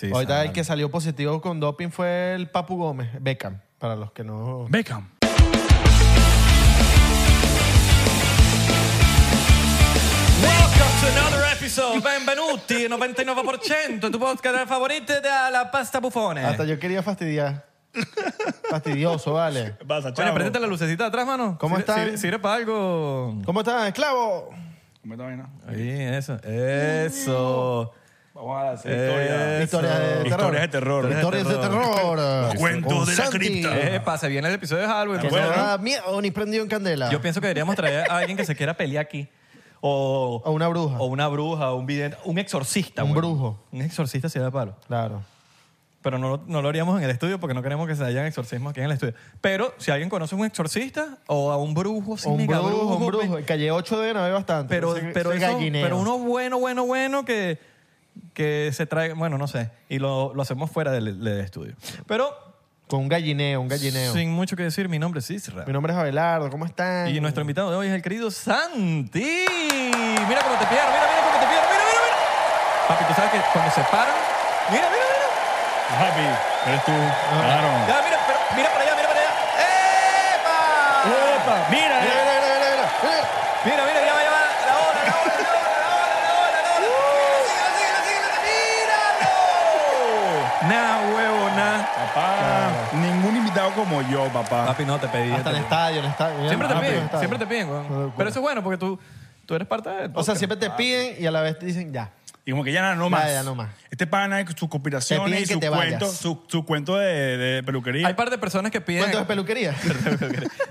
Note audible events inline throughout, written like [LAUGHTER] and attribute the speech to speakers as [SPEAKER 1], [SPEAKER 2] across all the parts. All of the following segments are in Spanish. [SPEAKER 1] Sí,
[SPEAKER 2] Ahorita el
[SPEAKER 1] saben.
[SPEAKER 2] que salió positivo con doping fue el Papu Gómez, Beckham, para los que no...
[SPEAKER 1] Beckham.
[SPEAKER 3] Welcome to another episode. Benvenuti, 99%. Tu podcast favorito de la pasta bufone.
[SPEAKER 2] Hasta yo quería fastidiar. Fastidioso, vale.
[SPEAKER 1] ¿Qué pasa,
[SPEAKER 3] Oye,
[SPEAKER 1] chavo?
[SPEAKER 3] prendete la lucecita de atrás, mano.
[SPEAKER 2] ¿Cómo
[SPEAKER 3] Sirve-
[SPEAKER 2] están?
[SPEAKER 3] Sirve, sirve para algo.
[SPEAKER 2] ¿Cómo estás, esclavo?
[SPEAKER 1] ¿Cómo está vaina?
[SPEAKER 3] Ahí, eso. Eso.
[SPEAKER 1] Vamos a hacer
[SPEAKER 3] Eh,
[SPEAKER 1] historia.
[SPEAKER 2] Historias de
[SPEAKER 1] Historias
[SPEAKER 2] terror.
[SPEAKER 1] de terror.
[SPEAKER 2] Historias de terror.
[SPEAKER 1] Cuentos
[SPEAKER 2] Con
[SPEAKER 1] de la
[SPEAKER 2] Santi,
[SPEAKER 1] cripta.
[SPEAKER 2] Que
[SPEAKER 3] Eh, pasa bien el episodio de Halloween.
[SPEAKER 2] no
[SPEAKER 3] por favor.
[SPEAKER 2] da miedo ni prendido en candela.
[SPEAKER 3] Yo pienso que deberíamos traer a alguien que se quiera pelear aquí. O,
[SPEAKER 2] O una bruja.
[SPEAKER 3] O una bruja, o un vidente, un exorcista.
[SPEAKER 2] Un
[SPEAKER 3] güey.
[SPEAKER 2] brujo.
[SPEAKER 3] Un exorcista se da palo.
[SPEAKER 2] Claro.
[SPEAKER 3] Pero no, lo- no lo haríamos en el estudio porque no queremos que se hayan exorcismos aquí en el estudio. Pero si alguien conoce a un exorcista o a un brujo, sí,
[SPEAKER 2] Un
[SPEAKER 3] mega
[SPEAKER 2] brujo, un brujo.
[SPEAKER 3] pe-
[SPEAKER 2] En calle 8 deben haber bastante.
[SPEAKER 3] Pero,
[SPEAKER 2] Ese-
[SPEAKER 3] pero,
[SPEAKER 2] ese
[SPEAKER 3] eso-
[SPEAKER 2] gallinero.
[SPEAKER 3] pero uno bueno, bueno, bueno que, que se trae, bueno, no sé, y lo, lo hacemos fuera del, del estudio. Pero
[SPEAKER 2] Con un gallineo, un gallineo.
[SPEAKER 3] sin mucho que decir, mi nombre es Isra.
[SPEAKER 2] Mi nombre es Abelardo, ¿cómo están?
[SPEAKER 3] Y nuestro invitado de hoy es el querido Santi. Mira cómo te pierdo, mira, mira cómo te pierdo, mira, mira, mira. Papi, tú sabes que cuando se paran, mira, mira, mira.
[SPEAKER 1] Happy, eres tú.
[SPEAKER 2] Ah.
[SPEAKER 1] Claro.
[SPEAKER 3] Ya, mira, pero mira para allá, mira para allá. ¡Epa!
[SPEAKER 1] Epa,
[SPEAKER 2] Mira,
[SPEAKER 1] mira, eh.
[SPEAKER 2] mira, mira, mira, mira.
[SPEAKER 3] Mira, mira, ya va, ya va. La ola, la ola, la ola, la ola, la ola, la ola. Síguelo, síguelo, síguelo,
[SPEAKER 2] ¡Uh!
[SPEAKER 3] míralo. Nah, huevo, nah.
[SPEAKER 1] Papá, ningún invitado como yo,
[SPEAKER 2] Ah.
[SPEAKER 1] papá.
[SPEAKER 3] Papi, no te pedí. te
[SPEAKER 2] Hasta en
[SPEAKER 3] pedí.
[SPEAKER 2] estadio, en estadio. Mira,
[SPEAKER 3] Siempre te
[SPEAKER 2] rápido, en
[SPEAKER 3] piden,
[SPEAKER 2] estadio.
[SPEAKER 3] siempre te piden, weón.
[SPEAKER 2] Una locura.
[SPEAKER 3] Pero eso es bueno porque tú, tú eres parte de
[SPEAKER 2] O sea, siempre te piden y a la vez te dicen ya.
[SPEAKER 1] Y como que ya nada, no
[SPEAKER 2] Ya,
[SPEAKER 1] más.
[SPEAKER 2] ya, no más.
[SPEAKER 1] Este pana, sus
[SPEAKER 2] Te
[SPEAKER 1] conspiraciones
[SPEAKER 2] piden
[SPEAKER 1] y
[SPEAKER 2] que
[SPEAKER 1] su
[SPEAKER 2] te
[SPEAKER 1] cuento,
[SPEAKER 2] vayas.
[SPEAKER 1] su, su cuento de, de peluquería.
[SPEAKER 3] Hay par de personas que piden...
[SPEAKER 2] ¿Cuánto
[SPEAKER 3] [LAUGHS]
[SPEAKER 2] es peluquería?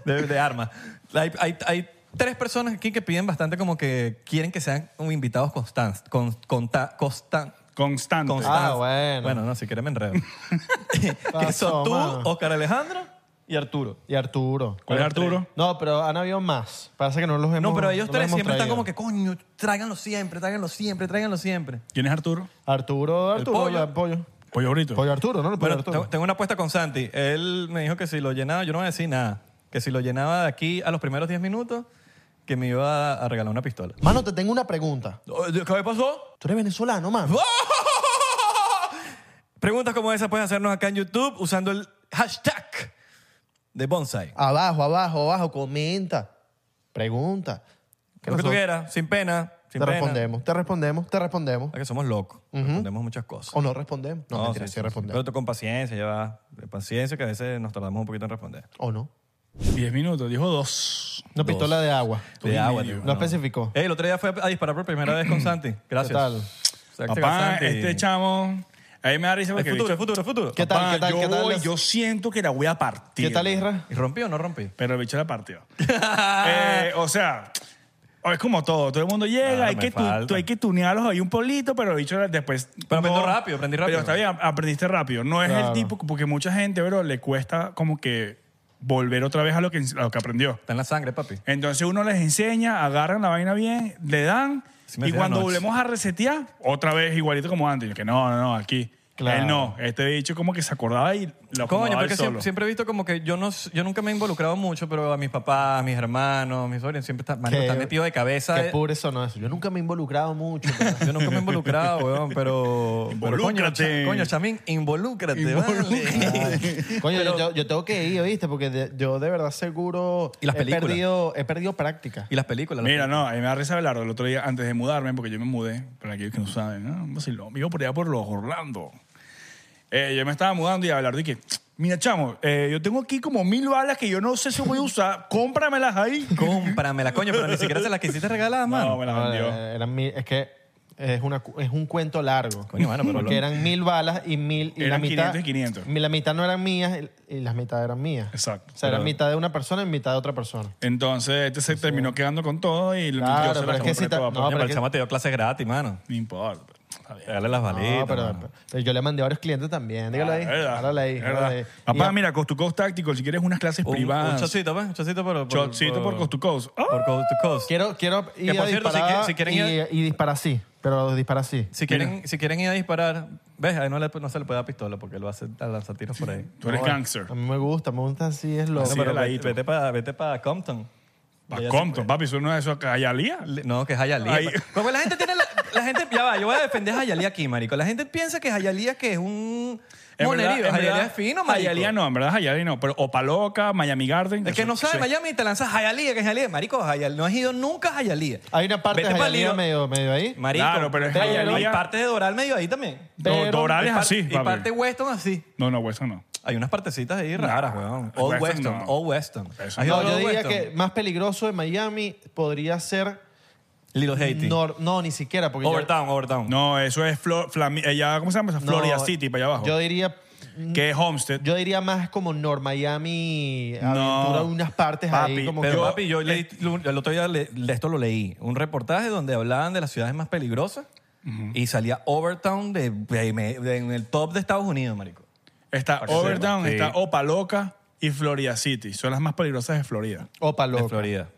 [SPEAKER 3] de, de armas. Hay, hay- hay tres personas aquí que piden bastante como que quieren que sean un invitados constantes. Con, conta- constan-
[SPEAKER 1] Constante.
[SPEAKER 3] constantes.
[SPEAKER 2] Ah, bueno.
[SPEAKER 3] Bueno, no, si quieres me
[SPEAKER 2] [LAUGHS]
[SPEAKER 3] enredo. [LAUGHS] que
[SPEAKER 2] Pasó,
[SPEAKER 3] son tú,
[SPEAKER 2] mano.
[SPEAKER 3] Oscar Alejandro y Arturo.
[SPEAKER 2] Y Arturo.
[SPEAKER 1] ¿Cuál es Arturo?
[SPEAKER 2] No, pero han habido más. Parece que no los hemos
[SPEAKER 3] No, pero ellos
[SPEAKER 2] no los
[SPEAKER 3] tres
[SPEAKER 2] hemos
[SPEAKER 3] siempre están
[SPEAKER 2] traído.
[SPEAKER 3] como que, coño, tráiganlo siempre, tráiganlo siempre, tráiganlo siempre.
[SPEAKER 1] ¿Quién es Arturo?
[SPEAKER 2] Arturo, Arturo,
[SPEAKER 3] pollo.
[SPEAKER 2] ya, pollo.
[SPEAKER 1] Pollo Brito.
[SPEAKER 2] Pollo Arturo, ¿no? El pollo
[SPEAKER 3] Bueno,
[SPEAKER 2] Arturo.
[SPEAKER 3] tengo, tengo una apuesta con Santi. Él me dijo que si lo llenaba, yo no voy a decir nada. Que si lo llenaba de aquí a los primeros 10 minutos, que me iba a, a regalar una pistola.
[SPEAKER 2] Mano, te tengo una pregunta.
[SPEAKER 3] ¿Qué pasó?
[SPEAKER 2] Tú eres venezolano, mano.
[SPEAKER 3] Preguntas como esa puedes hacernos acá en YouTube usando el hashtag de bonsai.
[SPEAKER 2] Abajo, abajo, abajo, comenta, pregunta.
[SPEAKER 3] Lo que tú
[SPEAKER 2] nosotros
[SPEAKER 3] quieras, sin pena, sin
[SPEAKER 2] Te
[SPEAKER 3] pena.
[SPEAKER 2] respondemos, te respondemos, te respondemos.
[SPEAKER 3] Es que somos locos. Respondemos muchas cosas.
[SPEAKER 2] O no respondemos. Oh, No, mentira, sí,
[SPEAKER 3] Pero
[SPEAKER 2] respondemos.
[SPEAKER 3] tú con paciencia, ya va. Paciencia, que a veces nos tardamos un poquito en responder.
[SPEAKER 2] O no.
[SPEAKER 1] 10 minutos, dijo dos.
[SPEAKER 2] No, pistola de agua.
[SPEAKER 3] De agua,
[SPEAKER 2] No
[SPEAKER 3] tío.
[SPEAKER 2] especificó.
[SPEAKER 3] Ey, el otro día fue a disparar por primera vez con Santi. Gracias.
[SPEAKER 2] ¿Qué tal?
[SPEAKER 3] O sea, que
[SPEAKER 1] Papá,
[SPEAKER 3] Santi-
[SPEAKER 1] este chamo. Ahí me da risa
[SPEAKER 3] Es
[SPEAKER 1] porque. el
[SPEAKER 3] futuro, es
[SPEAKER 1] bicho-
[SPEAKER 3] futuro, es futuro.
[SPEAKER 2] ¿Qué tal,
[SPEAKER 1] Papá,
[SPEAKER 2] qué tal,
[SPEAKER 1] yo
[SPEAKER 2] qué tal
[SPEAKER 1] voy,
[SPEAKER 2] las-
[SPEAKER 1] yo siento que la voy a partir.
[SPEAKER 2] ¿Qué tal, Isra?
[SPEAKER 3] ¿Y rompí o no rompí?
[SPEAKER 2] [LAUGHS]
[SPEAKER 1] Pero el bicho la partió. Eh, o sea, es como todo. Todo el mundo llega,
[SPEAKER 3] Claro,
[SPEAKER 1] hay,
[SPEAKER 3] Ah. me
[SPEAKER 1] que tu-
[SPEAKER 3] falta.
[SPEAKER 1] tú- hay que tunearlos ahí un polito, pero el bicho la- después...
[SPEAKER 3] Pero aprendo rápido, aprendí rápido.
[SPEAKER 1] Pero está bien, aprendiste rápido. No es
[SPEAKER 2] Claro.
[SPEAKER 1] el tipo, porque mucha gente, bro, le cuesta como que volver otra vez a lo que, a lo que aprendió.
[SPEAKER 3] Está en la sangre, papi.
[SPEAKER 1] Entonces uno les enseña, agarran la vaina bien, le dan,
[SPEAKER 3] Sí me
[SPEAKER 1] y
[SPEAKER 3] hacía
[SPEAKER 1] cuando
[SPEAKER 3] anoche.
[SPEAKER 1] volvemos a resetear, otra vez igualito como antes. Yo que no, no, no, aquí.
[SPEAKER 2] Claro.
[SPEAKER 1] Él no, este bicho como que se acordaba y lo
[SPEAKER 3] Coño,
[SPEAKER 1] acomodaba pues, él
[SPEAKER 3] porque
[SPEAKER 1] solo.
[SPEAKER 3] siempre, siempre he visto como que yo no yo nunca me he involucrado mucho, pero a mis papás, a mis hermanos, mis sobrinos, siempre están, marico,
[SPEAKER 2] Qué-
[SPEAKER 3] están metidos de cabeza.
[SPEAKER 2] Qué puro eso no eso. Yo nunca me he involucrado mucho. pero-
[SPEAKER 3] [LAUGHS] Yo nunca me he involucrado,
[SPEAKER 2] [LAUGHS]
[SPEAKER 3] weón, pero... pero
[SPEAKER 1] Involúcrate.
[SPEAKER 3] coño, cha- coño, Chamín, involúcrate, vale.
[SPEAKER 2] Coño, yo, yo tengo que ir, ¿viste? Porque de- yo de verdad seguro
[SPEAKER 3] ¿Y las
[SPEAKER 2] he
[SPEAKER 3] películas?
[SPEAKER 2] perdido, he perdido práctica.
[SPEAKER 3] Y las películas. las
[SPEAKER 1] Mira, no, a mí me da risa Belardo el otro día antes de mudarme, porque yo me mudé, para aquellos que no saben, ¿no? Un vacilón. Me iba por allá por los Orlando. Eh, yo me estaba mudando y Abelardo dije, mira, chamo, eh, yo tengo aquí como mil balas que yo no sé si voy a usar, cómpramelas ahí.
[SPEAKER 3] Cómpramela, coño, pero ni siquiera se las quisiste regalar, mano.
[SPEAKER 1] No, me las
[SPEAKER 2] No,
[SPEAKER 1] vendió.
[SPEAKER 2] eh, eran mil- es que es, una, cu- es un cuento largo.
[SPEAKER 3] Coño, bueno, pero
[SPEAKER 2] Porque
[SPEAKER 3] lo-
[SPEAKER 2] eran mil balas y mil. Y la
[SPEAKER 1] Eran
[SPEAKER 2] mitad,
[SPEAKER 1] 500 y 500.
[SPEAKER 2] mi- La mitad no eran mías y, y las mitad eran mías.
[SPEAKER 1] Exacto.
[SPEAKER 2] O sea, eran
[SPEAKER 3] Pero-
[SPEAKER 2] mitad de una persona y mitad de otra persona.
[SPEAKER 1] Entonces, este se terminó quedando con todo y
[SPEAKER 2] Claro,
[SPEAKER 1] yo se
[SPEAKER 2] pero
[SPEAKER 1] las
[SPEAKER 2] es que si
[SPEAKER 1] compré
[SPEAKER 2] ta-
[SPEAKER 1] todas,
[SPEAKER 2] no,
[SPEAKER 1] pues.
[SPEAKER 3] Coño,
[SPEAKER 2] pero
[SPEAKER 3] pero el
[SPEAKER 2] que-
[SPEAKER 3] chama te dio clases gratis, mano.
[SPEAKER 1] No importa. Está bien.
[SPEAKER 3] Regale las
[SPEAKER 2] No,
[SPEAKER 3] balitas,
[SPEAKER 2] pero,
[SPEAKER 3] mano.
[SPEAKER 2] pero yo le mandé a varios clientes también. Dígalo ahí.
[SPEAKER 1] Ah, Es verdad,
[SPEAKER 2] Háblale ahí.
[SPEAKER 1] es
[SPEAKER 2] háblale
[SPEAKER 1] verdad.
[SPEAKER 2] ahí.
[SPEAKER 1] Papá,
[SPEAKER 2] Y-
[SPEAKER 1] mira, Cost to Cost Tactical, si quieres unas clases
[SPEAKER 3] Un, un
[SPEAKER 1] privadas.
[SPEAKER 3] chocito, pues, un chocito por... por-
[SPEAKER 1] Chocito por Cost to Coast. ¡Ah!
[SPEAKER 3] Por coast to coast.
[SPEAKER 2] Quiero, quiero ir
[SPEAKER 3] Que, por
[SPEAKER 2] a
[SPEAKER 3] cierto, si
[SPEAKER 2] disparar
[SPEAKER 3] qui- si quieren
[SPEAKER 2] y,
[SPEAKER 3] ir-
[SPEAKER 2] y dispara así. Pero dispara así.
[SPEAKER 3] Si quieren, si quieren ir a disparar, ves, ahí no, le- no se le puede dar pistola porque él va a, hacer, a lanzar tiros por ahí.
[SPEAKER 1] Tú eres
[SPEAKER 2] No,
[SPEAKER 1] gangster.
[SPEAKER 2] A mí me gusta, me gusta así, es
[SPEAKER 3] No,
[SPEAKER 2] loco.
[SPEAKER 1] Así
[SPEAKER 3] pero
[SPEAKER 1] de
[SPEAKER 3] vete,
[SPEAKER 1] ladito.
[SPEAKER 3] para, vete pa Compton.
[SPEAKER 1] Pa'
[SPEAKER 3] Ya se
[SPEAKER 1] Compton, papi, suena eso a Yalía.
[SPEAKER 3] Le- No, que es Hayalía.
[SPEAKER 1] Ay.
[SPEAKER 3] Como la gente tiene la, la gente, ya va, yo voy a defender a Hayalía aquí, marico. La gente piensa que Hayalía que es un
[SPEAKER 1] En
[SPEAKER 3] monerío.
[SPEAKER 1] verdad- en
[SPEAKER 3] Hayalía
[SPEAKER 1] verdad,
[SPEAKER 3] es fino, marico.
[SPEAKER 1] Hialeah no, en verdad Hayalía no. Pero Opa Loca, Miami Garden.
[SPEAKER 3] El que no sabe
[SPEAKER 1] sí.
[SPEAKER 3] Miami y te lanzas Hayalía, que es Hayalía. Marico, Hayalía. No has ido nunca a Hayalía.
[SPEAKER 2] Hay una parte
[SPEAKER 3] Vete
[SPEAKER 2] de
[SPEAKER 3] pa'
[SPEAKER 2] Jalía
[SPEAKER 3] Lido.
[SPEAKER 2] medio, medio ahí.
[SPEAKER 3] Marico.
[SPEAKER 1] Claro, pero es
[SPEAKER 3] hay- Hay
[SPEAKER 1] Hialeah.
[SPEAKER 3] partes de Doral medio ahí también.
[SPEAKER 1] Do-
[SPEAKER 2] pero-
[SPEAKER 1] Doral
[SPEAKER 3] Y
[SPEAKER 1] es
[SPEAKER 3] par-
[SPEAKER 1] así,
[SPEAKER 3] Y parte
[SPEAKER 1] papi.
[SPEAKER 3] Weston así.
[SPEAKER 1] No, no, pues eso no.
[SPEAKER 3] Hay unas partecitas ahí raras, weón. Old
[SPEAKER 1] Weston
[SPEAKER 3] Weston,
[SPEAKER 1] no.
[SPEAKER 3] Old Weston.
[SPEAKER 1] Eso
[SPEAKER 3] ¿Has ido
[SPEAKER 2] No,
[SPEAKER 3] a
[SPEAKER 2] yo
[SPEAKER 3] Old
[SPEAKER 2] diría
[SPEAKER 3] Weston?
[SPEAKER 2] que más peligroso de Miami podría ser.
[SPEAKER 3] Little Haiti.
[SPEAKER 2] nor- no, ni siquiera. Porque yo-
[SPEAKER 3] Overtown, Overtown.
[SPEAKER 1] No, eso es Flor, Flami- ella- ¿cómo se llama? esa?
[SPEAKER 2] no,
[SPEAKER 1] Florida City, para allá abajo.
[SPEAKER 2] Yo diría.
[SPEAKER 1] que es Homestead.
[SPEAKER 2] Yo diría más como Nor Miami,
[SPEAKER 1] No.
[SPEAKER 2] aventura unas partes ahí.
[SPEAKER 1] Papi,
[SPEAKER 2] Como
[SPEAKER 3] Pero
[SPEAKER 2] que-
[SPEAKER 3] papi, yo leí, lo- el otro día le- de esto lo leí, un reportaje donde hablaban de las ciudades más peligrosas y salía Overtown de, de- de- en el top de Estados Unidos, marico.
[SPEAKER 1] está
[SPEAKER 3] Para que
[SPEAKER 1] Overtown,
[SPEAKER 3] sepa, sí.
[SPEAKER 1] está Opa Loca y Florida City. Son las más peligrosas de Florida.
[SPEAKER 2] Opa,
[SPEAKER 3] De
[SPEAKER 2] loco.
[SPEAKER 3] Florida.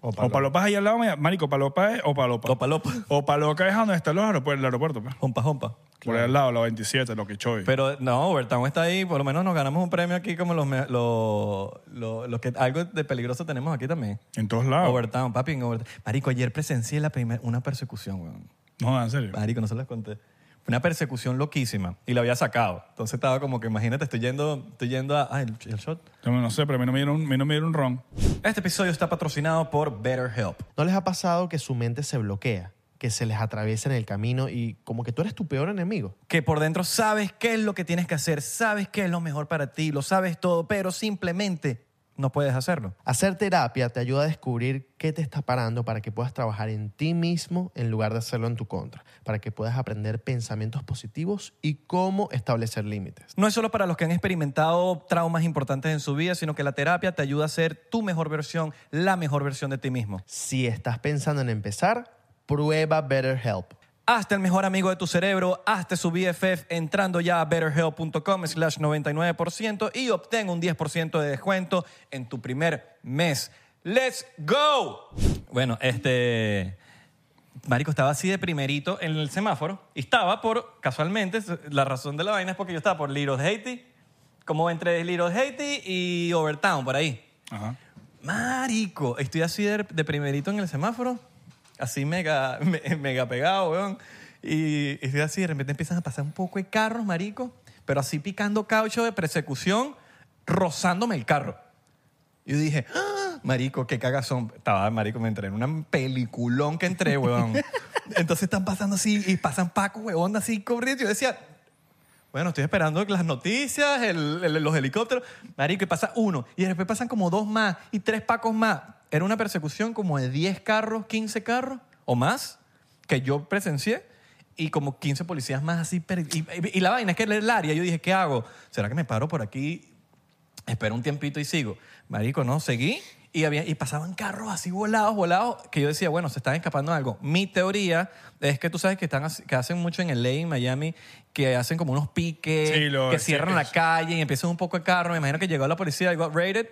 [SPEAKER 2] Opa,
[SPEAKER 1] Opa
[SPEAKER 2] loco.
[SPEAKER 1] Lopa es ahí al lado, mira, marico, Opa Lopa es Opa Lopa.
[SPEAKER 3] Opa Lopa.
[SPEAKER 1] Opa Loca es donde está los aeropuertos, el aeropuerto, pues.
[SPEAKER 3] Jompa, jompa.
[SPEAKER 1] Por ahí al lado, la 27, lo que choy.
[SPEAKER 3] Pero no, Overtown está ahí, por lo menos nos ganamos un premio aquí como los, me- lo- lo- lo que algo de peligroso tenemos aquí también.
[SPEAKER 1] en todos lados.
[SPEAKER 3] Overtown, papi, en Overtown. Marico, ayer presencié la primer- una persecución, weón.
[SPEAKER 1] No, en serio.
[SPEAKER 3] Marico, no se las conté. Fue Una persecución loquísima y la había sacado. Entonces estaba como que, imagínate, estoy yendo, estoy yendo a. Ah, el, el shot.
[SPEAKER 1] Yo no sé, pero a mí no me dieron, a mí no me dieron ron.
[SPEAKER 3] Este episodio está patrocinado por BetterHelp.
[SPEAKER 2] ¿No les ha pasado que su mente se bloquea? Que se les atraviesa en el camino y como que tú eres tu peor enemigo.
[SPEAKER 3] Que por dentro sabes qué es lo que tienes que hacer, sabes qué es lo mejor para ti, lo sabes todo, pero simplemente no puedes hacerlo.
[SPEAKER 2] Hacer terapia te ayuda a descubrir qué te está parando para que puedas trabajar en ti mismo en lugar de hacerlo en tu contra, para que puedas aprender pensamientos positivos y cómo establecer límites.
[SPEAKER 3] No es solo para los que han experimentado traumas importantes en su vida, sino que la terapia te ayuda a ser tu mejor versión, la mejor versión de ti mismo.
[SPEAKER 2] Si estás pensando en empezar, prueba BetterHelp.
[SPEAKER 3] Hazte el mejor amigo de tu cerebro, hazte su BFF entrando ya a betterhelp.com slash 99% y obtén un 10% de descuento en tu primer mes. ¡Let's go! Bueno, este... Marico estaba así de primerito en el semáforo y estaba por, casualmente, la razón de la vaina es porque yo estaba por Little Haiti, como entre Little Haiti y Overtown, por ahí.
[SPEAKER 1] Ajá.
[SPEAKER 3] Marico, estoy así de, de primerito en el semáforo, así mega, [LAUGHS] me- mega pegado, weón. Y estoy así, de repente empiezan a pasar un poco de carros, marico, pero así picando caucho de persecución, rozándome el carro. Yo dije, ¡Ah! marico, qué cagazón. Estaba, marico, me entré en un peliculón que entré, huevón. Entonces están pasando así y pasan Paco, huevón, así corriendo. Yo decía, bueno, estoy esperando las noticias, el- el- los helicópteros. Marico, y pasa uno. Y después pasan como dos más y tres pacos más. Era una persecución como de 10 carros, 15 carros o más que yo presencié y como 15 policías más así. per- Y, y- y la vaina es que era el área. Yo dije, ¿qué hago? ¿Será que me paro por aquí? Espero un tiempito y sigo. Marico, no, seguí. Y, había, y pasaban carros así volados, volados, que yo decía, bueno, se están escapando de algo. Mi teoría es que tú sabes que, están, así- que hacen mucho en el LA, en Miami, que hacen como unos piques,
[SPEAKER 1] Sí, lo-
[SPEAKER 3] que
[SPEAKER 1] sí,
[SPEAKER 3] cierran la
[SPEAKER 1] es-
[SPEAKER 3] calle y empiezan un poco de carro. Me imagino que llegó la policía, got raided,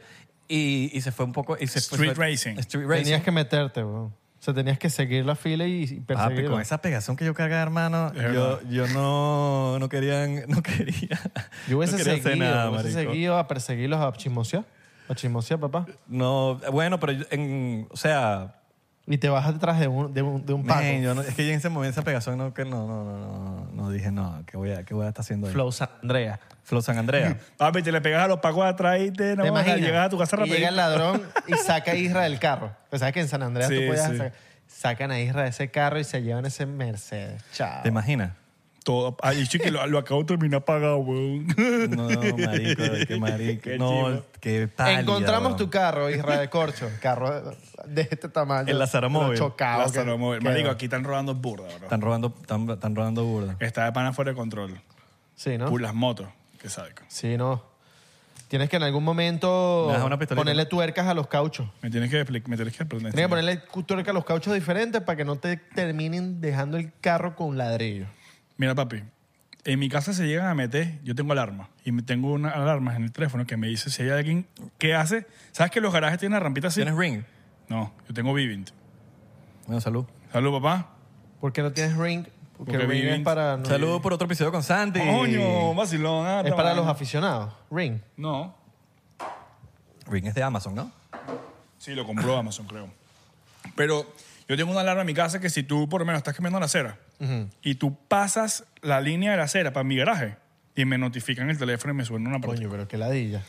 [SPEAKER 3] y, y se fue un poco... Y se fue-
[SPEAKER 1] Street
[SPEAKER 3] fue-
[SPEAKER 1] racing.
[SPEAKER 3] Street racing.
[SPEAKER 2] Tenías que meterte, weón. O sea, tenías que seguir la fila y y
[SPEAKER 3] Papi,
[SPEAKER 2] perseguirlo.
[SPEAKER 3] con esa pegazón que yo cargaba, hermano,
[SPEAKER 1] Es
[SPEAKER 3] yo,
[SPEAKER 1] verdad.
[SPEAKER 3] yo no, no quería, [LAUGHS] no quería,
[SPEAKER 2] Yo hubiese
[SPEAKER 3] no quería
[SPEAKER 2] seguido,
[SPEAKER 3] hacer nada,
[SPEAKER 2] hubiese
[SPEAKER 3] marico.
[SPEAKER 2] seguido a perseguirlos a chismosear. A chismosear, papá.
[SPEAKER 3] No, bueno, pero yo- en, o sea,
[SPEAKER 2] Y te vas detrás de un, de un, de un paco.
[SPEAKER 3] Man, yo no- es que yo en ese momento esa pegazón no, que no, no, no, no, no dije no, ¿qué voy a, qué voy a estar haciendo ahí?
[SPEAKER 2] Flow San Andrea.
[SPEAKER 3] Flow San
[SPEAKER 2] [LAUGHS]
[SPEAKER 3] Andrea.
[SPEAKER 1] Papi, te le pegas a los pacos atrás y te, no,
[SPEAKER 2] ¿Te
[SPEAKER 1] vas a
[SPEAKER 2] imaginas?
[SPEAKER 1] llegar a tu
[SPEAKER 2] y
[SPEAKER 1] casa
[SPEAKER 2] llega
[SPEAKER 1] rapidito.
[SPEAKER 2] el ladrón
[SPEAKER 3] [LAUGHS]
[SPEAKER 2] y saca a Isra del carro. Pues sabes que en San Andrea
[SPEAKER 1] Sí,
[SPEAKER 2] tú podías
[SPEAKER 1] sí.
[SPEAKER 2] sacar- Sacan a Isra de ese carro y se llevan ese Mercedes. Chao.
[SPEAKER 3] ¿Te imaginas?
[SPEAKER 1] Todo, ay, chiqui, lo, lo acabo de terminar
[SPEAKER 2] [LAUGHS]
[SPEAKER 1] pagado, weón.
[SPEAKER 3] No, marico, qué marico.
[SPEAKER 1] Qué
[SPEAKER 3] no,
[SPEAKER 1] chivo.
[SPEAKER 3] qué tal.
[SPEAKER 2] Encontramos tu carro, Isra de
[SPEAKER 3] [LAUGHS]
[SPEAKER 2] Corcho. Carro de este tamaño.
[SPEAKER 3] El Lázaro Móvil.
[SPEAKER 2] Chocado.
[SPEAKER 1] Lázaro
[SPEAKER 2] que-
[SPEAKER 1] Móvil.
[SPEAKER 2] que-
[SPEAKER 1] Marico, aquí están robando burda, bro.
[SPEAKER 3] Están robando, están, están robando burda.
[SPEAKER 1] Está de pana fuera de control.
[SPEAKER 2] Sí, ¿no?
[SPEAKER 1] Por las motos, que sabes.
[SPEAKER 2] Sí, no. Tienes que en algún momento
[SPEAKER 3] Me das una pistolita.
[SPEAKER 2] ponerle tuercas a los cauchos.
[SPEAKER 1] Me tienes que explicar, me tienes que aprender.
[SPEAKER 2] Tienes que ponerle tuercas a los cauchos diferentes para que no te terminen dejando el carro con ladrillo.
[SPEAKER 1] Mira, papi, en mi casa se llegan a meter, yo tengo alarma, y me- tengo una alarma en el teléfono que me dice si hay alguien que hace. ¿Sabes que los garajes tienen una rampita así?
[SPEAKER 3] ¿Tienes ring?
[SPEAKER 1] No, yo tengo Vivint.
[SPEAKER 3] Bueno, salud.
[SPEAKER 1] Salud, papá.
[SPEAKER 2] ¿Por qué no tienes ring? Porque,
[SPEAKER 1] Porque
[SPEAKER 2] ring es
[SPEAKER 1] viven-
[SPEAKER 2] para... no-
[SPEAKER 3] Salud por otro episodio con Santi.
[SPEAKER 1] Coño, vacilón. ah,
[SPEAKER 2] Es
[SPEAKER 1] está
[SPEAKER 2] para
[SPEAKER 1] bueno.
[SPEAKER 2] los aficionados. Ring.
[SPEAKER 1] No.
[SPEAKER 3] Ring es de Amazon, ¿no?
[SPEAKER 1] Sí,
[SPEAKER 3] [CLEARS THROAT]
[SPEAKER 1] lo compró Amazon, creo. Pero yo tengo una alarma en mi casa que si tú por lo menos estás caminando en la acera y tú pasas la línea de la acera para mi garaje y me notifican el teléfono y me suena una parte.
[SPEAKER 2] Coño, pero qué ladilla.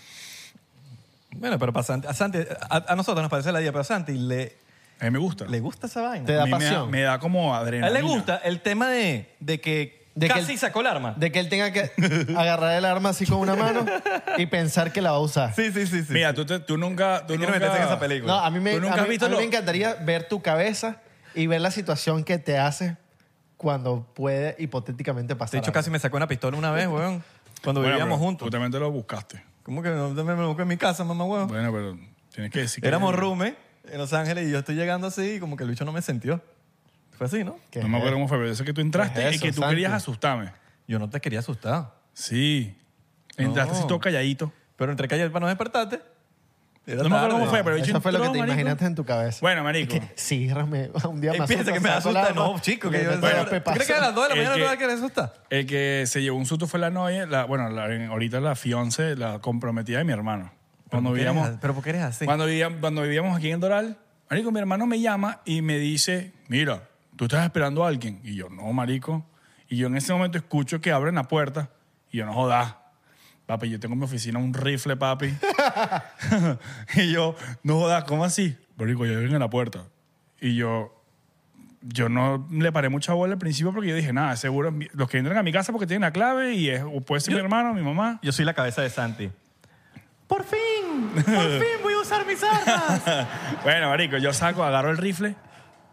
[SPEAKER 3] Bueno, pero para Santi, a, Santi, a, a nosotros nos parece la idea, pero a Santi le,
[SPEAKER 1] A mí me gusta.
[SPEAKER 3] le gusta esa vaina.
[SPEAKER 2] Te da
[SPEAKER 1] A mí me
[SPEAKER 2] pasión.
[SPEAKER 1] Me da como
[SPEAKER 3] a él
[SPEAKER 1] adrenalina.
[SPEAKER 3] le gusta el tema de, de que
[SPEAKER 2] De que
[SPEAKER 3] casi
[SPEAKER 2] el-
[SPEAKER 3] sacó el arma.
[SPEAKER 2] De que él tenga
[SPEAKER 1] [LAUGHS]
[SPEAKER 2] que agarrar el arma así con una mano y pensar que la va a usar.
[SPEAKER 3] Sí, sí, sí, sí.
[SPEAKER 1] Mira, tú, te- tú nunca...
[SPEAKER 3] Tú
[SPEAKER 1] Tú nunca
[SPEAKER 3] quiero meterte en esa película.
[SPEAKER 2] No, a mí, me,
[SPEAKER 1] ¿Tú nunca
[SPEAKER 2] a mí-
[SPEAKER 1] has visto
[SPEAKER 2] a mí
[SPEAKER 1] lo-
[SPEAKER 2] me encantaría ver tu cabeza y ver la situación que te hace cuando puede hipotéticamente pasar.
[SPEAKER 3] De hecho,
[SPEAKER 2] algo.
[SPEAKER 3] casi me sacó una pistola una vez, weón. Cuando
[SPEAKER 1] Bueno,
[SPEAKER 3] vivíamos
[SPEAKER 1] pero
[SPEAKER 3] juntos.
[SPEAKER 1] Tú también te lo buscaste.
[SPEAKER 3] ¿Cómo que no me lo busco en mi casa, mamá, weón?
[SPEAKER 1] Bueno, pero tienes que decir que...
[SPEAKER 3] Éramos rume en Los Ángeles y yo estoy llegando así y como que el bicho no me sintió. Fue así, ¿no?
[SPEAKER 2] ¿Qué es
[SPEAKER 1] No me
[SPEAKER 2] eso?
[SPEAKER 1] acuerdo cómo fue, pero yo sé que tú entraste
[SPEAKER 2] ¿Qué es
[SPEAKER 1] y que
[SPEAKER 2] eso,
[SPEAKER 1] tú querías
[SPEAKER 2] Santi?
[SPEAKER 1] asustarme.
[SPEAKER 3] Yo no te quería asustar.
[SPEAKER 1] Sí. Entraste
[SPEAKER 3] No.
[SPEAKER 1] así todo calladito.
[SPEAKER 3] Pero entre calles para no despertarte. era
[SPEAKER 1] No me acuerdo
[SPEAKER 3] tarde.
[SPEAKER 1] cómo fue, pero el bicho
[SPEAKER 2] Eso fue lo que
[SPEAKER 1] entró,
[SPEAKER 2] te
[SPEAKER 1] marico.
[SPEAKER 2] imaginaste en tu cabeza.
[SPEAKER 1] Bueno, marico.
[SPEAKER 2] Sí, Isra, me- un día
[SPEAKER 3] Y
[SPEAKER 2] más.
[SPEAKER 3] piensa que me asusta. No, chico, que yo... ¿Tú crees que a las 2 de la
[SPEAKER 1] Es
[SPEAKER 3] mañana
[SPEAKER 1] que-
[SPEAKER 3] no me que asustar?
[SPEAKER 1] El que se llevó un susto fue la novia, la, bueno, la- ahorita la fiance, la comprometida de mi hermano. Cuando
[SPEAKER 3] ¿por qué eres
[SPEAKER 1] vivíamos,
[SPEAKER 3] así? ¿Pero por qué eres así?
[SPEAKER 1] Cuando vivíamos, cuando vivíamos aquí en Doral, marico, mi hermano me llama y me dice, mira, tú estás esperando a alguien. Y yo, no, marico. Y yo en ese momento escucho que abren la puerta y yo, no jodas. Papi, yo tengo en mi oficina un rifle, papi. [LAUGHS] y yo, no jodas, ¿cómo así? Marico, yo vengo en la puerta. Y yo, yo no le paré mucha bola al principio porque yo dije, nada, seguro es mi- los que entran a mi casa porque tienen la clave y es, o puede ser mi hermano, mi mamá.
[SPEAKER 3] Yo soy la cabeza de Santi. ¡Por fin! [LAUGHS] ¡Por
[SPEAKER 2] [LAUGHS]
[SPEAKER 3] fin voy a usar mis armas!
[SPEAKER 1] [LAUGHS] bueno, marico, yo saco, agarro el rifle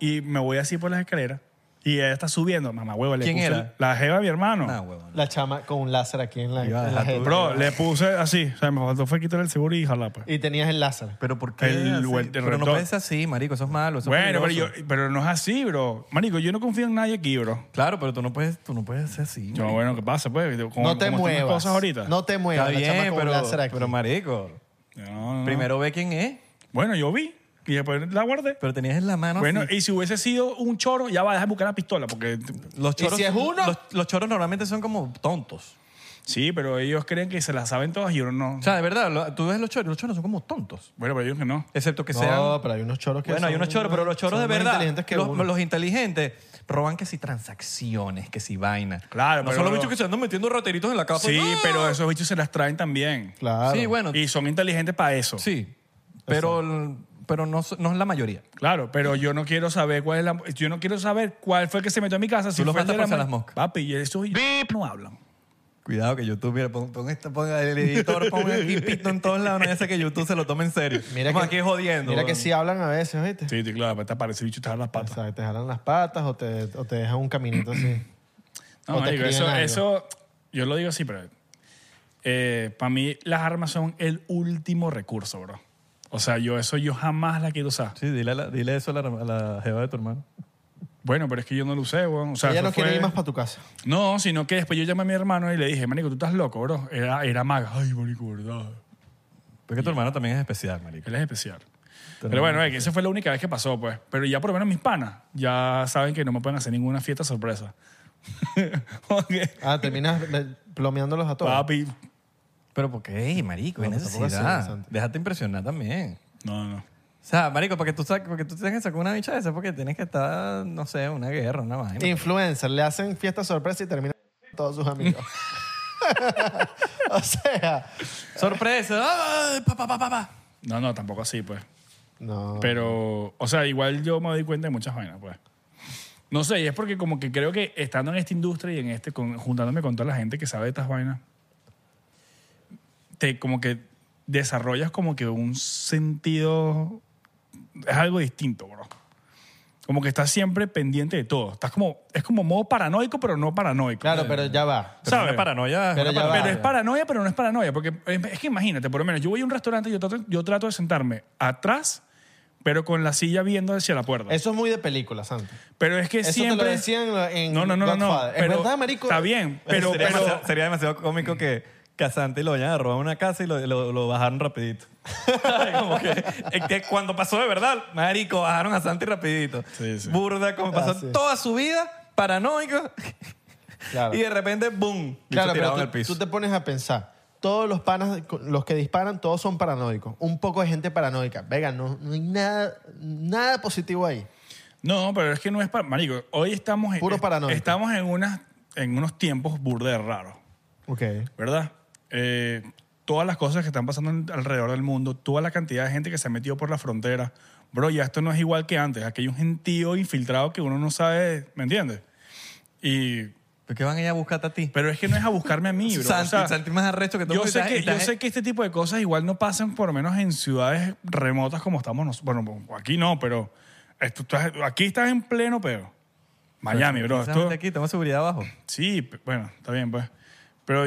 [SPEAKER 1] y me voy así por las escaleras y ella está subiendo. Mamá, huevo, le
[SPEAKER 3] ¿Quién
[SPEAKER 1] puse
[SPEAKER 3] era?
[SPEAKER 1] el- la jeva de mi hermano.
[SPEAKER 3] Nah, huevón.
[SPEAKER 2] La chama con un láser aquí en la,
[SPEAKER 3] Iba a
[SPEAKER 2] en la
[SPEAKER 3] dejar tu-
[SPEAKER 2] jeta.
[SPEAKER 1] Bro, le puse así. O sea, me faltó fue quitar el seguro y jalar, pues.
[SPEAKER 2] Y tenías el láser.
[SPEAKER 3] Pero ¿por qué?
[SPEAKER 1] El-
[SPEAKER 3] así?
[SPEAKER 1] el
[SPEAKER 3] pero no
[SPEAKER 1] retorno.
[SPEAKER 3] puedes así, marico. Eso es malo. eso es
[SPEAKER 1] Bueno, pero,
[SPEAKER 3] peligroso.
[SPEAKER 1] yo- pero no es así, bro. Marico, yo no confío en nadie aquí, bro.
[SPEAKER 3] Claro, pero tú no puedes, tú no puedes ser así.
[SPEAKER 1] Yo,
[SPEAKER 3] marico.
[SPEAKER 1] bueno, ¿qué pasa, pues? Como-
[SPEAKER 2] No te
[SPEAKER 1] como están las
[SPEAKER 2] muevas.
[SPEAKER 1] cosas ahorita.
[SPEAKER 2] No te muevas.
[SPEAKER 3] Está
[SPEAKER 2] la chama
[SPEAKER 3] bien,
[SPEAKER 2] con un
[SPEAKER 3] pero,
[SPEAKER 2] láser aquí.
[SPEAKER 3] pero marico.
[SPEAKER 1] No, no, no.
[SPEAKER 3] Primero ve quién es,
[SPEAKER 1] Bueno, yo vi y después la guardé.
[SPEAKER 3] pero tenías en la mano.
[SPEAKER 1] Bueno,
[SPEAKER 3] así.
[SPEAKER 1] y si hubiese sido un choro, ya va a dejar buscar la pistola, porque...
[SPEAKER 3] los choros,
[SPEAKER 2] si es uno?
[SPEAKER 3] Los, los choros normalmente son como tontos.
[SPEAKER 1] Sí, pero ellos creen que se la saben todas y yo no.
[SPEAKER 3] O sea, de verdad, lo- tú ves los choros, los choros son como tontos.
[SPEAKER 1] Bueno, pero ellos que no.
[SPEAKER 3] Excepto que sean.
[SPEAKER 2] no, pero hay unos choros que
[SPEAKER 3] Bueno, hay
[SPEAKER 2] son
[SPEAKER 3] unos choros,
[SPEAKER 2] más-
[SPEAKER 3] pero los choros
[SPEAKER 2] son
[SPEAKER 3] de
[SPEAKER 2] más
[SPEAKER 3] verdad.
[SPEAKER 2] inteligentes que
[SPEAKER 3] los,
[SPEAKER 2] uno.
[SPEAKER 3] los inteligentes roban que si transacciones, que si vaina.
[SPEAKER 1] Claro,
[SPEAKER 3] no
[SPEAKER 1] pero
[SPEAKER 3] son los
[SPEAKER 1] lo-
[SPEAKER 3] bichos que se andan metiendo rateritos en la casa.
[SPEAKER 1] Sí,
[SPEAKER 3] ¡Ah!
[SPEAKER 1] pero esos bichos se las traen también.
[SPEAKER 2] Claro.
[SPEAKER 3] Sí, bueno.
[SPEAKER 1] Y son inteligentes para eso.
[SPEAKER 3] Sí. pero, pero no, so- no es la mayoría.
[SPEAKER 1] Claro, pero yo no quiero saber cuál es la. Yo no quiero saber cuál fue el que se metió a mi casa. Si
[SPEAKER 3] Tú lo
[SPEAKER 1] fue el
[SPEAKER 3] matas
[SPEAKER 1] de
[SPEAKER 3] por
[SPEAKER 1] la-
[SPEAKER 3] ser las moscas.
[SPEAKER 1] Papi, y eso no hablan.
[SPEAKER 3] Cuidado que YouTube, mira, pon, pon esta- pon el editor, pon aquí pito en todos lados, no ya sé que YouTube se lo tome en serio.
[SPEAKER 2] Mira
[SPEAKER 3] Vamos
[SPEAKER 2] que-
[SPEAKER 3] aquí jodiendo.
[SPEAKER 2] Mira que
[SPEAKER 3] weón.
[SPEAKER 2] sí hablan a veces, ¿viste?
[SPEAKER 1] Sí, sí, claro, pues, te aparece el bicho y te jalan las
[SPEAKER 2] O
[SPEAKER 1] patas.
[SPEAKER 2] sea, te jalan las patas o te, o te dejan un caminito así. o
[SPEAKER 1] No,
[SPEAKER 2] te
[SPEAKER 1] marico,
[SPEAKER 2] escriben
[SPEAKER 1] eso,
[SPEAKER 2] algo.
[SPEAKER 1] eso, yo lo digo así, pero para mí las armas son el último recurso, bro. O sea, yo eso yo jamás la quiero usar.
[SPEAKER 3] Sí, dile, a la- dile eso a la, a la jeva de tu hermano.
[SPEAKER 1] Bueno, pero es que yo no lo usé, weón. O sea,
[SPEAKER 2] Ella
[SPEAKER 1] eso
[SPEAKER 2] no quiere
[SPEAKER 1] fue-
[SPEAKER 2] ir más para tu casa.
[SPEAKER 1] No, sino que después yo llamé a mi hermano y le dije, marico, tú estás loco, bro. Era, era maga. Ay, marico, verdad.
[SPEAKER 3] Porque tu hermano también es especial, marico.
[SPEAKER 1] Él es especial. Pero bueno, es que esa fue la única vez que pasó, pues. Pero ya por lo menos mis panas ya saben que no me pueden hacer ninguna fiesta sorpresa. [LAUGHS] Porque,
[SPEAKER 2] Ah, terminas me- plomeándolos a todos.
[SPEAKER 1] papi,
[SPEAKER 3] Pero ¿por qué, marico? Hay
[SPEAKER 2] No, pues tampoco es
[SPEAKER 3] necesidad.
[SPEAKER 2] interesante.
[SPEAKER 3] Déjate impresionar también.
[SPEAKER 1] no, no.
[SPEAKER 3] O sea, marico, para que tú, sa- para que tú tengas que sacar una bicha de esa porque tienes que estar, no sé, una guerra, una vaina.
[SPEAKER 2] Influencer, le hacen fiesta sorpresa y terminan con todos sus amigos.
[SPEAKER 1] [LAUGHS]
[SPEAKER 2] o sea,
[SPEAKER 3] ¡Sorpresa! ¡Ay, pa, pa, pa, pa, pa!
[SPEAKER 1] No, no, tampoco así, pues.
[SPEAKER 2] no.
[SPEAKER 1] Pero, o sea, igual yo me doy cuenta de muchas vainas, pues. No sé, y es porque como que creo que estando en esta industria y en este, con- juntándome con toda la gente que sabe de estas vainas, te como que desarrollas como que un sentido, es algo distinto, bro. Como que estás siempre pendiente de todo. Estás como, es como modo paranoico, pero no paranoico.
[SPEAKER 2] Claro, pero ya va.
[SPEAKER 3] Pero
[SPEAKER 1] ¿Sabes?
[SPEAKER 3] una paranoia.
[SPEAKER 2] Pero
[SPEAKER 3] una
[SPEAKER 2] ya va.
[SPEAKER 1] Pero es paranoia, pero no es paranoia. Porque es es que imagínate, por lo menos yo voy a un restaurante y yo trato, yo trato de sentarme atrás, pero con la silla viendo hacia la puerta.
[SPEAKER 2] Eso es muy de película, Santi.
[SPEAKER 1] pero es que
[SPEAKER 2] Eso
[SPEAKER 1] siempre.
[SPEAKER 2] te lo decían en
[SPEAKER 1] no, no, no, no, no.
[SPEAKER 2] Godfather.
[SPEAKER 1] Pero
[SPEAKER 2] es verdad, marico.
[SPEAKER 1] Está bien, pero.
[SPEAKER 3] sería,
[SPEAKER 1] pero-
[SPEAKER 3] demasiado, sería demasiado cómico que Casante lo vayan a robar una casa y lo, lo, lo bajaron
[SPEAKER 1] [LAUGHS]
[SPEAKER 3] rapidito. como que, es que cuando pasó de verdad, marico, bajaron a Santi rapidito.
[SPEAKER 1] Sí, sí.
[SPEAKER 3] Burda, como pasó
[SPEAKER 2] Ah, sí.
[SPEAKER 3] toda su vida, paranoico,
[SPEAKER 2] Claro.
[SPEAKER 1] [LAUGHS]
[SPEAKER 3] y de repente, boom, tirado
[SPEAKER 2] Claro, pero
[SPEAKER 3] en el
[SPEAKER 2] tú,
[SPEAKER 3] piso.
[SPEAKER 2] tú te pones a pensar. Todos los panas, los que disparan, todos son paranoicos. Un poco de gente paranoica. Venga, no, no hay nada, nada positivo ahí.
[SPEAKER 1] no, pero es que no es. Para, marico, hoy estamos. en-
[SPEAKER 2] Puro paranoico.
[SPEAKER 1] Estamos en, unas, en unos tiempos burde raros.
[SPEAKER 2] Ok.
[SPEAKER 1] ¿verdad? Eh, todas las cosas que están pasando en- alrededor del mundo, toda la cantidad de gente que se ha metido por la frontera. Bro, ya esto no es igual que antes. Aquí hay un gentío infiltrado que uno no sabe, ¿me entiendes? Y,
[SPEAKER 3] ¿Por qué van a ir a buscarte a ti?
[SPEAKER 1] pero es que no es a buscarme a mí, bro.
[SPEAKER 3] Santi,
[SPEAKER 1] O sea,
[SPEAKER 3] Santi más arrecho que tú.
[SPEAKER 1] yo
[SPEAKER 3] porque
[SPEAKER 1] sé
[SPEAKER 3] estás-
[SPEAKER 1] que, yo
[SPEAKER 3] estás-
[SPEAKER 1] sé que este tipo de cosas igual no pasan, por lo menos en ciudades remotas como estamos nosotros. Bueno, aquí no, pero esto- tú estás- aquí estás en pleno peo. Miami, bro.
[SPEAKER 3] precisamente
[SPEAKER 1] Esto,
[SPEAKER 3] aquí, tengo seguridad abajo.
[SPEAKER 1] Sí, p- bueno, está bien, pues. Pero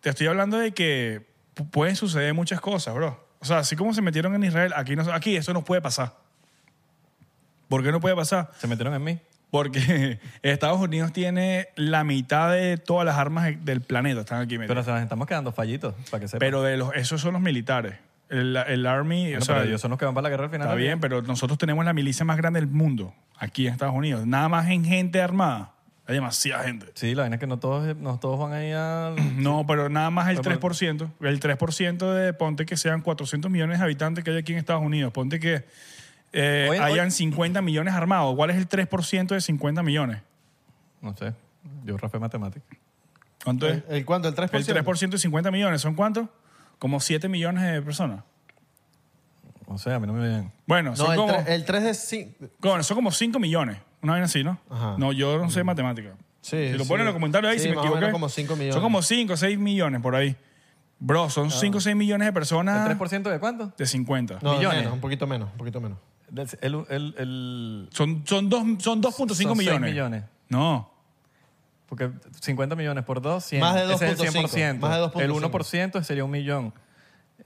[SPEAKER 1] te estoy hablando de que pu- pueden suceder muchas cosas, bro. O sea, así como se metieron en Israel, aquí, no, aquí eso no puede pasar. ¿Por qué no puede pasar?
[SPEAKER 3] Se metieron en mí.
[SPEAKER 1] Porque [LAUGHS] Estados Unidos tiene la mitad de todas las armas de- del planeta, están aquí metidas.
[SPEAKER 3] Pero se nos estamos quedando fallitos, para que sepas.
[SPEAKER 1] Pero, de los, esos son los militares. El, el Army,
[SPEAKER 3] Bueno,
[SPEAKER 1] o sea,
[SPEAKER 3] pero ellos son los que van para la guerra al final.
[SPEAKER 1] está
[SPEAKER 3] del día.
[SPEAKER 1] bien, pero nosotros tenemos la milicia más grande del mundo, aquí en Estados Unidos. Nada más en gente armada. Hay demasiada gente.
[SPEAKER 3] Sí, la vaina es que no todos, no todos van a ir a...
[SPEAKER 1] No, pero nada más el
[SPEAKER 3] Pero-
[SPEAKER 1] 3%. El 3% de ponte que sean 400 millones de habitantes que hay aquí en Estados Unidos. Ponte que eh,
[SPEAKER 3] Oye,
[SPEAKER 1] hayan
[SPEAKER 3] oye.
[SPEAKER 1] 50 millones armados. ¿Cuál es el 3% de 50 millones?
[SPEAKER 3] No sé. Yo rafé matemática.
[SPEAKER 1] ¿Cuánto es?
[SPEAKER 2] ¿El, el cuánto? ¿El 3%?
[SPEAKER 1] El 3% de 50 millones. ¿Son cuántos? Como 7 millones de personas.
[SPEAKER 3] No sé, a mí no me ven.
[SPEAKER 1] Bueno,
[SPEAKER 2] No,
[SPEAKER 1] son,
[SPEAKER 2] el,
[SPEAKER 1] como,
[SPEAKER 2] tre- el 3 de 5.
[SPEAKER 1] bueno, son como 5 millones. Una vaina así, ¿no?
[SPEAKER 2] Ajá.
[SPEAKER 1] No, yo no sé matemática.
[SPEAKER 2] Sí,
[SPEAKER 1] si lo
[SPEAKER 2] sí.
[SPEAKER 1] ponen en los comentarios ahí,
[SPEAKER 2] Sí,
[SPEAKER 1] si me
[SPEAKER 2] más o
[SPEAKER 1] equivoqué.
[SPEAKER 2] menos como 5 millones.
[SPEAKER 1] Son como 5 o 6 millones por ahí. Bro, son 5 o 6 millones de personas
[SPEAKER 3] ¿El 3% de cuánto?
[SPEAKER 1] de 50.
[SPEAKER 2] No,
[SPEAKER 3] millones.
[SPEAKER 2] menos, un poquito menos, un poquito menos.
[SPEAKER 1] Mm.
[SPEAKER 3] Del- El, el, el-
[SPEAKER 1] Son, son, dos, son 2.5
[SPEAKER 3] Son seis
[SPEAKER 1] millones.
[SPEAKER 3] millones.
[SPEAKER 1] No.
[SPEAKER 3] porque 50 millones por 2, 100.
[SPEAKER 2] Más de
[SPEAKER 3] Ese es el
[SPEAKER 2] 2.5,
[SPEAKER 3] 100%.
[SPEAKER 2] más de 2.5.
[SPEAKER 3] El 1% sería un millón.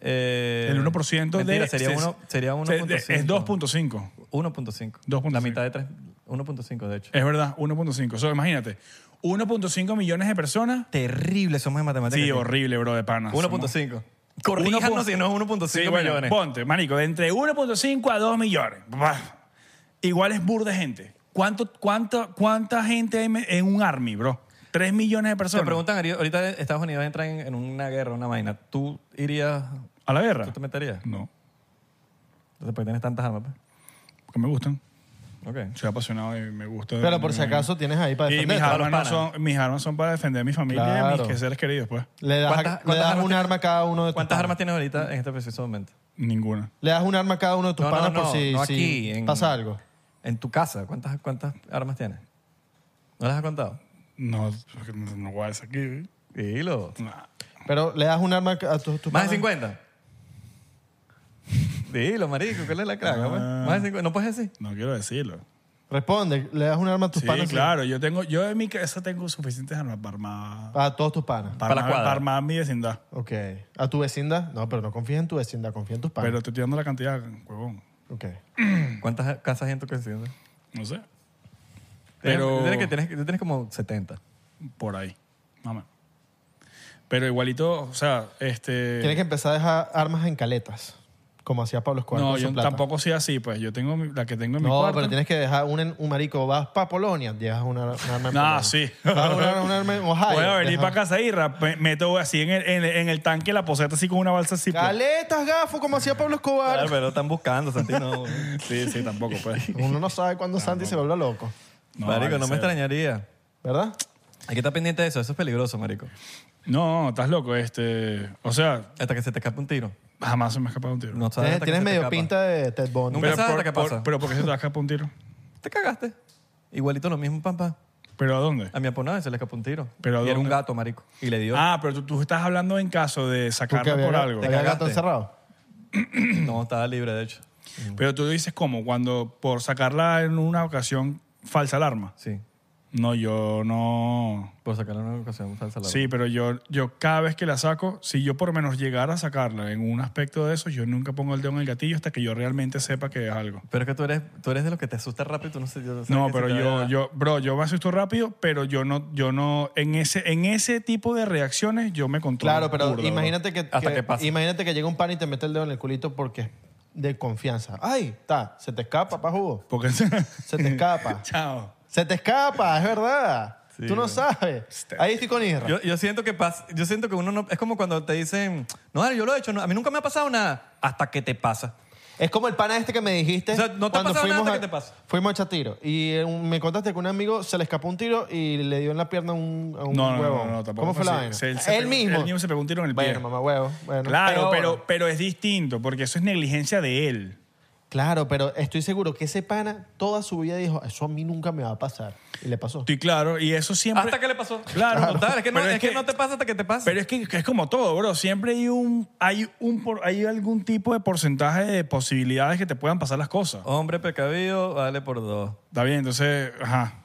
[SPEAKER 3] Eh,
[SPEAKER 1] El 1%
[SPEAKER 3] mentira,
[SPEAKER 1] de...
[SPEAKER 3] sería
[SPEAKER 1] se-
[SPEAKER 3] uno- sería
[SPEAKER 1] se-
[SPEAKER 3] 1.5.
[SPEAKER 1] de- Es 2.5.
[SPEAKER 3] 1.5.
[SPEAKER 1] 2.5.
[SPEAKER 3] La mitad de 3. 1.5, de hecho.
[SPEAKER 1] Es verdad, 1.5. O sea, imagínate, 1.5 millones de personas.
[SPEAKER 3] Terrible somos en matemáticas.
[SPEAKER 1] Sí,
[SPEAKER 3] tío.
[SPEAKER 1] horrible, bro, de pana.
[SPEAKER 3] 1.5.
[SPEAKER 1] Uno
[SPEAKER 3] Corríjanos
[SPEAKER 1] pu-
[SPEAKER 3] si no es 1.5
[SPEAKER 1] Sí, bueno,
[SPEAKER 3] millones.
[SPEAKER 1] ponte, marico, de entre 1.5 a 2 millones. Bah. Igual es burda de gente. ¿Cuánto, cuánta, ¿Cuánta gente hay me- en un army, bro? 3 millones de
[SPEAKER 3] Te
[SPEAKER 1] personas.
[SPEAKER 3] preguntan, ahorita- ahorita Estados Unidos entra en, en una guerra, una vaina. ¿Tú irías,
[SPEAKER 1] ¿A la guerra?
[SPEAKER 3] tú te meterías?
[SPEAKER 1] No,
[SPEAKER 3] Entonces, ¿por qué tienes tantas armas? pues?
[SPEAKER 1] porque me gustan.
[SPEAKER 3] Ok.
[SPEAKER 1] Soy apasionado y me gusta.
[SPEAKER 2] Pero por si
[SPEAKER 1] me-
[SPEAKER 2] acaso tienes ahí para
[SPEAKER 1] Y mis
[SPEAKER 2] defenderte.
[SPEAKER 1] armas, no
[SPEAKER 3] panas.
[SPEAKER 1] son, mis armas son para defender a mi familia y a
[SPEAKER 2] Claro.
[SPEAKER 1] mis que seres queridos, pues.
[SPEAKER 2] Le das,
[SPEAKER 3] ¿Cuántas-
[SPEAKER 2] le
[SPEAKER 3] cuántas
[SPEAKER 2] das
[SPEAKER 3] armas
[SPEAKER 2] un
[SPEAKER 3] tienes?
[SPEAKER 2] arma a cada uno de tus
[SPEAKER 3] ¿Cuántas
[SPEAKER 2] panas.
[SPEAKER 3] armas tienes ahorita en este preciso momento?
[SPEAKER 1] Ninguna.
[SPEAKER 2] Le das un arma a cada uno de tus
[SPEAKER 3] No, no,
[SPEAKER 2] panas
[SPEAKER 3] no,
[SPEAKER 2] por si,
[SPEAKER 3] no
[SPEAKER 2] si
[SPEAKER 3] aquí, en-
[SPEAKER 2] pasa algo.
[SPEAKER 3] En tu casa, ¿cuántas, cuántas armas tienes? ¿No las has contado?
[SPEAKER 1] No, porque no, no voy a decir aquí. ¿eh?
[SPEAKER 3] Dilo.
[SPEAKER 1] Nah.
[SPEAKER 2] Pero le das un arma a tus tus
[SPEAKER 3] ¿Más
[SPEAKER 2] panas.
[SPEAKER 3] de 50? Dilo, marico, ¿cuál es la clave? Más de 50. ¿No puedes decir?
[SPEAKER 1] No quiero decirlo.
[SPEAKER 2] Responde, le das un arma a tus
[SPEAKER 1] Sí,
[SPEAKER 2] panas.
[SPEAKER 1] claro. Yo tengo, yo en mi casa tengo suficientes armas para armar,
[SPEAKER 2] A todos tus panas.
[SPEAKER 1] para
[SPEAKER 3] la
[SPEAKER 1] armar-
[SPEAKER 3] cuadra.
[SPEAKER 1] para armar mi vecindad.
[SPEAKER 2] Ok. ¿A tu vecindad? No, pero no confíes en tu vecindad, confía en tus panas.
[SPEAKER 1] Pero te estoy dando la cantidad, huevón.
[SPEAKER 2] Ok.
[SPEAKER 3] ¿Cuántas casas hay en tu casa?
[SPEAKER 1] No sé.
[SPEAKER 3] Pero...
[SPEAKER 1] Pero-
[SPEAKER 3] Tienes, que, tienes, que- tienes como 70.
[SPEAKER 1] Por ahí. Mamá. Pero igualito, o sea, este...
[SPEAKER 2] Tienes que empezar a dejar armas en caletas, como hacía Pablo Escobar.
[SPEAKER 1] no,
[SPEAKER 2] con su
[SPEAKER 1] yo
[SPEAKER 2] plata.
[SPEAKER 1] tampoco soy así, pues. Yo tengo mi- la que tengo en mi
[SPEAKER 2] No,
[SPEAKER 1] cuarto.
[SPEAKER 2] pero tienes que dejar un, en- un marico. Vas para Polonia, llevas una, un arma en
[SPEAKER 1] Ah,
[SPEAKER 2] Polonia.
[SPEAKER 1] sí.
[SPEAKER 2] Vas a un, ar- un arma en Ohio.
[SPEAKER 1] Voy a venir
[SPEAKER 2] dejas-
[SPEAKER 1] para casa y rap- meto así en el, en, el- en el tanque la poseta así con una balsa así. pues.
[SPEAKER 2] Caletas, gafo, como hacía Pablo Escobar.
[SPEAKER 3] Claro, pero están buscando, Santi, no. [LAUGHS]
[SPEAKER 1] Sí, sí, tampoco, pues.
[SPEAKER 2] Uno no sabe cuándo Santi se vuelve loco,
[SPEAKER 3] marico,
[SPEAKER 1] vale,
[SPEAKER 3] no me
[SPEAKER 1] cero.
[SPEAKER 3] extrañaría.
[SPEAKER 2] ¿verdad?
[SPEAKER 3] Hay que estar pendiente de eso, eso es peligroso, marico.
[SPEAKER 1] No, estás loco. Este, o sea,
[SPEAKER 3] Hasta que se te escape un tiro.
[SPEAKER 1] jamás se me ha escapado un tiro.
[SPEAKER 3] No sabes
[SPEAKER 2] Tienes,
[SPEAKER 3] hasta que
[SPEAKER 2] tienes
[SPEAKER 3] se te
[SPEAKER 2] medio
[SPEAKER 3] escapa.
[SPEAKER 2] pinta de Ted Bundy.
[SPEAKER 3] Nunca-
[SPEAKER 1] pero,
[SPEAKER 3] sabes
[SPEAKER 1] por,
[SPEAKER 3] hasta qué
[SPEAKER 1] por-
[SPEAKER 3] pasa.
[SPEAKER 1] pero ¿por qué se te escapa un tiro?
[SPEAKER 3] Te cagaste. Igualito lo mismo, papá.
[SPEAKER 1] ¿Pero a dónde?
[SPEAKER 3] A mi aponado se le escapó un tiro.
[SPEAKER 1] ¿Pero a
[SPEAKER 3] y era un
[SPEAKER 1] dónde?
[SPEAKER 3] gato, marico. Y le dio.
[SPEAKER 1] Ah, pero tú, tú estás hablando en caso de
[SPEAKER 2] Porque
[SPEAKER 1] sacarlo
[SPEAKER 2] había,
[SPEAKER 1] por algo.
[SPEAKER 2] había gato
[SPEAKER 3] cagaste.
[SPEAKER 2] encerrado.
[SPEAKER 3] No, estaba libre, de hecho.
[SPEAKER 1] Pero tú dices cómo, cuando por sacarla en una ocasión falsa alarma.
[SPEAKER 3] Sí.
[SPEAKER 1] No, yo no.
[SPEAKER 3] Por sacarle una ocasión falsa. la
[SPEAKER 1] Sí, pero yo, yo cada vez que la saco, si yo por lo menos llegara a sacarla en un aspecto de eso, yo nunca pongo el dedo en el gatillo hasta que yo realmente sepa que es algo.
[SPEAKER 3] Pero es que tú eres, tú eres de los que te asusta rápido, tú no sé. yo sé
[SPEAKER 1] No,
[SPEAKER 3] que
[SPEAKER 1] pero
[SPEAKER 3] se te
[SPEAKER 1] yo,
[SPEAKER 3] da-
[SPEAKER 1] yo, bro, yo me asusto rápido, pero yo no, yo no, en ese, en ese tipo de reacciones yo me controlo.
[SPEAKER 2] Claro, pero
[SPEAKER 1] burda, bro.
[SPEAKER 2] imagínate que,
[SPEAKER 3] Hasta que pase.
[SPEAKER 2] imagínate que llega un pan y te mete el dedo en el culito porque de confianza. Ay, está, se te escapa, pa jugo.
[SPEAKER 1] Porque... [LAUGHS]
[SPEAKER 2] Se te escapa.
[SPEAKER 1] Chao.
[SPEAKER 2] se te escapa, es verdad. Tú no sabes.
[SPEAKER 1] Este
[SPEAKER 2] Ahí estoy con Isra.
[SPEAKER 3] Yo, yo siento que pas- yo siento que uno no, es como cuando te dicen, no, dale, yo lo he hecho, no, a mí nunca me ha pasado nada, hasta que te pasa.
[SPEAKER 2] Es como el pana este que me dijiste.
[SPEAKER 3] O sea, ¿no te ha
[SPEAKER 2] cuando
[SPEAKER 3] pasado nada
[SPEAKER 2] fuimos
[SPEAKER 3] hasta
[SPEAKER 1] este
[SPEAKER 2] a-
[SPEAKER 3] que te pasa?
[SPEAKER 2] Fuimos a echar tiro. Y eh, un- me contaste que un amigo se le escapó un tiro y le dio en la pierna un, a un
[SPEAKER 1] No, no, no,
[SPEAKER 2] huevo.
[SPEAKER 1] no, no, tampoco
[SPEAKER 2] ¿Cómo fue la
[SPEAKER 1] así.
[SPEAKER 2] vaina?
[SPEAKER 1] Se- él se
[SPEAKER 2] él
[SPEAKER 1] pegó-
[SPEAKER 2] mismo.
[SPEAKER 1] él mismo se pegó un tiro en el
[SPEAKER 2] bueno,
[SPEAKER 1] pie.
[SPEAKER 2] mamá huevo. Bueno,
[SPEAKER 1] Claro,
[SPEAKER 2] peor.
[SPEAKER 1] pero, pero es distinto, porque eso es negligencia de él.
[SPEAKER 2] Claro, pero estoy seguro que ese pana toda su vida dijo, eso a mí nunca me va a pasar. Y le pasó.
[SPEAKER 1] Estoy claro, y eso siempre...
[SPEAKER 3] Hasta que le pasó.
[SPEAKER 1] Claro.
[SPEAKER 3] Total, es que no,
[SPEAKER 1] Pero
[SPEAKER 3] es
[SPEAKER 1] es
[SPEAKER 3] que
[SPEAKER 1] que-
[SPEAKER 3] no te pasa hasta que te pasa.
[SPEAKER 1] Pero es que, que es como todo, bro. Siempre hay un, hay un, por- hay algún tipo de porcentaje de posibilidades que te puedan pasar las cosas.
[SPEAKER 3] Hombre precavido, vale por dos.
[SPEAKER 1] Está bien, entonces, ajá.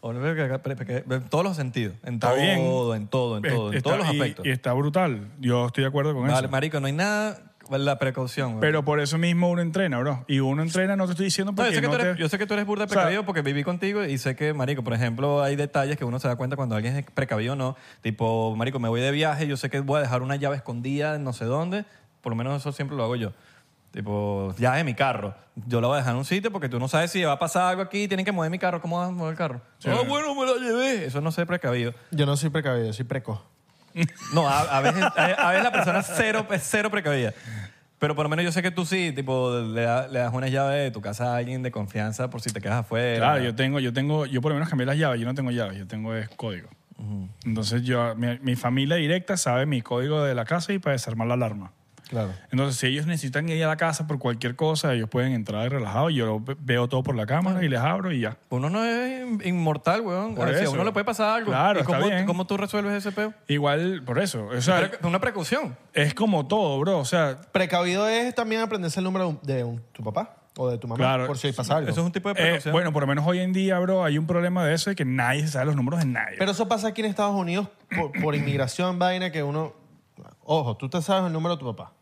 [SPEAKER 3] Hombre preca- pre- preca- en todos los sentidos, en
[SPEAKER 1] Está
[SPEAKER 3] todo,
[SPEAKER 1] bien. Pues
[SPEAKER 3] en todo, en todo, en
[SPEAKER 1] Está-
[SPEAKER 3] todos los
[SPEAKER 1] y-
[SPEAKER 3] aspectos.
[SPEAKER 1] Y, está brutal. Yo estoy de acuerdo con
[SPEAKER 3] vale,
[SPEAKER 1] eso.
[SPEAKER 3] marico, no hay nada, la precaución.
[SPEAKER 1] Pero por eso mismo uno entrena, bro. Y uno entrena, no te estoy diciendo
[SPEAKER 3] No,
[SPEAKER 1] porque
[SPEAKER 3] yo, sé que
[SPEAKER 1] no
[SPEAKER 3] tú eres,
[SPEAKER 1] te-
[SPEAKER 3] yo sé que tú eres burda de
[SPEAKER 1] O sea-
[SPEAKER 3] precavido porque viví contigo y sé que, marico, por ejemplo, hay detalles que uno se da cuenta cuando alguien es precavido o no. Tipo, marico, me voy de viaje, yo sé que voy a dejar una llave escondida en no sé dónde. Por lo menos eso siempre lo hago yo. Tipo, llave de mi carro. Yo la voy a dejar en un sitio porque tú no sabes si va a pasar algo aquí, tienen que mover mi carro. ¿Cómo vas a mover el carro? Ah, bueno, me la llevé. Eso no sé precavido.
[SPEAKER 2] Yo no soy precavido, soy precoz.
[SPEAKER 3] No, a, a veces, a, a veces la persona es cero, es cero precavida. Pero por lo menos yo sé que tú sí, tipo, le, da- le das una llave de tu casa a alguien de confianza por si te quedas afuera.
[SPEAKER 1] Claro, yo tengo, yo tengo, yo por lo menos cambié las llaves. Yo no tengo llaves, yo tengo es código. Entonces yo, mi, mi familia directa sabe mi código de la casa y para desarmar la alarma.
[SPEAKER 2] Claro.
[SPEAKER 1] Entonces, si ellos necesitan ir a la casa por cualquier cosa, ellos pueden entrar relajados. Yo lo ve- veo todo por la cámara y les abro y ya.
[SPEAKER 3] Uno no es in- inmortal, weón.
[SPEAKER 1] Por
[SPEAKER 3] O sea, a
[SPEAKER 1] eso.
[SPEAKER 3] uno le puede pasar algo. ¿Y
[SPEAKER 1] Claro, está
[SPEAKER 3] cómo,
[SPEAKER 1] bien.
[SPEAKER 3] cómo tú resuelves ese peo?
[SPEAKER 1] Igual, por eso. O sea,
[SPEAKER 3] Pero que- una precaución.
[SPEAKER 1] es como todo, bro. O sea,
[SPEAKER 2] Precavido es también aprenderse el número de, un- de un- tu papá o de tu mamá
[SPEAKER 1] Claro.
[SPEAKER 2] por si pasa algo.
[SPEAKER 3] Eso es un tipo de
[SPEAKER 1] eh,
[SPEAKER 3] precaución.
[SPEAKER 1] bueno, por lo menos hoy en día, bro, hay un problema de eso de que nadie se sabe los números de nadie.
[SPEAKER 2] Pero eso pasa aquí en Estados Unidos por, por inmigración, vaina, que uno... Ojo, tú te sabes el número de tu papá.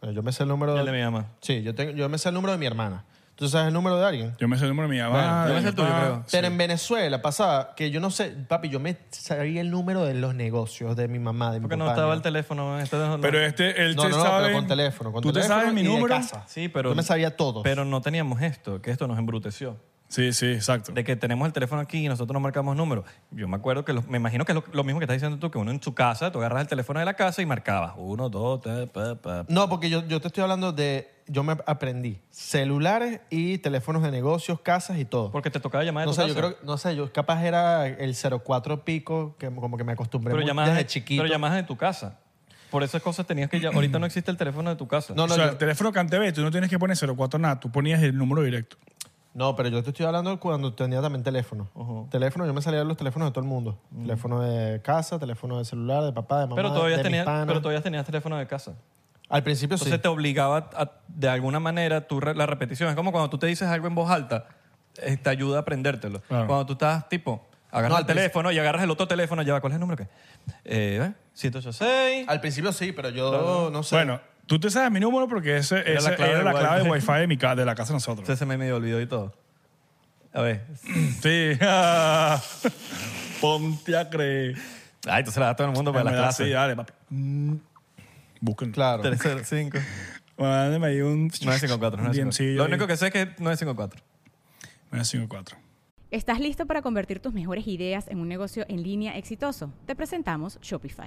[SPEAKER 2] Bueno, Yo me sé el número...
[SPEAKER 3] El de mi mamá.
[SPEAKER 2] Sí, yo, tengo, yo me sé el número de mi hermana. ¿Tú sabes el número de alguien?
[SPEAKER 1] yo me sé el número de mi
[SPEAKER 3] Bueno, yo
[SPEAKER 1] mamá. de
[SPEAKER 3] me sé
[SPEAKER 1] mi
[SPEAKER 3] el tuyo,
[SPEAKER 1] papá.
[SPEAKER 3] creo.
[SPEAKER 2] Pero en Venezuela pasaba que yo no sé, papi, yo me sabía el número de los negocios de mi mamá, de mi
[SPEAKER 3] porque no
[SPEAKER 2] papá,
[SPEAKER 3] estaba
[SPEAKER 2] ¿no?
[SPEAKER 3] el teléfono. este no- no-
[SPEAKER 1] Pero este, él
[SPEAKER 2] No,
[SPEAKER 1] te
[SPEAKER 2] no, no,
[SPEAKER 1] sabe.
[SPEAKER 2] pero con teléfono, con
[SPEAKER 1] ¿Tú
[SPEAKER 2] teléfono
[SPEAKER 1] te sabes mi
[SPEAKER 2] y de
[SPEAKER 1] número?
[SPEAKER 2] casa.
[SPEAKER 3] Sí, pero...
[SPEAKER 2] Yo me sabía todos.
[SPEAKER 3] Pero no teníamos esto, que esto nos embruteció.
[SPEAKER 1] Sí, sí, exacto.
[SPEAKER 3] De que tenemos el teléfono aquí y nosotros no marcamos números. Yo me acuerdo que, los- me imagino que es lo, lo mismo que estás diciendo tú, que uno en su casa, tú agarras el teléfono de la casa y marcabas. Uno, dos, tres, pa, pa, pa.
[SPEAKER 2] No, porque yo, yo te estoy hablando de... Yo me aprendí celulares y teléfonos de negocios, casas y todo.
[SPEAKER 3] Porque te tocaba llamar de
[SPEAKER 2] No
[SPEAKER 3] tu
[SPEAKER 2] sé, yo
[SPEAKER 3] casa.
[SPEAKER 2] creo, no sé, yo capaz era el 04 pico, que como que me acostumbré
[SPEAKER 3] pero
[SPEAKER 2] muy-
[SPEAKER 3] llamabas,
[SPEAKER 2] desde chiquito.
[SPEAKER 3] Pero llamabas de tu casa. por esas cosas tenías que ya. Ahorita no existe el teléfono de tu casa.
[SPEAKER 2] No,
[SPEAKER 1] O
[SPEAKER 2] no,
[SPEAKER 1] sea,
[SPEAKER 2] yo-
[SPEAKER 1] el teléfono Cantebé, tú no tienes que poner 04 nada, tú ponías el número directo.
[SPEAKER 2] No, pero yo te estoy hablando cuando tenía también teléfono. Teléfono, yo me salía de los teléfonos de todo el mundo. Teléfono de casa, teléfono de celular, de papá, de mamá,
[SPEAKER 3] Mm. pero, todavía
[SPEAKER 2] de mis
[SPEAKER 3] tenías,
[SPEAKER 2] panas.
[SPEAKER 3] pero todavía tenías teléfono de casa.
[SPEAKER 2] Al principio sí.
[SPEAKER 3] Entonces te obligaba a- de alguna manera tu re- la repetición. Es como cuando tú te dices algo en voz alta, eh, te ayuda a aprendértelo.
[SPEAKER 1] Claro.
[SPEAKER 3] Cuando tú estás tipo, agarras
[SPEAKER 2] No, al
[SPEAKER 3] el teléfono y agarras el otro teléfono, ya va, ¿cuál es el número que? Eh, ¿eh? 186.
[SPEAKER 2] Al principio sí, pero yo no sé.
[SPEAKER 1] Bueno, tú te sabes mi número porque ese, ese era la clave,
[SPEAKER 3] del
[SPEAKER 1] de
[SPEAKER 3] wifi.
[SPEAKER 1] wifi de, mi ca- de la casa de nosotros. [LAUGHS]
[SPEAKER 3] Entonces se me medio olvidó y todo. A ver.
[SPEAKER 1] Sí. Ah, Ponte a creer.
[SPEAKER 3] Ay, entonces la da a todo el mundo para
[SPEAKER 1] Me
[SPEAKER 3] las
[SPEAKER 1] da- Sí,
[SPEAKER 3] clases.
[SPEAKER 1] dale, papi. Mm. Búsquenlo.
[SPEAKER 2] claro.
[SPEAKER 3] 305.
[SPEAKER 1] Mándame ahí un...
[SPEAKER 3] 954.
[SPEAKER 1] un
[SPEAKER 3] 954.
[SPEAKER 1] DMC
[SPEAKER 3] Lo
[SPEAKER 1] ahí.
[SPEAKER 3] único que sé es que es 954.
[SPEAKER 1] 954.
[SPEAKER 4] ¿Estás listo para convertir tus mejores ideas en un negocio en línea exitoso? Te presentamos Shopify.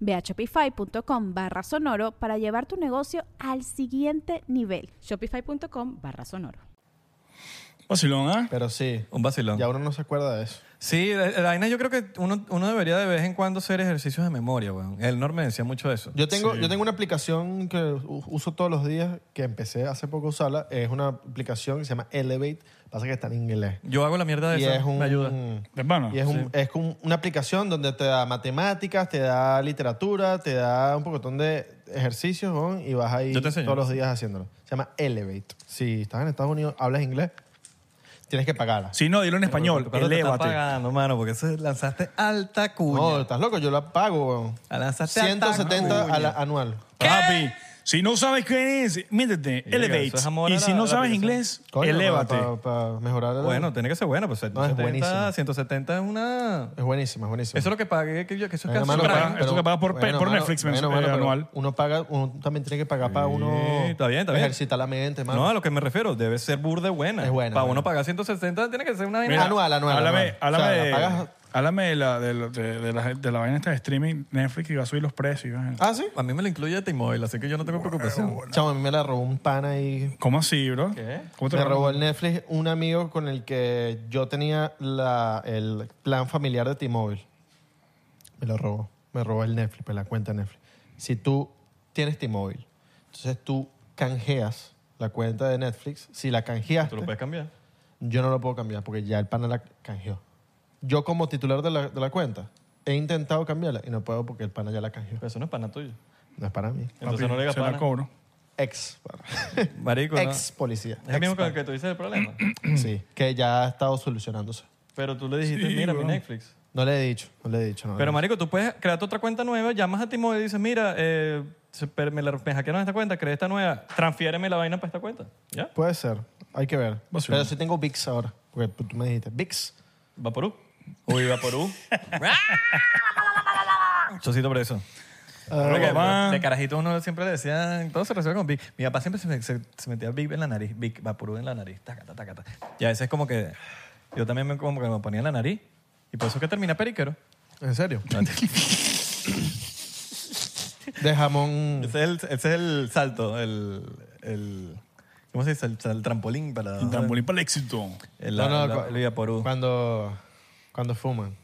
[SPEAKER 5] Ve a shopify.com barra sonoro para llevar tu negocio al siguiente nivel.
[SPEAKER 4] Shopify.com barra sonoro.
[SPEAKER 1] Vacilón, ¿ah?
[SPEAKER 2] Pero sí,
[SPEAKER 3] Un vacilón.
[SPEAKER 2] ya uno no se acuerda de eso.
[SPEAKER 3] Sí, la, la vaina yo creo que uno, uno debería de vez en cuando hacer ejercicios de memoria, weón. El Nor me decía mucho eso.
[SPEAKER 2] Yo tengo, yo tengo una aplicación que u- uso todos los días, que empecé hace poco a usarla. Es una aplicación que se llama Elevate. Pasa que está en inglés.
[SPEAKER 3] Yo hago la mierda de
[SPEAKER 2] Y
[SPEAKER 3] eso.
[SPEAKER 2] es un...
[SPEAKER 3] Me ayuda.
[SPEAKER 1] De
[SPEAKER 3] Ah,
[SPEAKER 1] pana.
[SPEAKER 2] Y es, un- es como una aplicación donde te da matemáticas, te da literatura, te da un pocotón de ejercicios ¿no? y vas ahí
[SPEAKER 3] Yo te enseño.
[SPEAKER 2] todos los días haciéndolo. Se llama Elevate. Si estás en Estados Unidos, hablas inglés, tienes que pagarla.
[SPEAKER 1] Si no, dilo en español.
[SPEAKER 3] Pero te están
[SPEAKER 1] Elévate.
[SPEAKER 3] pagando, mano, porque eso lanzaste alta cuña.
[SPEAKER 2] No, estás loco, yo la pago. weón.
[SPEAKER 3] La lanzaste a
[SPEAKER 2] 170
[SPEAKER 3] tanta
[SPEAKER 2] a la- anual.
[SPEAKER 1] Papi, si no sabes quién es, métete,
[SPEAKER 3] Verga,
[SPEAKER 1] elevate.
[SPEAKER 3] eso es amor a
[SPEAKER 1] Y si
[SPEAKER 3] la-
[SPEAKER 1] no
[SPEAKER 3] a la
[SPEAKER 1] sabes
[SPEAKER 3] aplicación.
[SPEAKER 1] inglés,
[SPEAKER 2] Coño,
[SPEAKER 1] elévate.
[SPEAKER 2] Para, para mejorar el-
[SPEAKER 3] Bueno, tiene que ser buena, pues
[SPEAKER 2] No, es
[SPEAKER 3] 170,
[SPEAKER 2] buenísimo.
[SPEAKER 3] 170 es una...
[SPEAKER 2] Es buenísima, es
[SPEAKER 3] Eso
[SPEAKER 2] buenísima.
[SPEAKER 3] es lo que pagué, que, yo- que eso es
[SPEAKER 2] Bueno,
[SPEAKER 3] casi
[SPEAKER 2] Eh, mano,
[SPEAKER 1] que
[SPEAKER 3] Prime.
[SPEAKER 1] paga- eso que paga por pe- por Netflix mens- eh,
[SPEAKER 2] pero
[SPEAKER 1] anual.
[SPEAKER 2] Uno paga, uno también tiene que pagar para uno
[SPEAKER 3] está bien, está bien.
[SPEAKER 2] ejercitar la mente, mano.
[SPEAKER 3] No, a lo que me refiero, debe ser burda buena.
[SPEAKER 2] Es buena,
[SPEAKER 3] Para
[SPEAKER 2] buena.
[SPEAKER 3] uno pagar 170 tiene que ser una vaina.
[SPEAKER 2] Mira, anual, anual,
[SPEAKER 1] Háblame,
[SPEAKER 2] anual.
[SPEAKER 1] háblame
[SPEAKER 2] O sea, la
[SPEAKER 1] de,
[SPEAKER 2] pagas-
[SPEAKER 1] háblame de la, de, la- de- de la, de la vaina esta de streaming Netflix que va a subir los precios. ¿eh?
[SPEAKER 2] Ah, sí. Ah,
[SPEAKER 3] A mí me lo incluye T-Mobile, así que yo no tengo preocupación.
[SPEAKER 2] Chamo, a mí me la robó un pana y
[SPEAKER 1] ¿Cómo así, bro?
[SPEAKER 3] ¿Qué?
[SPEAKER 1] ¿Cómo te
[SPEAKER 2] Ah. me
[SPEAKER 1] robó?
[SPEAKER 2] robó el Netflix un amigo con el que yo tenía la- el plan familiar de T-Mobile. Me lo robó. Me robó el Netflix, pues, la cuenta de Netflix. Si tú tienes T-Mobile, entonces tú canjeas la cuenta de Netflix. Si la canjeas,
[SPEAKER 3] Tú lo puedes cambiar.
[SPEAKER 2] yo no lo puedo cambiar porque ya el pana la canjeó. Yo como titular de la, de la cuenta he intentado cambiarla y no puedo porque el pana ya la canjeó.
[SPEAKER 3] Pero eso no es pana tuyo.
[SPEAKER 2] No es para mí.
[SPEAKER 3] Entonces no le digas
[SPEAKER 1] se la
[SPEAKER 3] pana.
[SPEAKER 1] cobro.
[SPEAKER 2] Ex. pana.
[SPEAKER 3] Marico, ¿no?
[SPEAKER 2] Ex policía.
[SPEAKER 3] Es el mismo
[SPEAKER 2] Ex
[SPEAKER 3] con el que tú dices el problema.
[SPEAKER 2] pana. Sí, que ya ha estado solucionándose.
[SPEAKER 3] Pero tú le dijiste,
[SPEAKER 1] Sí,
[SPEAKER 3] mira, mi
[SPEAKER 1] weón.
[SPEAKER 3] Netflix.
[SPEAKER 2] No le he dicho, no le he dicho. no le
[SPEAKER 3] Pero,
[SPEAKER 2] he
[SPEAKER 3] marico, tú puedes crear otra cuenta nueva, llamas a T-Mobile y dices, mira, eh, se- per- me, la, me hackearon esta cuenta, creé esta nueva, transfiéreme la vaina para esta cuenta. ¿Ya?
[SPEAKER 2] dicho. Puede ser, hay que ver.
[SPEAKER 1] Vacilón.
[SPEAKER 2] Pero sí tengo VIX ahora, porque tú tú me dijiste,
[SPEAKER 1] [LAUGHS]
[SPEAKER 2] VIX.
[SPEAKER 3] Vaporú. Uy, Vaporú. Chocito por eso. Porque
[SPEAKER 1] papá.
[SPEAKER 3] Ah, de carajito uno siempre le decía, todo se resuelve con Vic. Mi papá siempre se, me- se- se metía Vic en la nariz, Vic, Vaporú en la nariz, taca, taca, taca. Y a veces como que yo también me, como que me ponía en la nariz. Y por eso es que terminé periquero.
[SPEAKER 2] ¿En serio? De
[SPEAKER 1] Mm.
[SPEAKER 2] jamón.
[SPEAKER 3] Ese es el, ese es el salto, el, el- ¿Cómo se dice? El, el trampolín para...
[SPEAKER 2] Ah.
[SPEAKER 1] El trampolín para el éxito.
[SPEAKER 3] El,
[SPEAKER 2] No, no,
[SPEAKER 3] la-
[SPEAKER 2] cu-
[SPEAKER 3] el Vaporú.
[SPEAKER 2] Cuando, cuando fuman.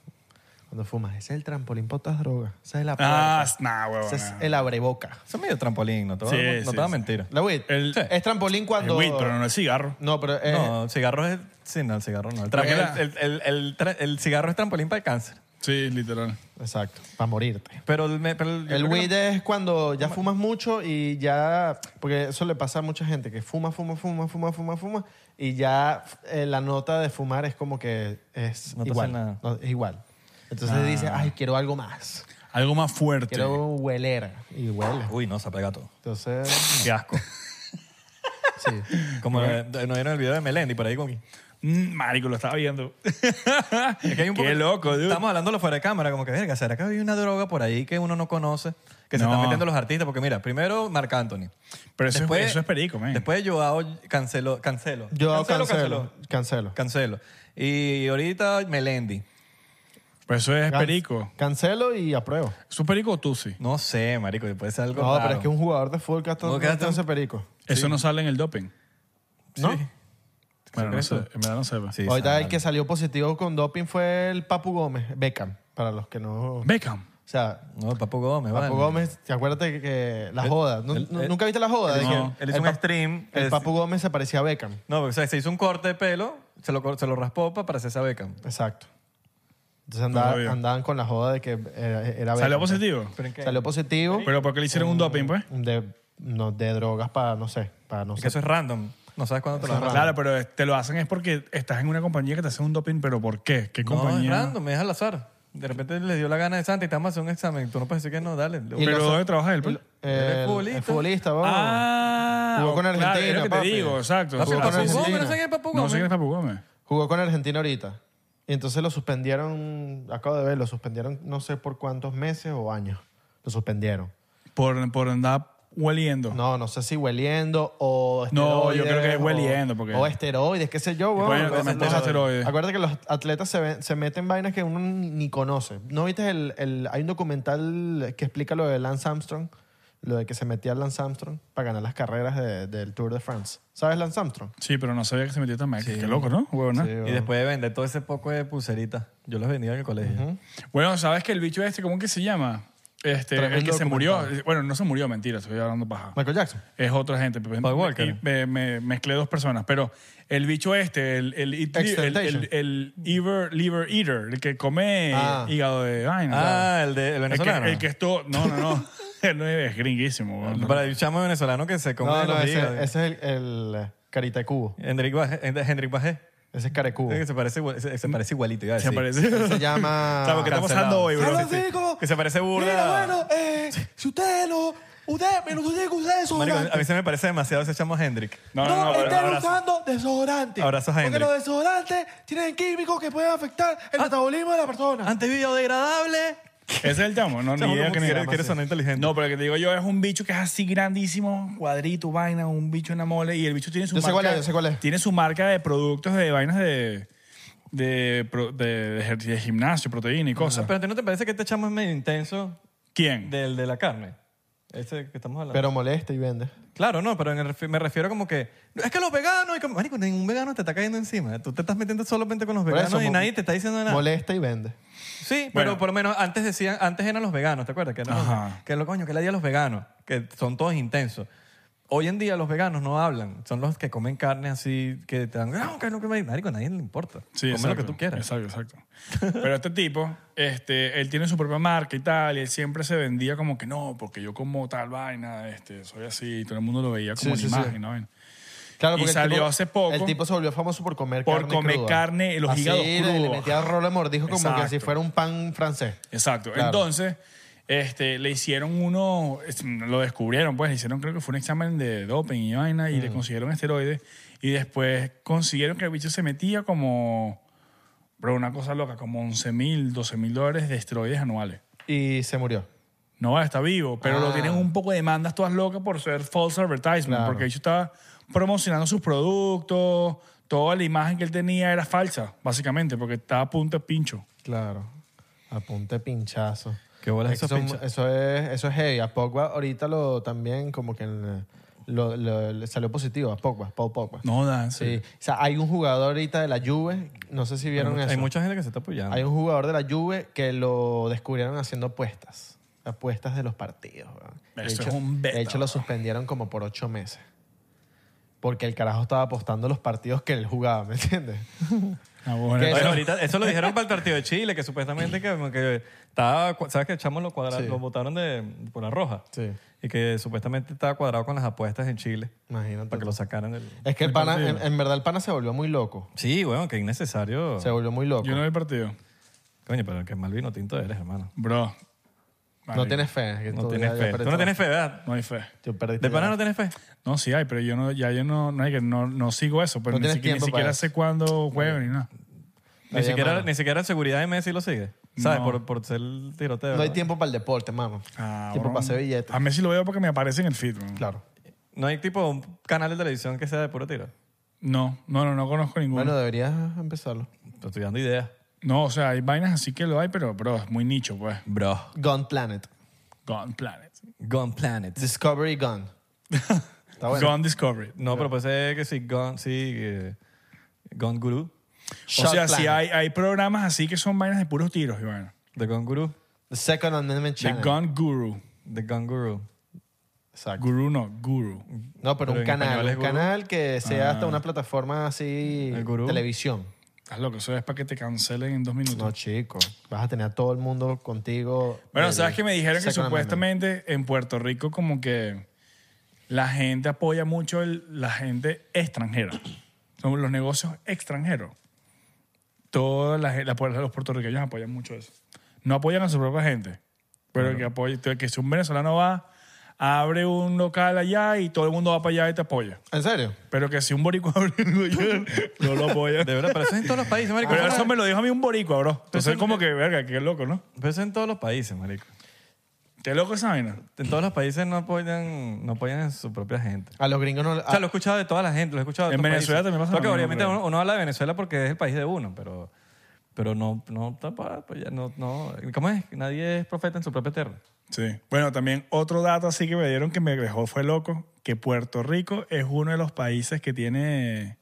[SPEAKER 2] Cuando fumas. Ese es el trampolín para otras drogas. Esa es la
[SPEAKER 1] Ah,
[SPEAKER 2] puerta.
[SPEAKER 1] nah, huevón.
[SPEAKER 2] pues, Ese es el abreboca.
[SPEAKER 3] Eso es medio trampolín, no te,
[SPEAKER 1] Sí,
[SPEAKER 3] voy, a- no
[SPEAKER 1] sí,
[SPEAKER 3] te voy a
[SPEAKER 1] sí.
[SPEAKER 3] mentir.
[SPEAKER 2] La weed.
[SPEAKER 1] El- Sí.
[SPEAKER 2] Es trampolín
[SPEAKER 1] Es
[SPEAKER 2] cuando.
[SPEAKER 1] weed, pero no es cigarro.
[SPEAKER 2] No, pero es-
[SPEAKER 3] No, cigarro es... Sí, no, el cigarro no. El, trampolín-
[SPEAKER 1] Mira.
[SPEAKER 3] el- el- el tra- el cigarro es trampolín para el cáncer.
[SPEAKER 1] Sí, literal.
[SPEAKER 2] Exacto. Para morirte.
[SPEAKER 3] Pero el... me- pero yo
[SPEAKER 2] El
[SPEAKER 3] creo que
[SPEAKER 2] weed es cuando ya fumas mucho y ya. Porque eso le pasa a mucha gente que fuma, fuma, fuma, fuma, fuma, fuma. Y ya eh, la nota de fumar es como que es
[SPEAKER 3] No te hace
[SPEAKER 2] igual.
[SPEAKER 3] nada. Ah.
[SPEAKER 2] No, es igual. Entonces dices, ay, quiero algo más.
[SPEAKER 1] Algo más fuerte.
[SPEAKER 2] Quiero huelera. Y huele.
[SPEAKER 3] Uy, no, se apega todo.
[SPEAKER 2] Entonces,
[SPEAKER 3] Qué
[SPEAKER 2] [LAUGHS]
[SPEAKER 3] asco.
[SPEAKER 2] sí.
[SPEAKER 3] [LAUGHS] Como eh, no vieron el video de Melendi por ahí con...
[SPEAKER 1] Mm, marico, lo
[SPEAKER 2] [LAUGHS]
[SPEAKER 1] estaba viendo.
[SPEAKER 3] Es que hay un poco-
[SPEAKER 1] [LAUGHS] Qué loco, dude.
[SPEAKER 3] Estamos hablándolo fuera de cámara, como que, verga, ¿será que hay una droga por ahí que uno no conoce? Que se
[SPEAKER 1] No.
[SPEAKER 3] están metiendo los artistas, porque mira, primero Marc Anthony.
[SPEAKER 1] Pero eso es- eso es perico, man.
[SPEAKER 3] Después Joao canceló, cancelo.
[SPEAKER 2] Yo cancelo. Cancelo.
[SPEAKER 3] Cancelo. Cancelo. Y ahorita Melendi.
[SPEAKER 1] Pero eso es
[SPEAKER 2] Can-
[SPEAKER 1] perico.
[SPEAKER 2] Cancelo y apruebo.
[SPEAKER 1] ¿Eso es perico o tusi?
[SPEAKER 3] No sé, marico, puede ser algo
[SPEAKER 2] No,
[SPEAKER 3] raro.
[SPEAKER 2] pero es que un jugador de fútbol gasta
[SPEAKER 3] No, gasta-
[SPEAKER 2] entonces perico.
[SPEAKER 1] Eso no sale en el doping.
[SPEAKER 2] ¿No?
[SPEAKER 1] Bueno, no
[SPEAKER 3] crees
[SPEAKER 1] sé.
[SPEAKER 3] tú?
[SPEAKER 1] En verdad no sé. pues.
[SPEAKER 3] Sí,
[SPEAKER 2] Ahorita
[SPEAKER 3] sabe.
[SPEAKER 2] el que salió positivo con doping fue el Papu Gómez, Beckham, para los que no...
[SPEAKER 1] Beckham.
[SPEAKER 2] O sea,
[SPEAKER 3] No, Papo Gómez,
[SPEAKER 2] Papu
[SPEAKER 3] vale.
[SPEAKER 2] Gómez, te acuérdate que, que la
[SPEAKER 3] El-
[SPEAKER 2] joda. Nu-
[SPEAKER 3] el-
[SPEAKER 2] nu-
[SPEAKER 3] el-
[SPEAKER 2] ¿Nunca viste la joda?
[SPEAKER 3] Él
[SPEAKER 2] De
[SPEAKER 3] hizo-
[SPEAKER 2] que
[SPEAKER 3] él hizo un
[SPEAKER 2] Pap-
[SPEAKER 3] stream.
[SPEAKER 2] El
[SPEAKER 3] es-
[SPEAKER 2] Papu Gómez se parecía a Beckham.
[SPEAKER 3] No, o sea, se hizo un corte de pelo, se lo, cor- se lo raspó para parecerse a Beckham.
[SPEAKER 2] Exacto. Entonces
[SPEAKER 1] No
[SPEAKER 2] andaba-
[SPEAKER 1] sabía.
[SPEAKER 2] andaban con la joda de que era, era Beckham.
[SPEAKER 1] ¿Salió positivo?
[SPEAKER 3] ¿Pero en qué?
[SPEAKER 2] Salió positivo
[SPEAKER 1] ¿Pero por qué le hicieron un
[SPEAKER 2] Oh.
[SPEAKER 1] doping, pues?
[SPEAKER 2] de, no, de drogas para, no sé, para no
[SPEAKER 3] Es que eso
[SPEAKER 2] sé.
[SPEAKER 3] es random. No sabes cuándo te lo
[SPEAKER 2] Eso es
[SPEAKER 3] van a
[SPEAKER 1] Claro, pero eh, te lo hacen es porque estás en una compañía que te hace un doping, pero ¿por qué? ¿Qué
[SPEAKER 3] No, es
[SPEAKER 1] compañía?
[SPEAKER 3] random, me deja al azar. De repente le dio la gana de Santa y te vamos a hacer un examen. Tú no puedes decir que no, dale.
[SPEAKER 2] Y
[SPEAKER 1] pero
[SPEAKER 2] lo-
[SPEAKER 1] ¿dónde trabaja él? pues?
[SPEAKER 2] El,
[SPEAKER 3] es futbolista.
[SPEAKER 2] el futbolista, vamos.
[SPEAKER 1] Ah,
[SPEAKER 2] Jugó con
[SPEAKER 1] claro,
[SPEAKER 2] Argentina,
[SPEAKER 1] es lo que
[SPEAKER 2] papi.
[SPEAKER 1] te digo, exacto.
[SPEAKER 2] Papu,
[SPEAKER 1] Sí,
[SPEAKER 2] con
[SPEAKER 1] sí, sí.
[SPEAKER 2] Argentina.
[SPEAKER 3] no sé qué es Papu
[SPEAKER 1] No
[SPEAKER 3] Gómez.
[SPEAKER 1] sé quién es Papu Gómez.
[SPEAKER 2] Jugó con Argentina ahorita. Y entonces lo suspendieron, acabo de ver, lo suspendieron no sé por cuántos meses o años. Lo suspendieron.
[SPEAKER 1] Por, por andar hueliendo.
[SPEAKER 2] No, no sé si hueliendo o
[SPEAKER 1] No, yo
[SPEAKER 2] esteroides
[SPEAKER 1] creo que es
[SPEAKER 2] o-
[SPEAKER 1] hueliendo, porque-
[SPEAKER 2] O esteroides, qué sé yo. weón.
[SPEAKER 1] Bueno,
[SPEAKER 2] Los-
[SPEAKER 1] metes
[SPEAKER 2] los-
[SPEAKER 1] esteroides.
[SPEAKER 2] Acuérdate que los atletas se, ven- se meten vainas que uno ni, ni conoce. ¿No viste el, el- Hay un documental que explica lo de Lance Armstrong, lo de que se metía Lance Armstrong para ganar las carreras de- del Tour de France. ¿Sabes Lance Armstrong?
[SPEAKER 1] Sí, pero no sabía que se metió tan mal. Qué loco, ¿no? Huevona.
[SPEAKER 2] Sí,
[SPEAKER 3] Y después de vender todo ese poco de pulseritas. Yo los vendía en el colegio.
[SPEAKER 1] Bueno, ¿sabes que el bicho este, cómo que se llama? Este, el
[SPEAKER 2] Tremendo
[SPEAKER 1] que se murió. Bueno, no se murió, mentira, estoy hablando paja.
[SPEAKER 2] Michael Jackson.
[SPEAKER 1] Es otra gente.
[SPEAKER 3] Paul Walker.
[SPEAKER 1] Y me, me mezclé dos personas. Pero el bicho este, el, el, it- el,
[SPEAKER 2] Extentation.
[SPEAKER 1] el- el liver, liver eater, el que come
[SPEAKER 2] Ah.
[SPEAKER 1] hígado de vaina.
[SPEAKER 3] Ah, el de el
[SPEAKER 1] el que,
[SPEAKER 3] venezolano.
[SPEAKER 1] el que esto. No, no, no. [LAUGHS] Él no es gringuísimo. güey.
[SPEAKER 3] Para el chamo venezolano que se come
[SPEAKER 2] No,
[SPEAKER 3] los
[SPEAKER 2] no, ese,
[SPEAKER 3] hígados.
[SPEAKER 2] ese es el, el Carita de Cubo.
[SPEAKER 3] Hendrik Bajé. Hendrik Bajé.
[SPEAKER 2] Ese es Carecubo.
[SPEAKER 3] Que se parece, igual- se, se parece igualito. Iba a
[SPEAKER 1] Se
[SPEAKER 3] decir.
[SPEAKER 1] parece.
[SPEAKER 2] Se
[SPEAKER 1] [LAUGHS]
[SPEAKER 2] llama...
[SPEAKER 1] ¿Sabes qué está pasando hoy, bro?
[SPEAKER 3] Sí, sí. Que se parece burda.
[SPEAKER 2] eh, si ustedes no... Ustedes, pero ustedes ustedes son...
[SPEAKER 3] Marico, a mí se me parece demasiado ese chamo Hendrik.
[SPEAKER 1] No, no, no. pero- abrazo.
[SPEAKER 2] usando desodorante.
[SPEAKER 3] Abrazos a Porque Hendrik. los
[SPEAKER 2] desodorantes tienen químicos que pueden afectar
[SPEAKER 1] Ah.
[SPEAKER 2] el metabolismo de la persona.
[SPEAKER 3] Antibiodegradable.
[SPEAKER 1] Ese es el chamo. No, ni
[SPEAKER 3] Chamo,
[SPEAKER 1] idea
[SPEAKER 3] ¿cómo
[SPEAKER 1] que ni
[SPEAKER 3] quieres-
[SPEAKER 1] llama,
[SPEAKER 3] quieres
[SPEAKER 1] sí.
[SPEAKER 3] sonar inteligente?
[SPEAKER 1] No, pero el que te digo yo es un bicho que es así grandísimo, cuadrito, vaina, un bicho en la mole. Y el bicho tiene su
[SPEAKER 2] Yo sé
[SPEAKER 1] marca.
[SPEAKER 2] cuál es, yo sé cuál es.
[SPEAKER 1] Tiene su marca de productos de vainas de. De, pro- de, de ejer- de gimnasio, proteína y cosas.
[SPEAKER 3] Pero ¿a ti no te parece que este chamo es medio intenso
[SPEAKER 1] ¿Quién?
[SPEAKER 3] del de la carne? Ese que estamos hablando.
[SPEAKER 2] Pero molesta y vende.
[SPEAKER 3] Claro, no, pero en el refi- me refiero como que. Es que los veganos. Y como, marico, ningún vegano te está cayendo encima. Tú te estás metiendo solamente con los
[SPEAKER 2] Por
[SPEAKER 3] veganos
[SPEAKER 2] eso,
[SPEAKER 3] y
[SPEAKER 2] mo-
[SPEAKER 3] nadie te está diciendo nada.
[SPEAKER 2] Molesta y vende.
[SPEAKER 3] Sí,
[SPEAKER 1] Bueno.
[SPEAKER 3] pero por lo menos antes decían, antes eran los veganos, ¿te acuerdas? Que, eran los-
[SPEAKER 1] Ajá.
[SPEAKER 3] que lo coño, que le di a los veganos, que son todos intensos. Hoy en día los veganos no hablan, son los que comen carne así, que te dan, no, que no, que me-". marico, a nadie le importa. Come
[SPEAKER 1] Sí, exacto,
[SPEAKER 3] lo que tú quieras.
[SPEAKER 1] Exacto, exacto. Pero este tipo, este, él tiene su propia marca y tal, y él siempre se vendía como que no, porque yo como tal vaina, este, soy así, y todo el mundo lo veía como
[SPEAKER 2] Sí, sí,
[SPEAKER 1] una
[SPEAKER 2] sí.
[SPEAKER 1] imagen, ¿no?
[SPEAKER 2] Claro,
[SPEAKER 1] Y
[SPEAKER 2] porque el
[SPEAKER 1] salió
[SPEAKER 2] tipo-
[SPEAKER 1] hace poco
[SPEAKER 2] El tipo se volvió famoso por comer
[SPEAKER 1] por
[SPEAKER 2] carne
[SPEAKER 1] comer
[SPEAKER 2] cruda.
[SPEAKER 1] carne, los
[SPEAKER 2] Así,
[SPEAKER 1] hígados
[SPEAKER 2] le- Le
[SPEAKER 1] crudos.
[SPEAKER 2] metía rolo de mordijo como que
[SPEAKER 1] Exacto.
[SPEAKER 2] si fuera un pan francés.
[SPEAKER 1] Exacto.
[SPEAKER 2] Claro.
[SPEAKER 1] Entonces, este, le hicieron uno, es- lo descubrieron, pues, le hicieron, creo que fue un examen de doping y vaina,
[SPEAKER 2] Mm.
[SPEAKER 1] y le consiguieron esteroides, y después consiguieron que el bicho se metía como, bro, una cosa loca, como 11 mil, 12 mil dólares de esteroides anuales.
[SPEAKER 2] Y se murió.
[SPEAKER 1] No, está vivo, pero lo
[SPEAKER 2] Ah.
[SPEAKER 1] tienen un poco de demandas todas locas por ser false advertisement,
[SPEAKER 2] Claro.
[SPEAKER 1] porque el bicho estaba promocionando sus productos, toda la imagen que él tenía era falsa, básicamente, porque estaba a punto de pincho.
[SPEAKER 2] Claro. Apunte pinchazo.
[SPEAKER 3] ¿Qué bolas
[SPEAKER 2] Es que
[SPEAKER 3] esos
[SPEAKER 2] son-
[SPEAKER 3] pinchazos?
[SPEAKER 2] Eso es, eso es heavy. A Pogba ahorita lo también como que eh, lo, lo- le salió positivo a Pogba, Paul Pogba.
[SPEAKER 1] No, da,
[SPEAKER 2] Sí. O sea, hay un jugador ahorita de la Juve, no sé si vieron
[SPEAKER 3] hay,
[SPEAKER 2] eso.
[SPEAKER 3] hay mucha gente que se está apoyando.
[SPEAKER 2] Hay un jugador de la Juve que lo descubrieron haciendo apuestas. Apuestas de los partidos. weón. De
[SPEAKER 1] Eso es un beta,
[SPEAKER 2] De hecho, lo
[SPEAKER 1] weón.
[SPEAKER 2] suspendieron como por ocho meses. Porque el carajo estaba apostando los partidos que él jugaba, ¿me entiendes?
[SPEAKER 1] Ah, bueno.
[SPEAKER 2] ¿Qué?
[SPEAKER 3] Bueno,
[SPEAKER 2] Eso-
[SPEAKER 3] ahorita, eso lo dijeron para el partido de Chile, que supuestamente que, como que estaba, cu- ¿sabes que el chamo lo, cuadra,
[SPEAKER 2] Sí.
[SPEAKER 3] lo botaron de, por la roja?
[SPEAKER 2] Sí.
[SPEAKER 3] Y que supuestamente estaba cuadrado con las apuestas en Chile,
[SPEAKER 2] Imagínate.
[SPEAKER 3] para que lo sacaran del...
[SPEAKER 2] Es que el pana, en, en verdad, el pana se volvió muy loco.
[SPEAKER 3] Sí, bueno, que innecesario.
[SPEAKER 2] Se volvió muy loco.
[SPEAKER 1] Yo no vi el partido.
[SPEAKER 3] Coño, pero que mal vino tinto eres, hermano.
[SPEAKER 1] Bro,
[SPEAKER 2] No tienes fe. que
[SPEAKER 3] No
[SPEAKER 2] tú
[SPEAKER 3] tienes
[SPEAKER 2] ya- ya
[SPEAKER 3] fe.
[SPEAKER 2] perdiste
[SPEAKER 3] Tú no
[SPEAKER 2] la-
[SPEAKER 3] tienes fe, ¿verdad?
[SPEAKER 1] No hay fe.
[SPEAKER 2] Tú perdiste
[SPEAKER 3] ¿De pana
[SPEAKER 2] la-
[SPEAKER 3] no tienes fe?
[SPEAKER 1] No, sí hay, pero yo no, ya yo no, no, hay que, no, no sigo eso. Pero
[SPEAKER 2] No
[SPEAKER 1] ni,
[SPEAKER 2] tienes
[SPEAKER 1] siquiera, ni
[SPEAKER 2] tiempo para
[SPEAKER 1] siquiera
[SPEAKER 2] eso.
[SPEAKER 1] sé cuándo juegan ni nada.
[SPEAKER 3] Ni
[SPEAKER 2] Ahí,
[SPEAKER 3] siquiera,
[SPEAKER 2] hermano.
[SPEAKER 3] ni siquiera seguridad de Messi lo sigue. ¿Sabes?
[SPEAKER 1] No.
[SPEAKER 3] Por, por ser el tiroteo.
[SPEAKER 2] No hay
[SPEAKER 3] ¿verdad?
[SPEAKER 2] tiempo para el deporte, mano.
[SPEAKER 1] Ah,
[SPEAKER 2] tiempo
[SPEAKER 1] bueno.
[SPEAKER 2] para hacer billetes.
[SPEAKER 1] A Messi lo veo porque me aparece en el feed. man.
[SPEAKER 2] Claro.
[SPEAKER 3] No hay tipo un canal de televisión que sea de puro tiro.
[SPEAKER 1] No, no, no, no conozco ninguno.
[SPEAKER 2] Bueno, deberías empezarlo.
[SPEAKER 3] Te estoy dando ideas.
[SPEAKER 1] no, o sea, hay vainas así que lo hay, pero bro, es muy nicho, pues.
[SPEAKER 3] Bro.
[SPEAKER 2] Gun Planet.
[SPEAKER 1] Gone Planet.
[SPEAKER 3] Gone Planet.
[SPEAKER 2] Discovery Gun. Está bueno.
[SPEAKER 1] Gone Discovery.
[SPEAKER 3] No, pero pensé que sí, Gone, sí, eh, Gone Guru.
[SPEAKER 1] o
[SPEAKER 2] Shot
[SPEAKER 1] sea, sí
[SPEAKER 2] Planet.
[SPEAKER 1] hay, hay programas así que son vainas de puros tiros, Iván.
[SPEAKER 3] The Gone Guru.
[SPEAKER 2] The Second Amendment
[SPEAKER 1] The
[SPEAKER 2] Channel.
[SPEAKER 1] Gone Guru.
[SPEAKER 3] The Gone Guru.
[SPEAKER 2] Exacto.
[SPEAKER 1] Guru no, Guru.
[SPEAKER 2] No,
[SPEAKER 3] Pero
[SPEAKER 2] pero, un
[SPEAKER 3] en
[SPEAKER 2] canal.
[SPEAKER 3] español
[SPEAKER 2] Un
[SPEAKER 3] es gurú.
[SPEAKER 2] canal que sea hasta una plataforma así.
[SPEAKER 3] El gurú.
[SPEAKER 2] Televisión.
[SPEAKER 1] Estás loco, eso es para que te cancelen en dos minutos.
[SPEAKER 2] No, chico. Vas a tener a todo el mundo contigo.
[SPEAKER 1] Bueno,
[SPEAKER 2] El
[SPEAKER 1] sabes que me dijeron que
[SPEAKER 2] Second Amendment.
[SPEAKER 1] supuestamente en Puerto Rico como que la gente apoya mucho el- la gente extranjera. Son los negocios extranjeros. Toda la, gen- la, pu- los puertorriqueños apoyan mucho eso. No apoyan a su propia gente. Pero que apoye, que si un venezolano va, abre un local allá y todo el mundo va para allá y te apoya.
[SPEAKER 2] ¿En serio?
[SPEAKER 1] Pero que si un boricua [LAUGHS] abre un local, no lo apoya.
[SPEAKER 3] De verdad, pero eso es en todos los países, marico.
[SPEAKER 1] Pero eso me lo dijo a mí un boricua, bro. Entonces
[SPEAKER 3] eso-
[SPEAKER 1] como que, verga, qué loco, ¿no?
[SPEAKER 3] Pero eso es en todos los países, marico.
[SPEAKER 1] Qué loco esa vaina.
[SPEAKER 3] En todos los países no apoyan, no apoyan a su propia gente.
[SPEAKER 2] A los gringos no.
[SPEAKER 3] O sea, lo he escuchado de toda la gente, lo he escuchado de
[SPEAKER 1] En
[SPEAKER 3] otros
[SPEAKER 1] Venezuela
[SPEAKER 3] países.
[SPEAKER 1] también pasa lo
[SPEAKER 3] Claro que
[SPEAKER 1] mismo,
[SPEAKER 3] obviamente
[SPEAKER 1] creo.
[SPEAKER 3] uno, uno habla de Venezuela porque es el país de uno, pero, pero no, no, tapa, pues ya no, no, ¿cómo es? Nadie es profeta en su propia tierra.
[SPEAKER 1] Sí. Bueno, también otro dato así que me dieron que me dejó fue loco, que Puerto Rico es uno de los países que tiene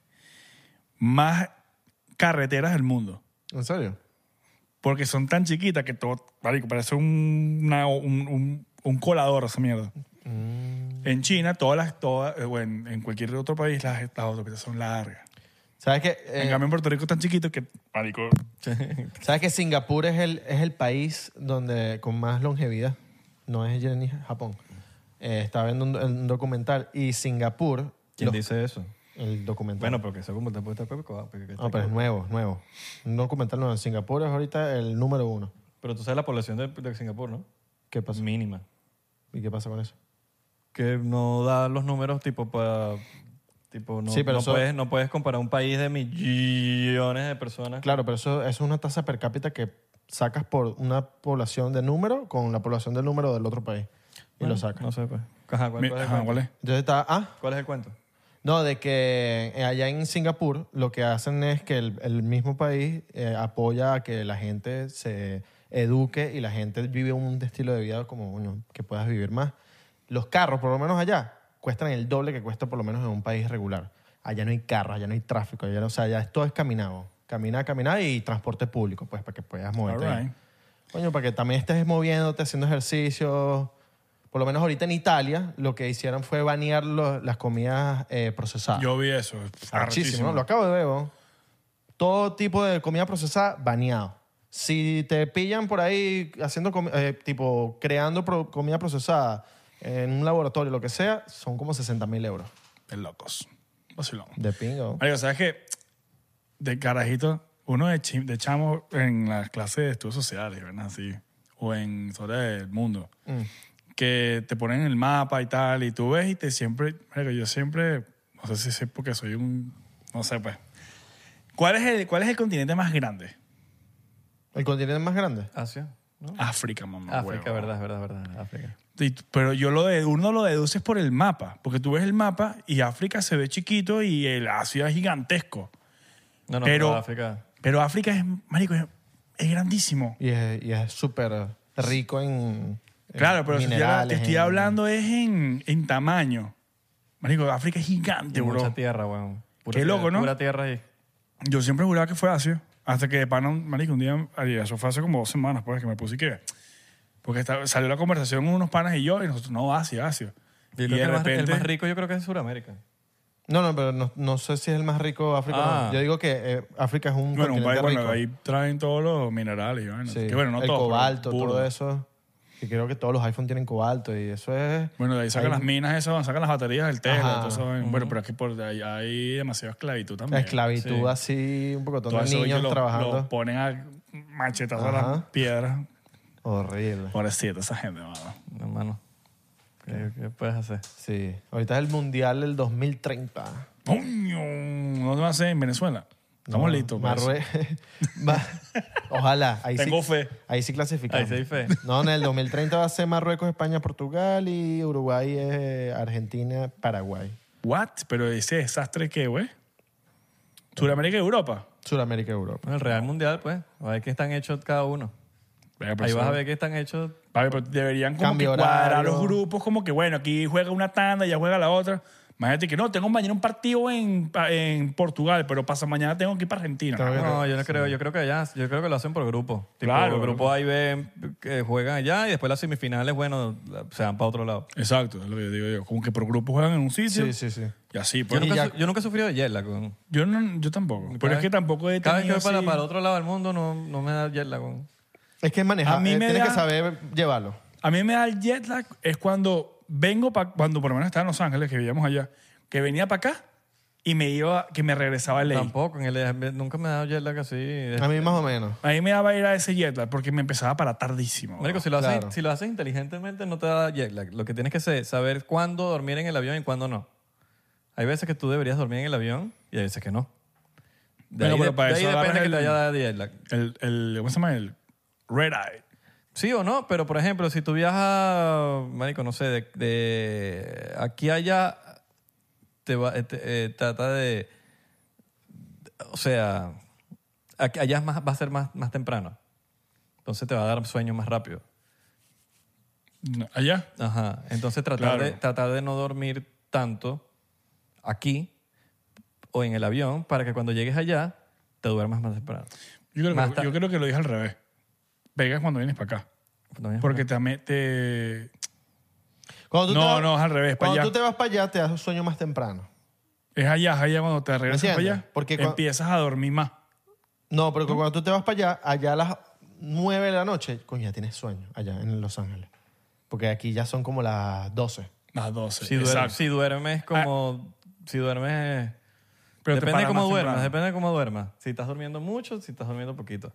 [SPEAKER 1] más carreteras del mundo.
[SPEAKER 2] ¿En serio?
[SPEAKER 1] Porque son tan chiquitas que todo, marico, parece un, una- un, un- un colador esa mierda. En China, todas las, todas, eh, bueno, en cualquier otro país las, las autopistas son largas.
[SPEAKER 2] ¿Sabes que,
[SPEAKER 1] en
[SPEAKER 2] eh,
[SPEAKER 1] cambio, en Puerto Rico es tan chiquito que, marico,
[SPEAKER 2] ¿Sabes que Singapur es el, es el país donde con más longevidad? No es ni Japón. Eh, estaba viendo un, un documental y Singapur.
[SPEAKER 3] ¿Quién
[SPEAKER 2] los-
[SPEAKER 3] dice eso?
[SPEAKER 2] El documental.
[SPEAKER 3] Bueno, porque eso como te puede estar preocupado, porque-
[SPEAKER 2] no, pero es nuevo, nuevo. Un documental nuevo. En Singapur es ahorita el número uno.
[SPEAKER 3] Pero tú sabes la población de, de Singapur, ¿no?
[SPEAKER 2] ¿Qué pasa?
[SPEAKER 3] Mínima.
[SPEAKER 2] ¿Y qué pasa con eso?
[SPEAKER 3] Que no da los números tipo para... Tipo, no,
[SPEAKER 2] Sí,
[SPEAKER 3] no
[SPEAKER 2] pero eso-
[SPEAKER 3] puedes, no puedes comparar un país de millones de personas.
[SPEAKER 2] Claro, pero eso, eso es una tasa per cápita que sacas por una población de número con la población del número del otro país. Y
[SPEAKER 3] Bueno,
[SPEAKER 2] lo sacas.
[SPEAKER 3] No sé, pues. Ajá, ¿cuál,
[SPEAKER 1] mi-
[SPEAKER 3] cuál es el
[SPEAKER 1] ajá,
[SPEAKER 3] cuento?
[SPEAKER 1] ¿cuál es?
[SPEAKER 2] Entonces está. Ah,
[SPEAKER 3] ¿Cuál es el cuento?
[SPEAKER 2] No, de que eh, allá en Singapur lo que hacen es que el, el mismo país eh, apoya a que la gente se eduque y la gente vive un estilo de vida como bueno, que puedas vivir más. Los carros, por lo menos allá, cuestan el doble que cuesta por lo menos en un país regular. Allá no hay carros, allá no hay tráfico, allá, no- o sea, allá es- todo es caminado. Caminar, caminar y transporte público, pues, para que puedas moverte.
[SPEAKER 1] All
[SPEAKER 2] ahí.
[SPEAKER 1] right.
[SPEAKER 2] Coño, para que también estés moviéndote, haciendo ejercicio. Por lo menos ahorita en Italia, lo que hicieron fue banear lo- las comidas eh, procesadas.
[SPEAKER 1] Yo vi eso.
[SPEAKER 2] Archísimo,
[SPEAKER 1] Arrechísimo.
[SPEAKER 2] ¿no? Lo acabo de ver, weón. Todo tipo de comida procesada, baneado. Si te pillan por ahí haciendo, comi- eh, tipo, creando pro- comida procesada en un laboratorio, lo que sea, son como 60 mil euros.
[SPEAKER 1] De locos. Vacilón.
[SPEAKER 2] De pingo.
[SPEAKER 1] Marico, ¿sabes qué? De carajito, uno de, chi- de chamo en las clases de estudios sociales, ¿verdad? Así, o en historia del mundo,
[SPEAKER 3] Mm.
[SPEAKER 1] que te ponen el mapa y tal, y tú ves y te siempre, marico, yo siempre, no sé si es porque soy un, no sé, pues. ¿Cuál es el, cuál es el continente más grande?
[SPEAKER 2] ¿El continente más grande?
[SPEAKER 3] Asia, ¿no?
[SPEAKER 1] África, mamá.
[SPEAKER 3] África,
[SPEAKER 1] huevo.
[SPEAKER 3] verdad, verdad, verdad. África.
[SPEAKER 1] Y t- Pero yo lo de, uno lo deduces por el mapa, porque tú ves el mapa y África se ve chiquito y el Asia es gigantesco.
[SPEAKER 3] No, no,
[SPEAKER 1] Pero-
[SPEAKER 3] pero África.
[SPEAKER 1] Pero África es, marico, es- es grandísimo.
[SPEAKER 2] Y es y es súper rico en. en
[SPEAKER 1] Claro, pero si te- te
[SPEAKER 2] minerales,
[SPEAKER 1] estoy
[SPEAKER 2] en-
[SPEAKER 1] hablando es en, en tamaño. Marico, África es gigante,
[SPEAKER 3] Y mucha
[SPEAKER 1] bro.
[SPEAKER 3] tierra, weón. Pura
[SPEAKER 1] Qué
[SPEAKER 3] tierra,
[SPEAKER 1] loco, ¿no?
[SPEAKER 3] Pura tierra ahí.
[SPEAKER 1] Yo siempre juraba que fue Asia. Hasta que de pana, un- marico, un día, ay, eso fue hace como dos semanas, pues, que me puse y que... Porque esta- salió la conversación con unos panas y yo, y nosotros, no, Asia, Asia.
[SPEAKER 3] Yo creo
[SPEAKER 1] y
[SPEAKER 3] que
[SPEAKER 1] de
[SPEAKER 3] el, más, el
[SPEAKER 1] repente...
[SPEAKER 3] más rico yo creo que es Sudamérica.
[SPEAKER 2] No, no, pero no, no sé si es el más rico de África. o no.
[SPEAKER 3] Ah.
[SPEAKER 2] Yo digo que eh, África es un
[SPEAKER 1] bueno, un
[SPEAKER 2] continente
[SPEAKER 1] país, bueno,
[SPEAKER 2] rico.
[SPEAKER 1] ahí traen todos los minerales. y vainas.
[SPEAKER 2] Sí,
[SPEAKER 1] Que bueno, no
[SPEAKER 2] el
[SPEAKER 1] todo, pero
[SPEAKER 2] cobalto,
[SPEAKER 1] burda.
[SPEAKER 2] todo eso. Que creo que todos los iPhone tienen cobalto y eso es...
[SPEAKER 1] Bueno, de ahí sacan
[SPEAKER 2] Ahí-
[SPEAKER 1] las minas esas, sacan las baterías del
[SPEAKER 2] Ajá.
[SPEAKER 1] Tesla. todo eso. Bueno, pero aquí por ahí hay demasiada esclavitud también.
[SPEAKER 2] esclavitud
[SPEAKER 3] sí.
[SPEAKER 2] así, un poco
[SPEAKER 1] Todo
[SPEAKER 2] de
[SPEAKER 1] eso, oye,
[SPEAKER 2] niños
[SPEAKER 1] lo-
[SPEAKER 2] trabajando.
[SPEAKER 1] lo ponen a machetazos a
[SPEAKER 2] Ajá.
[SPEAKER 1] las piedras.
[SPEAKER 2] Horrible.
[SPEAKER 1] Pobrecito, esa gente, mano.
[SPEAKER 3] Hermano, ¿qué, qué puedes hacer?
[SPEAKER 2] Sí. Ahorita es el mundial del 2030.
[SPEAKER 1] ¡Coño! ¿Dónde va a ser? ¿En Venezuela? Estamos listos. pues. para eso.
[SPEAKER 2] Marruecos. [LAUGHS] Va- Ojalá. Ahí
[SPEAKER 1] Tengo
[SPEAKER 2] sí,
[SPEAKER 1] fe.
[SPEAKER 2] Ahí sí clasificamos.
[SPEAKER 3] Ahí sí hay fe.
[SPEAKER 2] No, en el 2030 va a ser Marruecos, España, Portugal y Uruguay, eh, Argentina, Paraguay.
[SPEAKER 1] ¿What? Pero ese desastre, ¿qué, güey? ¿Suramérica y Europa?
[SPEAKER 2] Suramérica, Europa.
[SPEAKER 3] El Real Mundial, pues. A ver qué están hechos cada uno.
[SPEAKER 1] Venga, pero
[SPEAKER 3] Ahí
[SPEAKER 1] eso-
[SPEAKER 3] vas a ver qué están hechos.
[SPEAKER 1] Vale, pero deberían como
[SPEAKER 2] Cambio
[SPEAKER 1] que cuadrar
[SPEAKER 2] horario.
[SPEAKER 1] los grupos, como que bueno, aquí juega una tanda, ya juega la otra. Imagínate que no, tengo mañana un partido en, en Portugal, pero pasa mañana tengo que ir para Argentina.
[SPEAKER 2] Está bien.
[SPEAKER 3] No, yo no creo. Yo creo que allá, yo creo que lo hacen por grupo. Tipo,
[SPEAKER 1] Claro.
[SPEAKER 3] Grupo A y B que juegan allá y después las semifinales, bueno, la- se van para otro lado.
[SPEAKER 1] Exacto, es lo que digo yo. Como que por grupos juegan en un sitio.
[SPEAKER 2] Sí, sí, sí.
[SPEAKER 1] Y así,
[SPEAKER 3] Yo
[SPEAKER 1] pues.
[SPEAKER 3] nunca,
[SPEAKER 2] ya-
[SPEAKER 3] su- yo nunca he sufrido de jet lag. weón.
[SPEAKER 1] Yo, no, yo tampoco. Pero es que tampoco he
[SPEAKER 3] Cada vez que
[SPEAKER 1] tenido
[SPEAKER 3] voy para,
[SPEAKER 1] así-
[SPEAKER 3] para el otro lado del mundo no, no me da jet lag. weón.
[SPEAKER 2] Es que es manejar.
[SPEAKER 1] A mí
[SPEAKER 2] eh,
[SPEAKER 1] me
[SPEAKER 2] tienes
[SPEAKER 1] da-
[SPEAKER 2] que saber llevarlo.
[SPEAKER 1] A mí me da el jet lag es cuando vengo para cuando por lo menos estaba en Los Ángeles que vivíamos allá, que venía para acá y me iba que me regresaba a LA.
[SPEAKER 3] Tampoco. En el, E nunca me ha dado jet lag así.
[SPEAKER 1] Ah,
[SPEAKER 2] A mí más o menos.
[SPEAKER 1] A mí me daba ir a ese jet lag porque me empezaba para tardísimo.
[SPEAKER 3] Marico, si lo, haces,
[SPEAKER 2] Claro.
[SPEAKER 3] si lo haces inteligentemente no te da jet lag. Lo que tienes que hacer es saber cuándo dormir en el avión y cuándo no. Hay veces que tú deberías dormir en el avión y hay veces que no. De
[SPEAKER 1] Bueno,
[SPEAKER 3] ahí,
[SPEAKER 1] pero
[SPEAKER 3] de-
[SPEAKER 1] para
[SPEAKER 3] de ahí
[SPEAKER 1] eso
[SPEAKER 3] depende
[SPEAKER 1] agarras
[SPEAKER 3] que te
[SPEAKER 1] el-
[SPEAKER 3] haya dado jet lag.
[SPEAKER 1] El, el, ¿Cómo se llama? El Red Eye.
[SPEAKER 3] Sí o no, pero por ejemplo, si tú viajas, marico, no sé, de, de aquí a allá, te va- eh, te- eh, trata de... O sea, aquí- allá es más, va a ser más, más temprano. Entonces te va a dar sueño más rápido.
[SPEAKER 1] No, Allá.
[SPEAKER 3] Ajá. Entonces tratar,
[SPEAKER 1] Claro.
[SPEAKER 3] de, tratar de no dormir tanto aquí o en el avión para que cuando llegues allá te duermas más temprano.
[SPEAKER 1] Yo creo,
[SPEAKER 3] Más
[SPEAKER 1] que, yo
[SPEAKER 3] tarde.
[SPEAKER 1] creo que lo dije al revés. Pegas cuando vienes para acá.
[SPEAKER 3] No, ya-
[SPEAKER 1] Porque también te...
[SPEAKER 2] Cuando
[SPEAKER 1] No, no, es al revés, para
[SPEAKER 2] Cuando
[SPEAKER 1] allá.
[SPEAKER 2] tú te vas para allá, te das un sueño más temprano.
[SPEAKER 1] Es allá, es allá cuando te regresas para
[SPEAKER 2] entiendes?
[SPEAKER 1] allá.
[SPEAKER 2] Porque cua-
[SPEAKER 1] empiezas a dormir más.
[SPEAKER 2] No,
[SPEAKER 1] ¿Mm?
[SPEAKER 2] pero cuando tú te vas para allá, allá a las 9 de la noche, coño, ya tienes sueño allá en Los Ángeles. Porque aquí ya son como las 12.
[SPEAKER 1] Las 12.
[SPEAKER 3] si, duer-
[SPEAKER 1] exacto. Ah.
[SPEAKER 3] si duermes como... Si duermes...
[SPEAKER 1] Pero
[SPEAKER 3] depende
[SPEAKER 1] te
[SPEAKER 3] de
[SPEAKER 1] paras
[SPEAKER 3] cómo
[SPEAKER 1] más
[SPEAKER 3] duermas,
[SPEAKER 1] temprano.
[SPEAKER 3] depende de cómo duermas. Si estás durmiendo mucho, si estás durmiendo poquito.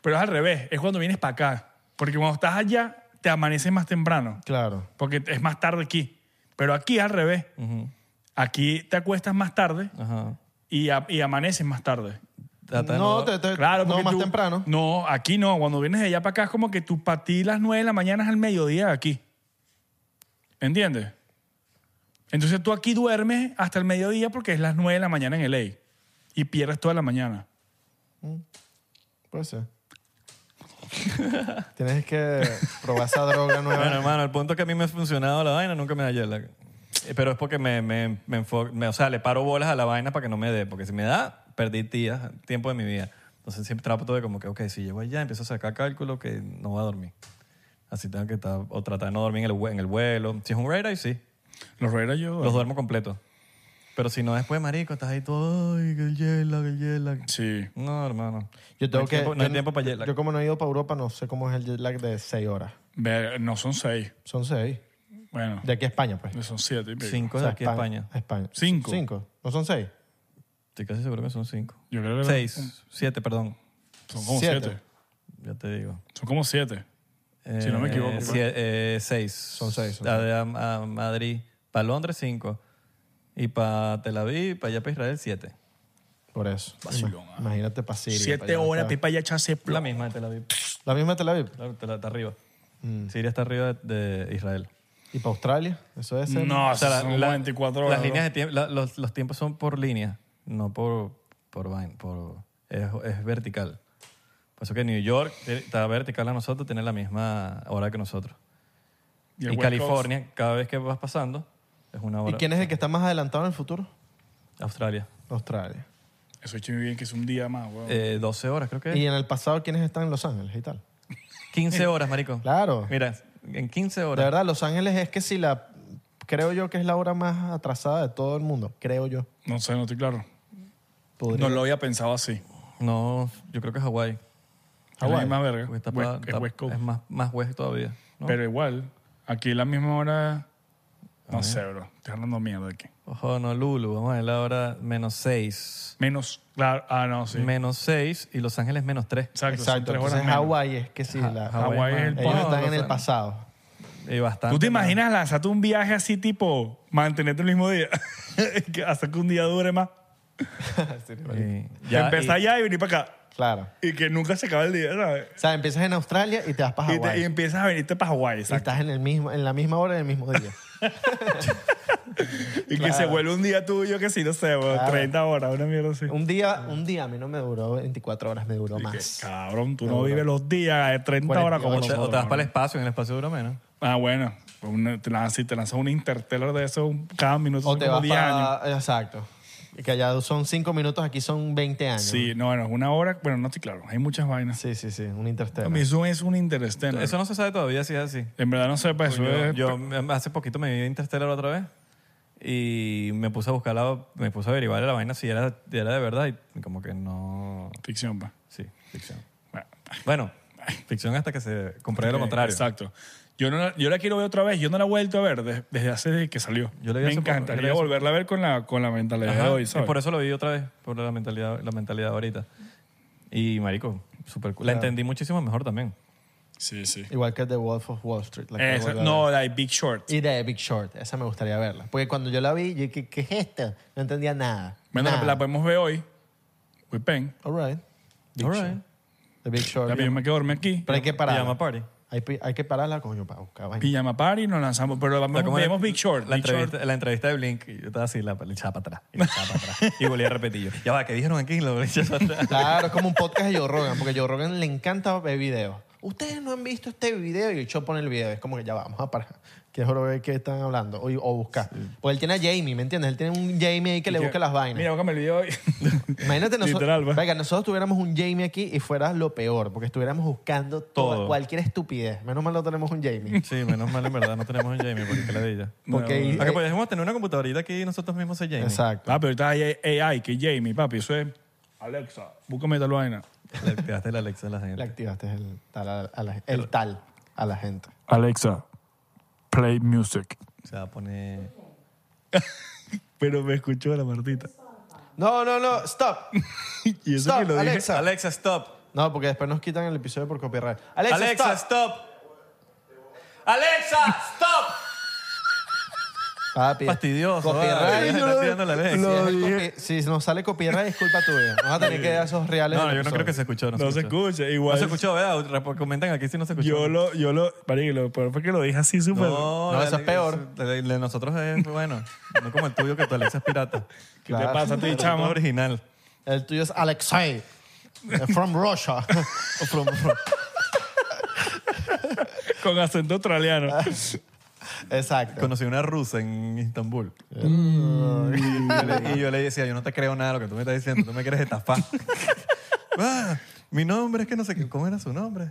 [SPEAKER 1] Pero es al revés. Es cuando vienes para acá. Porque cuando estás allá, te amaneces más temprano.
[SPEAKER 2] Claro.
[SPEAKER 1] Porque es más tarde aquí. Pero aquí es al revés. Aquí te acuestas más tarde
[SPEAKER 3] Ajá.
[SPEAKER 1] y, a- y amaneces más tarde.
[SPEAKER 3] Trata de
[SPEAKER 2] no,
[SPEAKER 3] dor-
[SPEAKER 2] te- te-
[SPEAKER 1] Claro,
[SPEAKER 2] no
[SPEAKER 1] porque
[SPEAKER 2] más
[SPEAKER 1] tú-
[SPEAKER 2] temprano.
[SPEAKER 1] No, aquí no. Cuando vienes de allá para acá es como que tu para ti las 9 de la mañana es al mediodía de aquí. ¿Entiendes? Entonces tú aquí duermes hasta el mediodía porque es las 9 de la mañana en LA y pierdes toda la mañana.
[SPEAKER 2] Puede ser. Tienes que probar esa droga nueva.
[SPEAKER 3] Bueno, hermano, el punto que a mí me ha funcionado la vaina nunca me da jet lag. Eh, Pero es porque me, me, me enfo- me- o sea, le paro bolas a la vaina para que no me dé. Porque si me da, perdí días, tiempo de mi vida. Entonces siempre trato de como que, ok, si llego allá, empiezo a sacar cálculo que no voy a dormir. Así tengo que estar, o tratar de no dormir en el, vue- en el vuelo. Si es un ride, sí.
[SPEAKER 1] Los Herrera yo...
[SPEAKER 3] Los duermo completo. Pero si no, después, marico, estás ahí todo, ay, que el jet lag, el jet lag.
[SPEAKER 1] Sí.
[SPEAKER 3] No, hermano.
[SPEAKER 2] Yo tengo
[SPEAKER 3] no hay
[SPEAKER 2] que.
[SPEAKER 3] tiempo- no hay
[SPEAKER 2] yo-
[SPEAKER 3] tiempo para jet lag.
[SPEAKER 2] Yo, como no he ido para Europa, no sé cómo es el jet lag de 6 horas.
[SPEAKER 1] Ver- no son 6.
[SPEAKER 2] Son 6.
[SPEAKER 1] Bueno,
[SPEAKER 2] De aquí a España, pues.
[SPEAKER 1] son 7.
[SPEAKER 3] Cinco
[SPEAKER 2] O
[SPEAKER 3] de
[SPEAKER 2] sea,
[SPEAKER 3] aquí a España.
[SPEAKER 2] España.
[SPEAKER 1] Cinco.
[SPEAKER 2] Cinco. ¿No son 6?
[SPEAKER 3] Estoy casi seguro que son cinco.
[SPEAKER 1] Yo creo que eran-
[SPEAKER 3] Seis, siete, perdón.
[SPEAKER 1] Son como
[SPEAKER 2] Siete.
[SPEAKER 1] 7.
[SPEAKER 3] Ya te digo.
[SPEAKER 1] Son como 7. Si no me
[SPEAKER 3] Eh,
[SPEAKER 1] equivoco,
[SPEAKER 3] sie-
[SPEAKER 1] ¿verdad?
[SPEAKER 3] eh, seis.
[SPEAKER 2] Son seis, son
[SPEAKER 3] La de a, a Madrid. Para Londres, cinco. Y para Tel Aviv, para allá para Israel, siete.
[SPEAKER 2] Por eso.
[SPEAKER 1] Vacilón,
[SPEAKER 2] Ima-
[SPEAKER 1] ah.
[SPEAKER 2] Imagínate para Siria. para
[SPEAKER 1] 7
[SPEAKER 2] allá,
[SPEAKER 1] horas,
[SPEAKER 2] para-
[SPEAKER 1] pipa ya echase
[SPEAKER 3] La
[SPEAKER 1] plan.
[SPEAKER 3] misma de Tel Aviv.
[SPEAKER 2] La misma de Tel Aviv. Mm.
[SPEAKER 3] Claro, Tel- está arriba. Siria está arriba de, de Israel.
[SPEAKER 2] ¿Y para Australia? Eso debe ser.
[SPEAKER 1] No,
[SPEAKER 3] O sea, la-
[SPEAKER 1] son
[SPEAKER 3] la-
[SPEAKER 1] 24 horas.
[SPEAKER 3] Las
[SPEAKER 1] bro.
[SPEAKER 3] líneas de tiempo, la- los, los tiempos son por línea, no por, por, vain- por es, es vertical. Por eso que New York eh, está vertical a nosotros, tiene la misma hora que nosotros.
[SPEAKER 1] Y
[SPEAKER 3] Y,
[SPEAKER 1] el West
[SPEAKER 3] California, cada vez que vas pasando, es una
[SPEAKER 2] ¿Y
[SPEAKER 3] hora.
[SPEAKER 2] quién es el que está más adelantado en el futuro?
[SPEAKER 3] Australia.
[SPEAKER 2] Australia.
[SPEAKER 1] Coast. Eso es muy bien que es un día más, weón.
[SPEAKER 3] Eh, 12 horas, creo que. es.
[SPEAKER 2] ¿Y en el pasado quiénes están en Los Ángeles y tal?
[SPEAKER 3] 15 horas, marico.
[SPEAKER 2] Claro.
[SPEAKER 3] Mira, en 15
[SPEAKER 2] De
[SPEAKER 3] horas.
[SPEAKER 2] verdad, Los Ángeles es que si la... Creo yo que es la hora más atrasada de todo el mundo. Creo yo.
[SPEAKER 1] No sé, no estoy claro.
[SPEAKER 2] Podría-
[SPEAKER 1] No lo había pensado así.
[SPEAKER 3] No, yo creo que es Hawái.
[SPEAKER 1] Es la
[SPEAKER 2] Hawái.
[SPEAKER 1] misma verga.
[SPEAKER 3] Ah, porque está
[SPEAKER 1] West-
[SPEAKER 3] pa-
[SPEAKER 1] es
[SPEAKER 3] está-
[SPEAKER 1] West Coast.
[SPEAKER 3] es más, más West todavía. ¿no?
[SPEAKER 1] Pero igual, aquí la misma hora. No sé, bro. Estoy hablando mierda aquí.
[SPEAKER 3] Ojo, no, Lulu. Vamos a ver la hora menos 6.
[SPEAKER 1] Menos, claro, ah, no, sí.
[SPEAKER 3] Menos 6 y Los Ángeles menos 3.
[SPEAKER 1] Exacto, son
[SPEAKER 2] Exacto.
[SPEAKER 1] tres horas
[SPEAKER 2] Entonces
[SPEAKER 1] menos.
[SPEAKER 2] Hawái es que sí. La,
[SPEAKER 1] Hawái es el
[SPEAKER 2] Ellos
[SPEAKER 1] polo,
[SPEAKER 2] están
[SPEAKER 3] no
[SPEAKER 2] en el
[SPEAKER 3] sé.
[SPEAKER 2] pasado.
[SPEAKER 3] Y bastante.
[SPEAKER 1] ¿Tú te
[SPEAKER 3] más.
[SPEAKER 1] imaginas lanzarte un viaje así tipo mantenerte el mismo día? [LAUGHS] Que Hasta que un día dure más.
[SPEAKER 3] Sí.
[SPEAKER 1] Ya,
[SPEAKER 3] Ya,
[SPEAKER 1] Empezar
[SPEAKER 3] y-
[SPEAKER 1] allá y venir para acá.
[SPEAKER 2] Claro.
[SPEAKER 1] Y que nunca se acaba el día, ¿sabes?
[SPEAKER 2] O sea, empiezas en Australia y te vas para
[SPEAKER 1] Y, te- y
[SPEAKER 2] Hawái.
[SPEAKER 1] empiezas a venirte para Hawái,
[SPEAKER 2] Y
[SPEAKER 1] exacto.
[SPEAKER 2] estás en, el mismo, en la misma hora del mismo día.
[SPEAKER 1] Y, que se vuelve un día tuyo que sí, no sé, bro,
[SPEAKER 2] Claro.
[SPEAKER 1] 30 horas, una mierda así.
[SPEAKER 2] un, día, un día a mí no me duró 24 horas, me duró
[SPEAKER 1] Ah. Y que,
[SPEAKER 2] más.
[SPEAKER 1] cabrón, tú
[SPEAKER 2] No,
[SPEAKER 1] no,
[SPEAKER 2] bro.
[SPEAKER 1] vives los días de 30 horas como
[SPEAKER 3] o te,
[SPEAKER 1] nosotros.
[SPEAKER 3] o te vas este? para
[SPEAKER 1] bro.
[SPEAKER 3] el espacio, en el espacio dura menos.
[SPEAKER 1] Ah, bueno. Una- te lanzas, si te lanzas un interstellar de eso un- cada minuto
[SPEAKER 2] O
[SPEAKER 1] son
[SPEAKER 2] te
[SPEAKER 1] como
[SPEAKER 2] vas
[SPEAKER 1] 10 años.
[SPEAKER 2] para... Exacto. Y Que allá son 5 minutos, aquí son 20 años.
[SPEAKER 1] Sí, no, bueno, es una hora. Bueno, no estoy claro. Hay muchas vainas.
[SPEAKER 2] Sí, sí, sí. Un
[SPEAKER 1] A
[SPEAKER 2] interstellar.
[SPEAKER 1] mí Eso es un interstellar.
[SPEAKER 3] Eso no se sabe todavía si es así.
[SPEAKER 1] En verdad no sé, pues eso
[SPEAKER 3] Yo,
[SPEAKER 1] es-
[SPEAKER 3] yo me- hace poquito me vi Interstellar otra vez y me puse a buscar la, me puse a averiguar la vaina si era, si era de verdad y como que no,
[SPEAKER 1] ficción, pa.
[SPEAKER 3] sí, ficción.
[SPEAKER 1] Bueno,
[SPEAKER 3] Bueno, ficción hasta que se compruebe lo
[SPEAKER 1] eh,
[SPEAKER 3] contrario.
[SPEAKER 1] Exacto. Yo, no, la- yo la quiero ver otra vez. Yo no la he vuelto a ver de- desde hace que salió.
[SPEAKER 3] Yo la vi
[SPEAKER 1] Me
[SPEAKER 3] hace poco, yo la
[SPEAKER 1] encantaría
[SPEAKER 3] vi hace-
[SPEAKER 1] volverla a ver con la, con la mentalidad
[SPEAKER 3] Ajá,
[SPEAKER 1] de hoy,
[SPEAKER 3] y
[SPEAKER 1] ¿sabes?
[SPEAKER 3] por eso lo vi otra vez, por la mentalidad, la mentalidad ahorita. Y marico, super cool. La entendí muchísimo mejor también.
[SPEAKER 1] Sí, sí.
[SPEAKER 2] Igual que The Wolf of Wall Street. la que
[SPEAKER 1] Esa-
[SPEAKER 2] vuelvo a
[SPEAKER 1] no,
[SPEAKER 2] ver.
[SPEAKER 1] la de Big Short.
[SPEAKER 2] Y The Big Short. Esa me gustaría verla. Porque cuando yo la vi, yo dije, ¿qué es esto? No entendía nada.
[SPEAKER 1] Bueno, la,
[SPEAKER 2] nada.
[SPEAKER 1] la podemos ver hoy. With Pen.
[SPEAKER 2] All right.
[SPEAKER 3] All right.
[SPEAKER 2] The Big Short.
[SPEAKER 1] También me quedo dormir aquí.
[SPEAKER 2] Pero hay que pararla.
[SPEAKER 3] Pijama party.
[SPEAKER 2] Hay, pi- hay que pararla, coño, para buscar vaina.
[SPEAKER 1] Pijama Party nos lanzamos. Pero
[SPEAKER 3] O sea,
[SPEAKER 1] vamos,
[SPEAKER 3] como
[SPEAKER 1] vemos Big Short.
[SPEAKER 3] La
[SPEAKER 1] Big
[SPEAKER 3] entrevista,
[SPEAKER 1] Short.
[SPEAKER 3] la entrevista de Blink, y yo estaba así, la, le echaba para atrás. Y le echaba para atrás. Y volví a repetir yo. Ya va, ¿qué dijeron aquí? Y Lo echaba para atrás.
[SPEAKER 2] Claro, es como un podcast de Joe Rogan, porque Joe Rogan le encanta ver videos. Ustedes no han visto este video y el show pone el video. Es como que ya vamos a parar. Quiero ver qué están hablando o, o buscar. Porque él tiene a Jamie, ¿me entiendes? Él tiene un Jamie ahí que le busca las vainas.
[SPEAKER 1] Mira, búscame el
[SPEAKER 3] [LAUGHS]
[SPEAKER 1] video hoy.
[SPEAKER 2] Imagínate
[SPEAKER 1] Literal,
[SPEAKER 2] nosotros,
[SPEAKER 1] va.
[SPEAKER 2] venga, nosotros tuviéramos un Jamie aquí y fuera lo peor, porque estuviéramos buscando toda-
[SPEAKER 3] Todo.
[SPEAKER 2] cualquier estupidez. Menos mal no tenemos
[SPEAKER 3] [LAUGHS]
[SPEAKER 2] un Jamie.
[SPEAKER 3] Sí, menos mal en verdad, no tenemos un Jamie, porque la de ella.
[SPEAKER 2] Porque eh,
[SPEAKER 3] Aunque podríamos tener una computadorita aquí y nosotros mismos ser Jamie.
[SPEAKER 2] Exacto.
[SPEAKER 1] Ah, pero ahorita hay AI, que es Jamie, papi. Eso es Alexa. Búscame tal vaina.
[SPEAKER 3] Le activaste la Alexa a la gente.
[SPEAKER 2] Le activaste el tal a, a la, el tal a la gente.
[SPEAKER 1] Alexa, play music.
[SPEAKER 3] Se va a poner...
[SPEAKER 1] Pero me escuchó la martita. [LAUGHS]
[SPEAKER 2] No, no, no, stop.
[SPEAKER 1] Y eso
[SPEAKER 2] Stop,
[SPEAKER 1] que lo dije.
[SPEAKER 2] Alexa.
[SPEAKER 3] Alexa, stop.
[SPEAKER 2] No, porque después nos quitan el episodio por copyright. Alexa,
[SPEAKER 3] Alexa,
[SPEAKER 2] stop.
[SPEAKER 3] stop. Alexa, stop.
[SPEAKER 2] Papi,
[SPEAKER 3] Fastidioso, vale,
[SPEAKER 2] Copyright.
[SPEAKER 3] está pidiendo la Alexa.
[SPEAKER 2] Si, es el copy- si nos sale copyright, es culpa tuya. Vamos a tener que dar esos reales.
[SPEAKER 3] No, yo
[SPEAKER 2] del
[SPEAKER 3] no
[SPEAKER 2] episodio.
[SPEAKER 3] creo que se escuchó. No,
[SPEAKER 1] No se escucha. Igual.
[SPEAKER 3] No se escuchó, ¿verdad? Rep- Comenten aquí si no se escuchó.
[SPEAKER 1] Yo lo, yo lo, marico, lo peor fue que lo dije así súper.
[SPEAKER 3] No,
[SPEAKER 2] No,
[SPEAKER 3] la
[SPEAKER 2] eso es
[SPEAKER 3] Alexa-
[SPEAKER 2] peor.
[SPEAKER 3] la de- la de nosotros es bueno. No como el tuyo, que tu Alexa es pirata.
[SPEAKER 1] ¿Qué
[SPEAKER 2] claro.
[SPEAKER 1] te pasa a ti,
[SPEAKER 3] El chamo
[SPEAKER 1] chamo?
[SPEAKER 3] original.
[SPEAKER 2] El tuyo es Alexei. eh,
[SPEAKER 3] [LAUGHS]
[SPEAKER 2] From Russia.
[SPEAKER 1] Con acento australiano.
[SPEAKER 2] Exacto.
[SPEAKER 3] Conocí una rusa en Istambul.
[SPEAKER 1] Mm.
[SPEAKER 3] Y, yo le, y yo le decía, yo no te creo nada de lo que tú me estás diciendo, tú me quieres estafar. [LAUGHS] Ah, mi nombre es que no sé qué, ¿cómo era su nombre?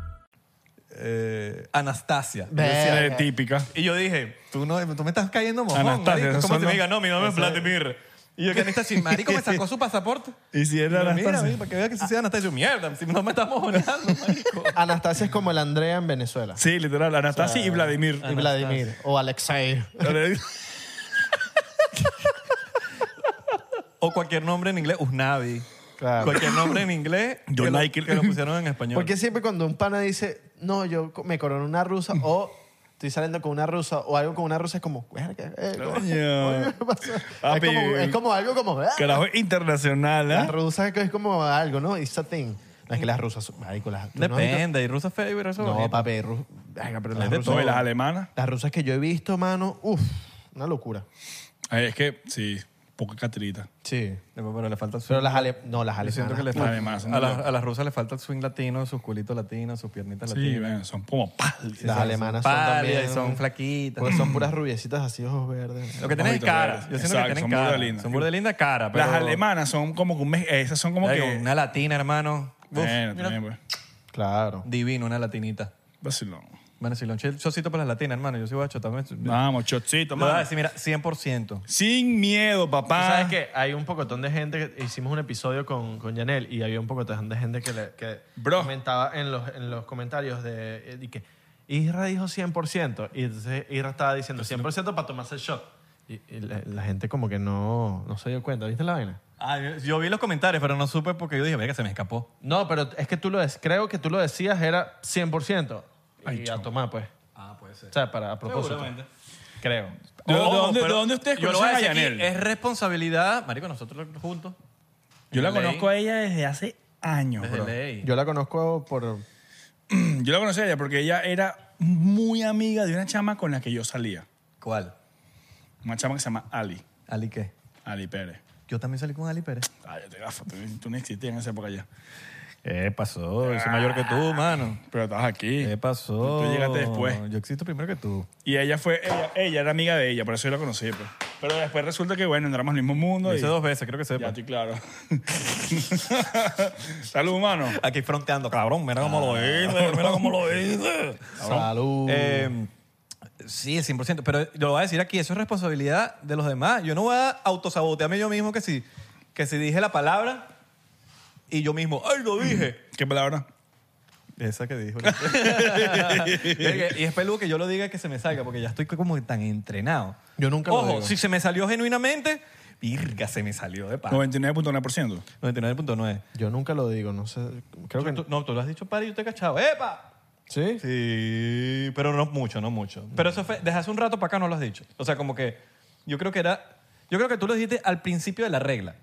[SPEAKER 3] Eh, Anastasia.
[SPEAKER 2] Verga.
[SPEAKER 1] Es típica.
[SPEAKER 3] Y yo dije, tú, no, tú me estás cayendo mojón.
[SPEAKER 1] Anastasia,
[SPEAKER 3] marico.
[SPEAKER 1] esos
[SPEAKER 3] ¿Cómo
[SPEAKER 1] son
[SPEAKER 3] te me
[SPEAKER 1] los-
[SPEAKER 3] diga? No, mi nombre es Vladimir. Y yo, que Anastasia, si marico me sacó su pasaporte.
[SPEAKER 1] Y si era
[SPEAKER 3] Mira,
[SPEAKER 1] Anastasia.
[SPEAKER 3] mira, para que vea que si sea Anastasia, yo, mierda, si no me estás mojoneando, marico.
[SPEAKER 2] Anastasia es como el Andrea en Venezuela.
[SPEAKER 1] Sí, literal. Anastasia y Vladimir.
[SPEAKER 2] Y Vladimir. O Alexei.
[SPEAKER 3] O cualquier nombre en inglés, Usnavi.
[SPEAKER 2] Claro.
[SPEAKER 3] Cualquier nombre en
[SPEAKER 2] [LAUGHS]
[SPEAKER 3] inglés
[SPEAKER 1] Yo
[SPEAKER 3] que, lo-
[SPEAKER 1] like it.
[SPEAKER 3] que lo pusieron en español.
[SPEAKER 2] Porque siempre cuando un pana dice, no, yo co- me coroné una rusa o estoy saliendo con una rusa o algo con una rusa, es como, "Verga, eh, ¿cómo-
[SPEAKER 1] [LAUGHS] Coño.
[SPEAKER 2] [LAUGHS] qué pasó?"
[SPEAKER 1] Ah,
[SPEAKER 2] es, como,
[SPEAKER 1] pero-
[SPEAKER 2] es como algo como, "Ah".
[SPEAKER 1] Carajo internacional,
[SPEAKER 2] La
[SPEAKER 1] ¿eh?
[SPEAKER 2] rusa es como algo, ¿no? It's a thing. No, es que las rusas son marico, las- tú no has visto-
[SPEAKER 3] Depende, y rusa fea y rusa
[SPEAKER 2] No,
[SPEAKER 3] bonita.
[SPEAKER 2] papi, ru- Venga, pero las
[SPEAKER 3] de
[SPEAKER 2] rusas.
[SPEAKER 1] No, y las alemanas.
[SPEAKER 2] Las rusas que yo he visto, mano, uff, una locura.
[SPEAKER 1] Ay, es que, sí. poca catirita.
[SPEAKER 2] Sí.
[SPEAKER 3] Pero le falta el swing.
[SPEAKER 2] Pero las ale- no, las
[SPEAKER 3] Yo siento
[SPEAKER 2] alemanas.
[SPEAKER 3] que le
[SPEAKER 1] Las
[SPEAKER 3] falta-
[SPEAKER 1] alemanas son
[SPEAKER 3] a, las,
[SPEAKER 1] locas.
[SPEAKER 3] a las rusas le falta el swing latino, sus culitos latinos, sus piernitas
[SPEAKER 1] Sí,
[SPEAKER 3] latinas.
[SPEAKER 1] ven, son como pálidas.
[SPEAKER 2] Las alemanas son
[SPEAKER 3] pálidas
[SPEAKER 2] también.
[SPEAKER 3] y son flaquitas.
[SPEAKER 2] Porque son puras rubiecitas así, ojos verdes.
[SPEAKER 3] Lo que tienen es
[SPEAKER 1] Ojitos
[SPEAKER 3] cara.
[SPEAKER 1] verdes.
[SPEAKER 3] Yo siento
[SPEAKER 1] Exacto,
[SPEAKER 3] que tienen
[SPEAKER 1] son burda
[SPEAKER 3] cara.
[SPEAKER 1] lindas.
[SPEAKER 3] Son burda linda cara. Pero
[SPEAKER 1] Las alemanas son como que un mes, esas son como
[SPEAKER 3] Verga,
[SPEAKER 1] que
[SPEAKER 3] Una latina, hermano. Uf,
[SPEAKER 1] Bueno,
[SPEAKER 3] mira,
[SPEAKER 1] también, pues.
[SPEAKER 2] Claro.
[SPEAKER 3] divino, una latinita.
[SPEAKER 1] Vacilón.
[SPEAKER 3] Bueno, si lo chocito para las latinas, hermano. Yo soy guacho también.
[SPEAKER 1] Vamos, chocito,
[SPEAKER 3] Lo voy a
[SPEAKER 1] mano.
[SPEAKER 3] decir, mira, 100%.
[SPEAKER 1] Sin miedo,
[SPEAKER 2] Tú
[SPEAKER 1] papá.
[SPEAKER 2] sabes que hay un pocotón de gente que hicimos un episodio con, con Yanel y había un pocotón de gente que, le, que
[SPEAKER 1] Bro.
[SPEAKER 2] comentaba en los, en los comentarios de, de que Isra dijo 100% y entonces Isra estaba diciendo 100% para tomarse el shot. Y, y la, la gente como que no, no se dio cuenta, ¿viste la vaina?
[SPEAKER 3] Ah, yo- yo vi los comentarios, pero no supe porque yo dije, verga, se me escapó.
[SPEAKER 2] No, pero es que tú lo des- creo que tú lo decías era 100% y
[SPEAKER 1] Ay,
[SPEAKER 2] a
[SPEAKER 1] chamo.
[SPEAKER 2] tomar pues.
[SPEAKER 3] Ah, puede ser.
[SPEAKER 2] O sea, para a propósito. Creo.
[SPEAKER 1] ¿De, de
[SPEAKER 3] Ojo,
[SPEAKER 1] dónde,
[SPEAKER 3] pero
[SPEAKER 1] de dónde ustedes
[SPEAKER 3] yo lo voy
[SPEAKER 1] conocen a
[SPEAKER 3] decir aquí,
[SPEAKER 1] Yanel?
[SPEAKER 3] Es responsabilidad, marico, nosotros juntos.
[SPEAKER 1] Yo la
[SPEAKER 3] Ley.
[SPEAKER 1] conozco a ella desde hace años,
[SPEAKER 3] Desde
[SPEAKER 1] bro.
[SPEAKER 3] ley.
[SPEAKER 2] Yo la conozco por
[SPEAKER 1] Yo la conocí a ella porque ella era muy amiga de una chama con la que yo salía.
[SPEAKER 3] ¿Cuál?
[SPEAKER 1] Una chama que se llama Ali.
[SPEAKER 3] ¿Ali qué?
[SPEAKER 1] Ali Pérez.
[SPEAKER 3] Yo también salí con Ali Pérez.
[SPEAKER 1] Ay, yo te gafo. Tú, tú no existías en esa época ya.
[SPEAKER 3] ¿Qué pasó? Yo soy mayor que tú, mano.
[SPEAKER 1] Pero estabas aquí.
[SPEAKER 3] ¿Qué pasó?
[SPEAKER 1] Tú llegaste después.
[SPEAKER 3] Yo existo primero que tú.
[SPEAKER 1] Y ella fue... Ella, ella era amiga de ella, por eso yo la conocí. pues. Pero después resulta que, bueno, entramos al mismo mundo
[SPEAKER 3] Lo
[SPEAKER 1] y...
[SPEAKER 3] hice dos pues. veces, creo que
[SPEAKER 1] Ya
[SPEAKER 3] sepa.
[SPEAKER 1] estoy claro. [LAUGHS] Salud, humano.
[SPEAKER 3] Aquí fronteando, cabrón, mira cómo lo hice, mira cómo lo [LAUGHS] hice.
[SPEAKER 2] salud.
[SPEAKER 3] Eh, sí, 100%, pero yo lo voy a decir aquí, eso es responsabilidad de los demás. Yo no voy a autosabotearme yo mismo que si, que si dije la palabra y yo mismo, ¡ay, lo dije!
[SPEAKER 1] ¿Qué palabra?
[SPEAKER 3] [LAUGHS] Esa que dijo. y [LAUGHS] es peludo que yo lo diga que se me salga, porque ya estoy como tan entrenado.
[SPEAKER 2] Yo nunca lo
[SPEAKER 3] Ojo,
[SPEAKER 2] digo.
[SPEAKER 3] si se me salió genuinamente, virga, se me salió de pan. [LAUGHS]
[SPEAKER 1] 99.9%.
[SPEAKER 3] 99.9.
[SPEAKER 2] Yo nunca lo digo, no sé, creo que
[SPEAKER 3] Tú- No, tú lo has dicho para y yo te he cachado. ¡Epa!
[SPEAKER 2] ¿Sí?
[SPEAKER 3] Sí, pero no mucho, no mucho. Pero eso fue, desde hace un rato para acá no lo has dicho. O sea, como que yo creo que era, yo creo que tú lo dijiste al principio de la regla.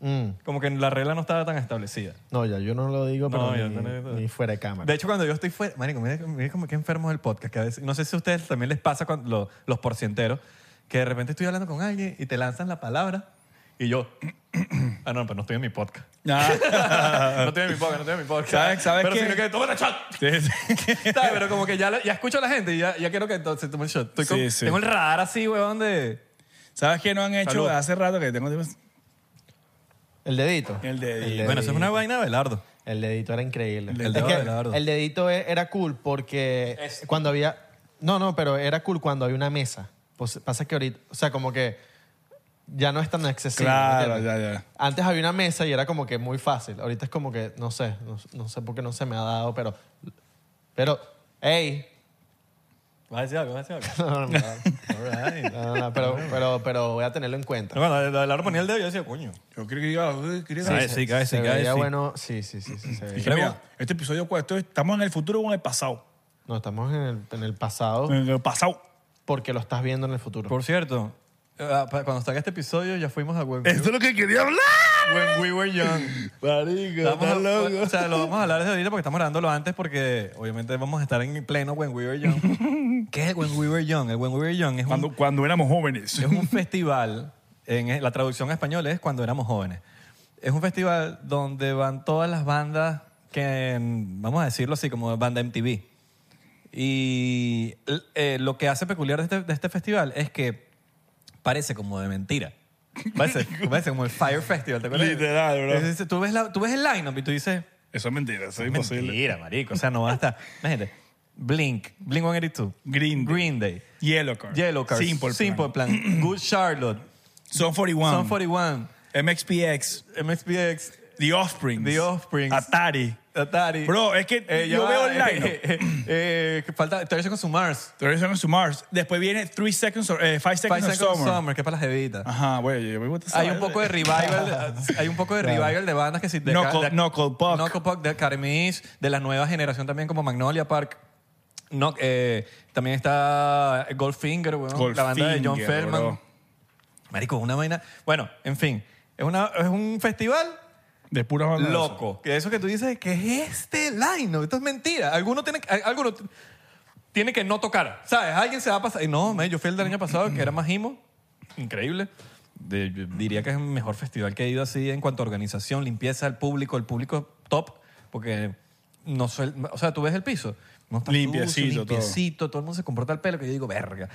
[SPEAKER 2] Mm.
[SPEAKER 3] Como que la regla no estaba tan establecida.
[SPEAKER 2] No, ya yo no lo digo, pero
[SPEAKER 3] No, yo
[SPEAKER 2] ni,
[SPEAKER 3] no lo digo.
[SPEAKER 2] ni fuera de cámara.
[SPEAKER 3] De hecho, cuando yo estoy fuera, marico, mira, mira como que enfermo es el podcast. Que a veces, no sé si a ustedes también les pasa cuando lo- los porcienteros, que de repente estoy hablando con alguien y te lanzan la palabra y yo, [CLEARS THROAT] ah, no, pero no estoy en mi podcast. [LAUGHS]
[SPEAKER 1] Ah.
[SPEAKER 3] no estoy en mi podcast, no estoy en mi podcast.
[SPEAKER 1] ¿Sabes- sabes
[SPEAKER 3] pero
[SPEAKER 1] qué?
[SPEAKER 3] sino que toma la shot.
[SPEAKER 1] [LAUGHS] Sí, sí.
[SPEAKER 3] ¿Sabes? Pero como que ya, la- ya escucho a la gente y ya, ya quiero que entonces tome el shot. Estoy con-
[SPEAKER 1] Sí, sí.
[SPEAKER 3] Tengo el radar así, weón, de...
[SPEAKER 1] ¿Sabes qué no han hecho
[SPEAKER 3] Salud.
[SPEAKER 1] hace rato que tengo
[SPEAKER 2] el dedito.
[SPEAKER 1] El dedito.
[SPEAKER 3] Bueno, eso es una vaina de Belardo.
[SPEAKER 2] El dedito era increíble.
[SPEAKER 3] El
[SPEAKER 2] El
[SPEAKER 3] dedito
[SPEAKER 2] dedito,
[SPEAKER 3] era largo.
[SPEAKER 2] el dedito e- era cool porque cuando había... No, no, pero era cool cuando había una mesa. Pues pasa que ahorita... O sea, como que ya no es tan accesible.
[SPEAKER 1] Claro,
[SPEAKER 2] ¿me
[SPEAKER 1] ya,
[SPEAKER 2] entiendes?
[SPEAKER 1] ya.
[SPEAKER 2] Antes había una mesa y era como que muy fácil. Ahorita es como que, no sé, no, no sé por qué no se me ha dado, pero... Pero, hey. [LAUGHS]
[SPEAKER 3] ¿Vas a decir algo? ¿Vas a decir algo? [LAUGHS]
[SPEAKER 2] No, no, no, no, no, pero, pero, pero voy a tenerlo en cuenta.
[SPEAKER 3] No, cuando Belardo ponía el dedo, yo decía, coño.
[SPEAKER 1] Yo creo que iba a- creo que-
[SPEAKER 3] Sí, sí, cae, sí,
[SPEAKER 2] se
[SPEAKER 3] cae,
[SPEAKER 2] veía
[SPEAKER 3] sí.
[SPEAKER 2] bueno... Sí, sí, sí. sí, se veía.
[SPEAKER 3] [LAUGHS]
[SPEAKER 1] Dije, mira, este episodio, ¿cuál? Esto es- estamos en el futuro o en el pasado.
[SPEAKER 2] No, estamos en el, en el pasado
[SPEAKER 1] En el pasado.
[SPEAKER 2] porque lo estás viendo en el futuro.
[SPEAKER 3] Por cierto, ah, pa- cuando salga este episodio ya fuimos a When We,
[SPEAKER 1] es lo que quería hablar.
[SPEAKER 3] When We Were Young. Vamos a- O sea, lo vamos a hablar desde ahorita porque estamos grabándolo antes porque obviamente vamos a estar en pleno When We Were Young. ¿Qué es When We Were Young? El When We Were Young es un,
[SPEAKER 1] Cuando, cuando éramos
[SPEAKER 3] [LAUGHS]
[SPEAKER 1] jóvenes.
[SPEAKER 3] es un festival, en la traducción en español es cuando éramos jóvenes. Es un festival donde van todas las bandas que, vamos a decirlo así, como banda MTV. Y eh, lo que hace peculiar de este, de este festival es que parece como de mentira.
[SPEAKER 1] [LAUGHS]
[SPEAKER 3] Parece, parece como el Fire Festival, ¿te acuerdas?
[SPEAKER 1] Literal, bro.
[SPEAKER 3] Es- es- tú, ves la- tú ves el lineup y tú dices,
[SPEAKER 1] Eso es mentira, eso es imposible.
[SPEAKER 3] mentira, marico, o sea, no basta. Imagínate, Blink, Blink 182,
[SPEAKER 1] Green Day.
[SPEAKER 3] Green Day,
[SPEAKER 1] Yellow Card.
[SPEAKER 3] Yellow Card,
[SPEAKER 1] Simple, Plan.
[SPEAKER 3] Plan,
[SPEAKER 1] [CLEARS THROAT]
[SPEAKER 3] Good Charlotte,
[SPEAKER 1] Son 41.
[SPEAKER 3] Son 41,
[SPEAKER 1] MXPX.
[SPEAKER 3] MXPX,
[SPEAKER 1] The Offspring.
[SPEAKER 3] The Offspring,
[SPEAKER 1] Atari.
[SPEAKER 3] Atari.
[SPEAKER 1] Bro, es que
[SPEAKER 3] Eh, ya
[SPEAKER 1] yo
[SPEAKER 3] va,
[SPEAKER 1] veo el
[SPEAKER 3] eh, [LAUGHS]
[SPEAKER 1] line.
[SPEAKER 3] eh, eh, que falta Teresa con su Mars.
[SPEAKER 1] Three Seconds to Mars. Después viene Three Seconds, or- eh,
[SPEAKER 3] Five
[SPEAKER 1] Five Seconds, of
[SPEAKER 3] Seconds of
[SPEAKER 1] Summer. Ah,
[SPEAKER 3] Summer, que es para las evitas.
[SPEAKER 1] Ajá, güey. yo- yo-
[SPEAKER 3] Hay un poco de
[SPEAKER 1] [LAUGHS]
[SPEAKER 3] revival, eh, hay un poco de revival de bandas que sí. De
[SPEAKER 1] Knuckle-
[SPEAKER 3] de-
[SPEAKER 1] Knuckle Puck.
[SPEAKER 3] Knuckle Puck, de Carmis, de la nueva generación también como Magnolia Park. No, eh, también está Goldfinger, weón, la banda de John
[SPEAKER 1] Goldfinger,
[SPEAKER 3] Feldman.
[SPEAKER 1] bro.
[SPEAKER 3] Marico, una vaina. Bueno, en fin, es, una, es un festival
[SPEAKER 1] De puras bandas. de eso.
[SPEAKER 3] loco. Que eso que tú dices, que es este line? No, esto es mentira. Alguno tiene, que- alguno t- tiene que no tocar, ¿sabes? Alguien se va a pasar. Y no, man, yo fui el del año pasado que era más himo. Increíble. de- yo diría que es el mejor festival que he ido así en cuanto a organización, limpieza del público, el público top, porque no suel- o sea, tú ves el piso, no está sucio,
[SPEAKER 1] Limpiecito, todo.
[SPEAKER 3] limpiecito, todo. el mundo se comporta al pelo que yo digo, verga.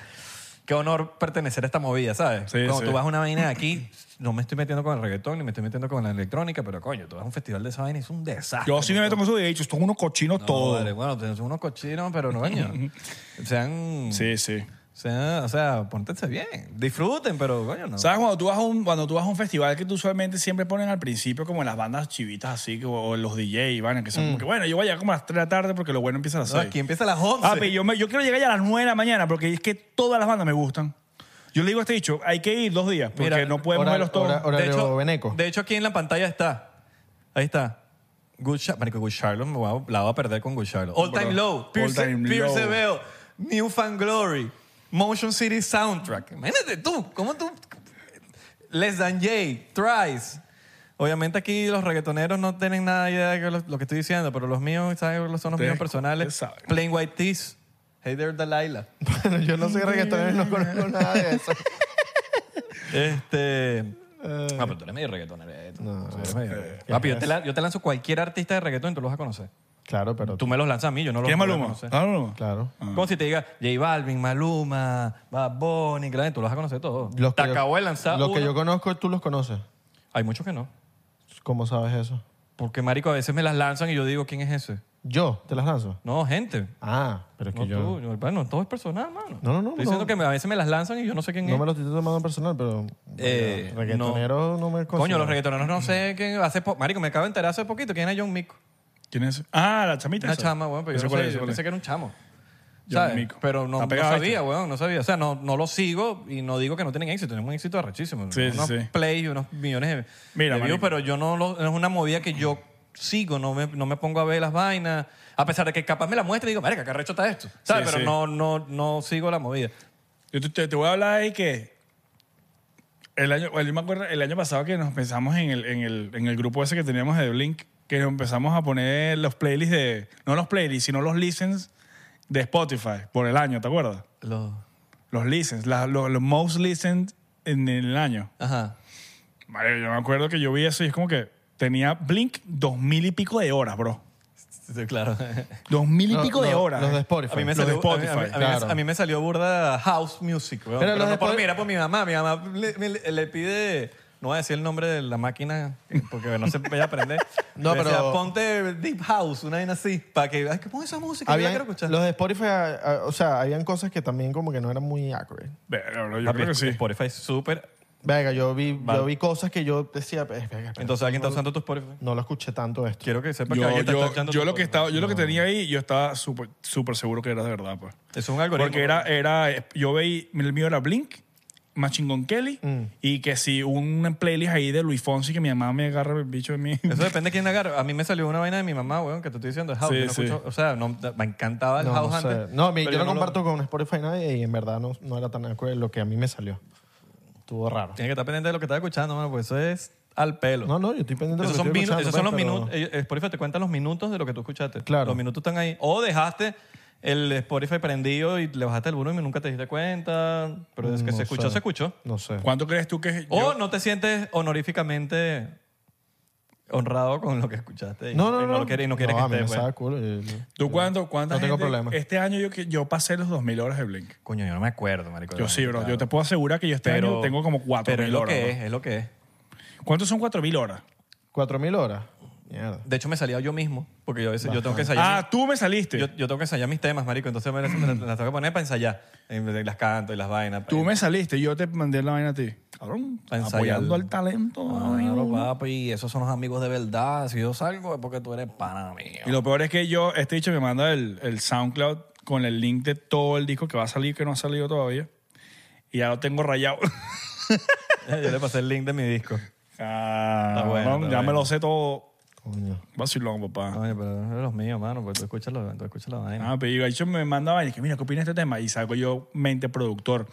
[SPEAKER 3] Qué honor pertenecer a esta movida, ¿sabes?
[SPEAKER 1] Sí,
[SPEAKER 3] Cuando
[SPEAKER 1] sí.
[SPEAKER 3] tú vas a una vaina de aquí, no me estoy metiendo con el reggaetón ni me estoy metiendo con la electrónica, pero coño, tú vas a un festival de esa vaina y es un desastre.
[SPEAKER 1] Yo sí me meto con eso de hecho, son unos cochinos
[SPEAKER 3] No,
[SPEAKER 1] todos.
[SPEAKER 3] vale, bueno, son unos cochinos, pero no,
[SPEAKER 1] [LAUGHS]
[SPEAKER 3] coño. Sean,
[SPEAKER 1] Sí, sí.
[SPEAKER 3] sean- o sea, póntense bien. Disfruten, pero coño, no.
[SPEAKER 1] ¿Sabes cuando tú, vas a un, cuando tú vas a un festival que tú usualmente siempre ponen al principio como las bandas chivitas así, que- o los DJ, van, que son como que, bueno, yo voy a llegar como a las 3 de la tarde porque lo bueno empieza a las
[SPEAKER 3] Mm. No,
[SPEAKER 1] 6.
[SPEAKER 3] aquí empieza a las 11.
[SPEAKER 1] Ah, pero yo, me- yo quiero llegar ya a las 9 de la mañana porque es que todas las bandas me gustan. Yo le digo a este dicho, hay que ir dos días porque
[SPEAKER 3] Mira,
[SPEAKER 1] no podemos
[SPEAKER 2] hora-
[SPEAKER 1] verlos todos.
[SPEAKER 2] hora- hora- Horario Beneco.
[SPEAKER 3] de hecho, aquí en la pantalla está. Ahí está. Good Charlotte. Marico, Good Charlotte me voy a- la voy a perder con Good Charlotte. All
[SPEAKER 1] Bro,
[SPEAKER 3] Time Low.
[SPEAKER 1] All
[SPEAKER 3] Pierce,
[SPEAKER 1] Time
[SPEAKER 3] Pierce
[SPEAKER 1] Low.
[SPEAKER 3] Veil, New Fan Glory. Motion City Soundtrack. Imagínate tú. ¿Cómo tú? Les Than J. Thrice. Obviamente aquí los reggaetoneros no tienen nada idea de lo, lo que estoy diciendo, pero los míos, ¿sabes? Son los
[SPEAKER 1] Ustedes-
[SPEAKER 3] míos personales.
[SPEAKER 1] ustedes saben.
[SPEAKER 3] Plain White Tees. Hey there, Delilah.
[SPEAKER 2] [LAUGHS] Bueno,
[SPEAKER 3] [LAUGHS]
[SPEAKER 2] yo no soy reggaetonero, no conozco nada de eso.
[SPEAKER 3] Este.
[SPEAKER 2] Eh.
[SPEAKER 3] Ah, pero tú eres medio reggaetonero. eh, tú- tú eres medio- Papi, yo te, la- yo te lanzo cualquier artista de reggaetón y tú los vas a conocer.
[SPEAKER 2] Claro, pero...
[SPEAKER 3] Tú me los lanzas a mí, yo no los
[SPEAKER 1] ¿Quieres
[SPEAKER 3] voy a
[SPEAKER 1] Maluma?
[SPEAKER 3] conocer.
[SPEAKER 1] Ah, Maluma.
[SPEAKER 2] Claro.
[SPEAKER 3] Como si te diga J Balvin, Maluma, Bad Bunny, claro, tú los vas a conocer todos.
[SPEAKER 2] Los
[SPEAKER 3] te
[SPEAKER 2] que yo-
[SPEAKER 3] acabo de lanzar
[SPEAKER 2] Los que
[SPEAKER 3] uno.
[SPEAKER 2] yo conozco, tú los conoces.
[SPEAKER 3] Hay muchos que no.
[SPEAKER 2] ¿Cómo sabes eso?
[SPEAKER 3] Porque, marico, a veces me las lanzan y yo digo, ¿quién es ese?
[SPEAKER 2] Yo, te las lanzo.
[SPEAKER 3] No, gente.
[SPEAKER 2] Ah, pero es que
[SPEAKER 3] No,
[SPEAKER 2] yo...
[SPEAKER 3] tú. Yo, bueno, todo es personal, mano.
[SPEAKER 2] No, no, no,
[SPEAKER 3] Estoy diciendo
[SPEAKER 2] no.
[SPEAKER 3] que me- a veces me las lanzan y yo no sé quién
[SPEAKER 2] No
[SPEAKER 3] es.
[SPEAKER 2] me lo estoy tomando en personal, pero...
[SPEAKER 3] Eh,
[SPEAKER 2] reggaetonero no. me
[SPEAKER 3] Coño,
[SPEAKER 2] considero.
[SPEAKER 3] los reggaetoneros no sé quién. Hace po- Marico, me acabo de enterar hace poquito quién era John Mico.
[SPEAKER 1] ¿Quién es? Ah, la chamita.
[SPEAKER 3] Una
[SPEAKER 1] esa.
[SPEAKER 3] chama, weón, pero
[SPEAKER 1] Ese
[SPEAKER 3] yo, no
[SPEAKER 1] cuál
[SPEAKER 3] sé,
[SPEAKER 1] es,
[SPEAKER 3] yo
[SPEAKER 1] cuál es.
[SPEAKER 3] pensé que era un chamo.
[SPEAKER 1] Yo
[SPEAKER 3] ¿sabes?
[SPEAKER 1] mico.
[SPEAKER 3] pero no,
[SPEAKER 1] Está
[SPEAKER 3] no
[SPEAKER 1] pegado,
[SPEAKER 3] sabía,
[SPEAKER 1] ¿viste?
[SPEAKER 3] weón, no sabía. O sea, no, no lo sigo y no digo que no tienen éxito. Tenemos un éxito arrechísimo.
[SPEAKER 1] Sí, sí,
[SPEAKER 3] unos
[SPEAKER 1] sí.
[SPEAKER 3] plays y unos millones de,
[SPEAKER 1] Mira,
[SPEAKER 3] de views,
[SPEAKER 1] marico.
[SPEAKER 3] pero yo no lo- no es una movida que yo sigo, no me, no me pongo a ver las vainas. A pesar de que capaz me la muestra y digo, marica, qué arrecho está esto. ¿Sabes?
[SPEAKER 1] Sí,
[SPEAKER 3] pero
[SPEAKER 1] sí.
[SPEAKER 3] No, no, no sigo la movida.
[SPEAKER 1] Yo te, te- te voy a hablar ahí que el año, bueno, yo me acuerdo el año pasado que nos pensamos en el, en el, en el grupo ese que teníamos de Blink, que nos empezamos a poner los playlists de, no los playlists, sino los listens de Spotify por el año, ¿te acuerdas?
[SPEAKER 3] Lo-
[SPEAKER 1] Los listens, la- lo- los, most listened en el año.
[SPEAKER 3] ajá.
[SPEAKER 1] Vale, yo me acuerdo que yo vi eso y es como que tenía Blink dos mil y pico de horas, bro.
[SPEAKER 3] Sí, [LAUGHS] claro.
[SPEAKER 1] Dos mil y
[SPEAKER 2] No,
[SPEAKER 1] pico de
[SPEAKER 2] los-
[SPEAKER 1] horas. eh.
[SPEAKER 2] Los de
[SPEAKER 3] eh.
[SPEAKER 2] Spotify.
[SPEAKER 3] A mí, me
[SPEAKER 1] Los
[SPEAKER 3] salió,
[SPEAKER 1] de Spotify,
[SPEAKER 3] a mí- a mí- a mí-
[SPEAKER 2] claro.
[SPEAKER 3] a mí me salió burda house music. weón.
[SPEAKER 2] Pero
[SPEAKER 3] Pero,
[SPEAKER 2] los
[SPEAKER 3] no
[SPEAKER 2] de
[SPEAKER 3] por
[SPEAKER 2] Spotify-
[SPEAKER 3] mira por mi mamá. Mi mamá le, me- le- le pide. No voy a decir el nombre de la máquina porque no se vaya a aprender.
[SPEAKER 2] [LAUGHS] No,
[SPEAKER 3] Le
[SPEAKER 2] pero-
[SPEAKER 3] decía, ponte Deep House, una vaina así, para que. Ay, que pon esa música. yo la
[SPEAKER 2] Habían-
[SPEAKER 3] quiero escuchar.
[SPEAKER 2] los de Spotify, ah, ah, o sea, habían cosas que también como que no eran muy eh. accurate.
[SPEAKER 1] Verga, bro, yo
[SPEAKER 3] Papi,
[SPEAKER 1] creo que sí.
[SPEAKER 3] Spotify es súper.
[SPEAKER 2] Venga, yo vi,
[SPEAKER 3] Vale.
[SPEAKER 2] yo vi cosas que yo decía, "Eh, venga, pero
[SPEAKER 3] Entonces alguien está usando tu Spotify.
[SPEAKER 2] no lo escuché tanto esto.
[SPEAKER 3] Quiero que sepa que
[SPEAKER 1] Yo,
[SPEAKER 3] alguien está
[SPEAKER 1] yo-
[SPEAKER 3] escuchando
[SPEAKER 1] yo
[SPEAKER 3] tu
[SPEAKER 1] lo que
[SPEAKER 3] Spotify.
[SPEAKER 1] estaba, yo lo que tenía ahí, yo estaba súper súper seguro que era de verdad, pues.
[SPEAKER 3] Eso es un algoritmo.
[SPEAKER 1] Porque era, era, yo veía, el mío era Blink, Machingón Kelly,
[SPEAKER 3] Mm.
[SPEAKER 1] y que si un playlist ahí de Luis Fonsi que mi mamá me agarra el bicho de mí.
[SPEAKER 3] [LAUGHS] Eso depende de quién la agarre. A mí me salió una vaina de mi mamá, weón, que te estoy diciendo, es house.
[SPEAKER 1] Sí,
[SPEAKER 3] yo no
[SPEAKER 1] sí.
[SPEAKER 3] escucho- o sea, no- me encantaba el
[SPEAKER 2] No,
[SPEAKER 3] house
[SPEAKER 2] no, sé.
[SPEAKER 3] antes.
[SPEAKER 2] No, mi-
[SPEAKER 3] pero
[SPEAKER 2] yo no
[SPEAKER 3] lo-
[SPEAKER 2] comparto con Spotify nadie y en verdad no, no era tan accurate lo que a mí me salió. Estuvo raro.
[SPEAKER 3] Tienes que estar pendiente de lo que estás escuchando, mano, porque eso es al pelo.
[SPEAKER 2] No, no, yo estoy pendiente de lo
[SPEAKER 3] Esos
[SPEAKER 2] que
[SPEAKER 3] son,
[SPEAKER 2] estoy
[SPEAKER 3] minu- esos son los
[SPEAKER 2] escuchando, pues,
[SPEAKER 3] minutos. eh, Spotify te cuenta los minutos de lo que tú escuchaste.
[SPEAKER 2] Claro.
[SPEAKER 3] Los minutos están ahí. O dejaste el Spotify prendido y le bajaste el volumen y nunca te diste cuenta. Pero es que
[SPEAKER 2] No
[SPEAKER 3] se escuchó,
[SPEAKER 2] sé.
[SPEAKER 3] se escuchó.
[SPEAKER 2] pero No sé.
[SPEAKER 1] ¿Cuánto crees tú que es?
[SPEAKER 3] O
[SPEAKER 1] yo-
[SPEAKER 3] no te sientes honoríficamente honrado con lo que escuchaste. y-
[SPEAKER 2] No, no,
[SPEAKER 3] y
[SPEAKER 2] no.
[SPEAKER 3] lo quieres, y no quieres que
[SPEAKER 2] a
[SPEAKER 3] pues.
[SPEAKER 2] mí
[SPEAKER 3] te
[SPEAKER 2] me
[SPEAKER 3] dé
[SPEAKER 2] sabe
[SPEAKER 3] cuenta.
[SPEAKER 2] culo, yo-
[SPEAKER 1] ¿Tú cuánto, cuánta
[SPEAKER 2] No tengo
[SPEAKER 1] gente-
[SPEAKER 2] problema.
[SPEAKER 1] Este año yo, que- yo pasé los 2.000 horas de Blink.
[SPEAKER 3] Coño, yo no me acuerdo, marico.
[SPEAKER 1] Yo sí, bro.
[SPEAKER 3] Claro.
[SPEAKER 1] Yo te puedo asegurar que yo este año tengo como
[SPEAKER 3] Pero es
[SPEAKER 1] 4.000
[SPEAKER 3] lo
[SPEAKER 1] horas.
[SPEAKER 3] que
[SPEAKER 1] bro.
[SPEAKER 3] es, es lo que es.
[SPEAKER 1] ¿Cuántos son 4.000 horas?
[SPEAKER 2] ¿Cuatro mil horas? Mierda.
[SPEAKER 3] De hecho, me salía yo mismo, porque yo a veces yo tengo que ensayar. mis-
[SPEAKER 1] Ah, tú me saliste.
[SPEAKER 3] Yo, yo tengo que ensayar mis temas, marico. Entonces me las, me las- las tengo que poner para ensayar. Y me- Las canto y las vainas.
[SPEAKER 1] tú me saliste. Yo te mandé la vaina a ti. Cabrón,
[SPEAKER 3] Pa' ensayar. Ah,
[SPEAKER 1] apoyando al talento. amigo.
[SPEAKER 3] Claro, papi. Esos son los amigos de verdad. Si yo salgo es porque tú eres pana mío.
[SPEAKER 1] Y lo peor es que yo, este dicho me manda el, el SoundCloud con el link de todo el disco que va a salir, que no ha salido todavía. Y ya lo tengo rayado.
[SPEAKER 3] [LAUGHS]
[SPEAKER 1] [LAUGHS]
[SPEAKER 3] yo le pasé el link de mi disco.
[SPEAKER 1] Ah,
[SPEAKER 3] Está bueno,
[SPEAKER 1] no,
[SPEAKER 3] está
[SPEAKER 1] ya me
[SPEAKER 3] bueno.
[SPEAKER 1] lo sé todo.
[SPEAKER 2] Coño.
[SPEAKER 1] Vacilón, papá.
[SPEAKER 3] Oye, pero es de los míos, mano. Porque tú escuchas, lo- tú escuchas la vaina.
[SPEAKER 1] Ah, pero el hecho me manda vainas que mira, ¿qué opinas de este tema? Y salgo yo, mente productor.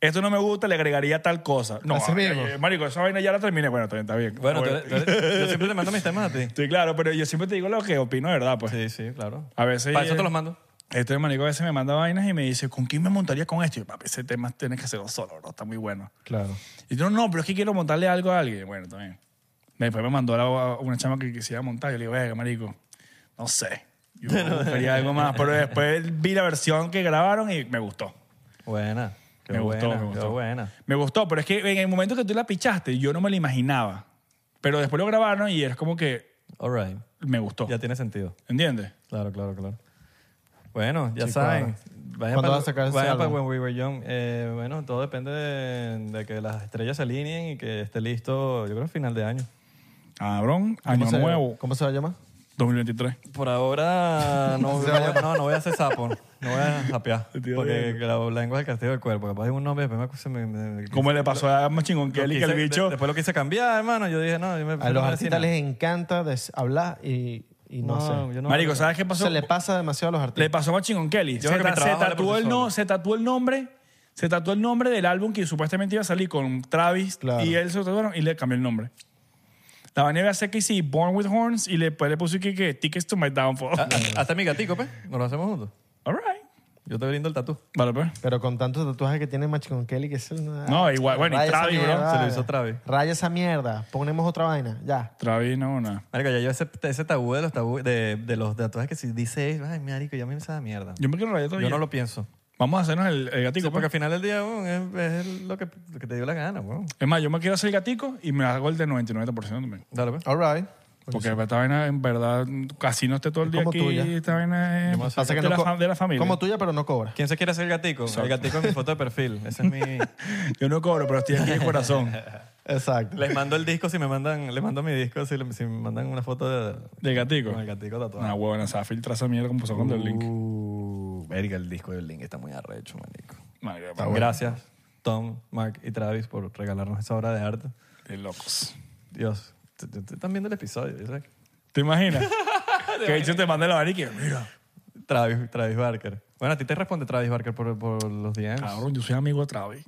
[SPEAKER 1] Esto no me gusta, le agregaría tal cosa. No,
[SPEAKER 2] Así
[SPEAKER 1] eh,
[SPEAKER 2] mismo.
[SPEAKER 1] eh, marico, esa vaina ya la terminé. Bueno, está bien, está bien.
[SPEAKER 3] bueno,
[SPEAKER 1] Ah,
[SPEAKER 3] tú
[SPEAKER 1] [LAUGHS]
[SPEAKER 3] eres- tú eres- yo siempre te mando mis temas a ti.
[SPEAKER 1] Sí, eh. claro, pero yo siempre te digo lo que opino, de ¿verdad? Pues
[SPEAKER 3] Sí, sí, claro.
[SPEAKER 1] a veces...
[SPEAKER 3] Para eso te los mando.
[SPEAKER 1] Este manico a veces me manda vainas y me dice, ¿con quién me montaría con esto? Y yo, papi, ese tema tienes que hacerlo solo, bro. Está muy bueno.
[SPEAKER 2] Claro.
[SPEAKER 1] Y yo, no, pero es que quiero montarle algo a alguien. Bueno, también. Después me mandó la- una chama que quisiera montar. Yo le digo, venga, marico, no sé.
[SPEAKER 3] [LAUGHS]
[SPEAKER 1] Yo quería algo más. Pero después vi la versión que grabaron y me gustó.
[SPEAKER 3] Buena. Qué
[SPEAKER 1] me
[SPEAKER 3] buena,
[SPEAKER 1] gustó, me
[SPEAKER 3] qué
[SPEAKER 1] gustó.
[SPEAKER 3] buena.
[SPEAKER 1] Me gustó, pero es que en el momento que tú la pichaste, yo no me la imaginaba. Pero después lo grabaron y es como que
[SPEAKER 3] All right.
[SPEAKER 1] me gustó.
[SPEAKER 3] Ya tiene sentido.
[SPEAKER 1] ¿Entiendes?
[SPEAKER 3] Claro, claro, claro. Bueno, ya
[SPEAKER 2] Sí,
[SPEAKER 3] saben.
[SPEAKER 2] claro.
[SPEAKER 3] Vayan
[SPEAKER 2] ¿Cuándo
[SPEAKER 3] para-
[SPEAKER 2] vas a sacar ese
[SPEAKER 3] vayan para
[SPEAKER 2] álbum?
[SPEAKER 3] When We Were Young. Eh, bueno, todo depende de, de que las estrellas se alineen y que esté listo, yo creo, a final de año.
[SPEAKER 1] Cabrón,
[SPEAKER 2] ¿Cómo
[SPEAKER 1] año
[SPEAKER 2] se-
[SPEAKER 1] nuevo,
[SPEAKER 2] ¿Cómo se va a llamar?
[SPEAKER 1] 2023.
[SPEAKER 3] Por [LAUGHS] ahora no,
[SPEAKER 2] Se
[SPEAKER 3] no,
[SPEAKER 2] vaya.
[SPEAKER 3] no, no voy a hacer sapo. No voy a [LAUGHS] sapear.
[SPEAKER 1] Te iba
[SPEAKER 3] Porque
[SPEAKER 1] bien.
[SPEAKER 3] la lengua es el castigo del cuerpo. Capaz de un nombre, después me, se me, me-
[SPEAKER 1] ¿Cómo le pasó a Machingón
[SPEAKER 3] lo
[SPEAKER 1] Kelly que
[SPEAKER 3] quise-
[SPEAKER 1] el bicho?
[SPEAKER 3] de- después lo quise cambiar, hermano. Yo dije, no, yo me,
[SPEAKER 2] A los
[SPEAKER 3] me
[SPEAKER 2] artistas
[SPEAKER 3] vecina.
[SPEAKER 2] les encanta des- hablar y, y no, sé.
[SPEAKER 3] yo no-
[SPEAKER 1] Marico, ¿sabes qué pasó?
[SPEAKER 2] Se le pasa demasiado a los
[SPEAKER 1] Le
[SPEAKER 2] artistas.
[SPEAKER 1] pasó a Machingón Kelly.
[SPEAKER 3] Yo creo
[SPEAKER 1] se,
[SPEAKER 3] que mi
[SPEAKER 1] ta- se
[SPEAKER 3] trabajo vale
[SPEAKER 1] tatuó
[SPEAKER 3] por sí
[SPEAKER 1] el no,
[SPEAKER 3] solo.
[SPEAKER 1] se tatuó el nombre. Se tatuó el nombre del álbum que supuestamente iba a salir con Travis
[SPEAKER 2] Claro.
[SPEAKER 1] y él se lo tatuaron y le cambió el nombre. La vaina iba a ser que sí, Born with Horns y le, pues, le puso que, que Tickets to My Downfall.
[SPEAKER 3] Ah, ah, Hasta mi gatico, pues. Nos lo hacemos juntos.
[SPEAKER 1] All right.
[SPEAKER 3] Yo te brindo el tatú.
[SPEAKER 1] Vale, pues.
[SPEAKER 2] Pero con tantos tatuajes que tiene Machicon Kelly, que es una.
[SPEAKER 1] No, igual, bueno,
[SPEAKER 2] Raya
[SPEAKER 1] y
[SPEAKER 2] esa
[SPEAKER 1] Travis, bro.
[SPEAKER 2] mierda,
[SPEAKER 3] Se lo hizo
[SPEAKER 2] vale.
[SPEAKER 3] Travis.
[SPEAKER 2] Raya esa mierda. Ponemos otra vaina. Ya.
[SPEAKER 1] Travis, no, nada.
[SPEAKER 3] Marico, ya yo ese, ese tabú de los tabú, de, de los tatuajes que si dice, ay, marico, ya me sabe mierda.
[SPEAKER 1] Yo me quiero rayar todavía.
[SPEAKER 3] Yo no lo pienso.
[SPEAKER 1] Vamos a hacernos el, el
[SPEAKER 3] Sí,
[SPEAKER 1] gatico.
[SPEAKER 3] porque al
[SPEAKER 1] pues.
[SPEAKER 3] final del día, weón, es, es lo, que, lo que te dio la gana, weón.
[SPEAKER 1] Es más, yo me quiero hacer el gatico y me hago el del 99% también.
[SPEAKER 3] Dale, pues.
[SPEAKER 2] All right.
[SPEAKER 1] Porque esta vaina, en verdad, casi no esté todo el
[SPEAKER 2] Es
[SPEAKER 1] día
[SPEAKER 2] como
[SPEAKER 1] aquí.
[SPEAKER 2] tuya.
[SPEAKER 1] Esta vaina es
[SPEAKER 2] Pasa que
[SPEAKER 1] de,
[SPEAKER 2] no
[SPEAKER 1] la,
[SPEAKER 2] co-
[SPEAKER 1] fa- de la familia.
[SPEAKER 2] Como tuya, pero no cobra.
[SPEAKER 3] ¿Quién se quiere hacer el gatico? El gatico es mi foto de perfil. Ese es [LAUGHS] mi...
[SPEAKER 1] Yo no cobro, pero estoy aquí de corazón.
[SPEAKER 2] [LAUGHS] Exacto.
[SPEAKER 3] Les mando el disco si me mandan... Les mando mi disco si, le- si me mandan una foto de...
[SPEAKER 1] ¿Del gatico?
[SPEAKER 3] Con el gatico tatuado.
[SPEAKER 1] Una huevona, se va a filtrar esa mierda como pasó Ah, con el link.
[SPEAKER 3] Uh, verga, el disco del Link está muy arrecho, marico.
[SPEAKER 1] Madre,
[SPEAKER 3] Gracias, Tom, Mark y Travis por regalarnos esa obra de arte.
[SPEAKER 1] De locos.
[SPEAKER 3] Dios, te- te- te están viendo el episodio, yo sé que-
[SPEAKER 2] [LAUGHS]
[SPEAKER 1] ¿Te imaginas? que de hecho te mandé la varica y mira,
[SPEAKER 3] Travis, Travis Barker. Bueno, a ti te responde Travis Barker por, por los DMs.
[SPEAKER 1] cabrón, yo soy amigo de Travis.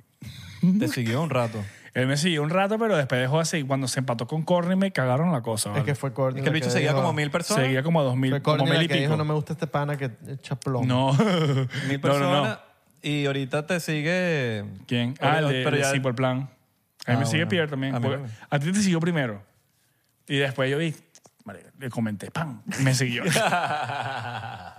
[SPEAKER 3] Te siguió un [LAUGHS] rato.
[SPEAKER 1] Él me siguió un rato, pero después dejó así. Cuando se empató con Corny, me cagaron la cosa.
[SPEAKER 2] Es
[SPEAKER 1] ¿vale?
[SPEAKER 2] que fue Courtney
[SPEAKER 3] Es que el
[SPEAKER 2] la
[SPEAKER 3] bicho seguía
[SPEAKER 2] dijo-
[SPEAKER 3] como mil personas.
[SPEAKER 1] Seguía como a dos mil,
[SPEAKER 2] Fue
[SPEAKER 1] como
[SPEAKER 2] Courtney
[SPEAKER 1] mil
[SPEAKER 2] la
[SPEAKER 1] y
[SPEAKER 2] que dijo,
[SPEAKER 1] pico.
[SPEAKER 2] no me gusta este pana que echa plomo.
[SPEAKER 1] No.
[SPEAKER 2] [LAUGHS]
[SPEAKER 1] [LAUGHS]
[SPEAKER 3] Mil
[SPEAKER 1] no,
[SPEAKER 3] personas.
[SPEAKER 1] no, no.
[SPEAKER 3] Y ahorita te [LAUGHS] sigue...
[SPEAKER 1] ¿Quién? Ah, el de,
[SPEAKER 3] Pero
[SPEAKER 1] de
[SPEAKER 3] ya-
[SPEAKER 1] Simple Plan. A mí
[SPEAKER 3] Ah,
[SPEAKER 1] me sigue
[SPEAKER 3] bueno.
[SPEAKER 1] Pierre también.
[SPEAKER 3] A mí
[SPEAKER 1] porque-
[SPEAKER 3] también.
[SPEAKER 1] A, ti te siguió primero. Y después yo vi, marico, le comenté, ¡pam! Me siguió.
[SPEAKER 3] estaba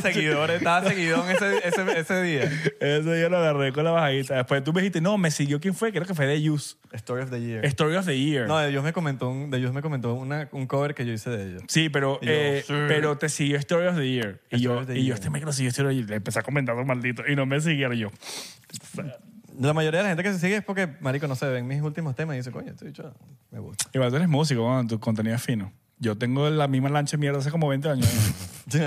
[SPEAKER 3] seguidor, estaba seguidón ese, ese, ese día.
[SPEAKER 1] [LAUGHS] Eso yo lo agarré con la bajadita. Después tú me dijiste, no, me siguió quién fue, creo que fue de Yus.
[SPEAKER 3] Story of the Year.
[SPEAKER 1] Story of the Year.
[SPEAKER 3] No, de Dios me comentó un, de Dios me comentó una, un cover que yo hice de ellos.
[SPEAKER 1] sí, pero,
[SPEAKER 3] Y yo,
[SPEAKER 1] eh,
[SPEAKER 3] sí.
[SPEAKER 1] pero te siguió Story of the Year. Y
[SPEAKER 3] Story
[SPEAKER 1] yo,
[SPEAKER 3] of the
[SPEAKER 1] y yo,
[SPEAKER 3] Year.
[SPEAKER 1] este me lo siguió Story of the Year. Le empecé a comentar los malditos y no me siguieron yo.
[SPEAKER 3] La mayoría de la gente que se sigue es porque, marico, no se ven mis últimos temas y dice, coño, estoy dicho, me gusta. [LAUGHS]
[SPEAKER 1] Igual tú eres músico, ¿no? tu contenido es fino. Yo tengo la misma lancha de mierda hace como 20 años. ¿no?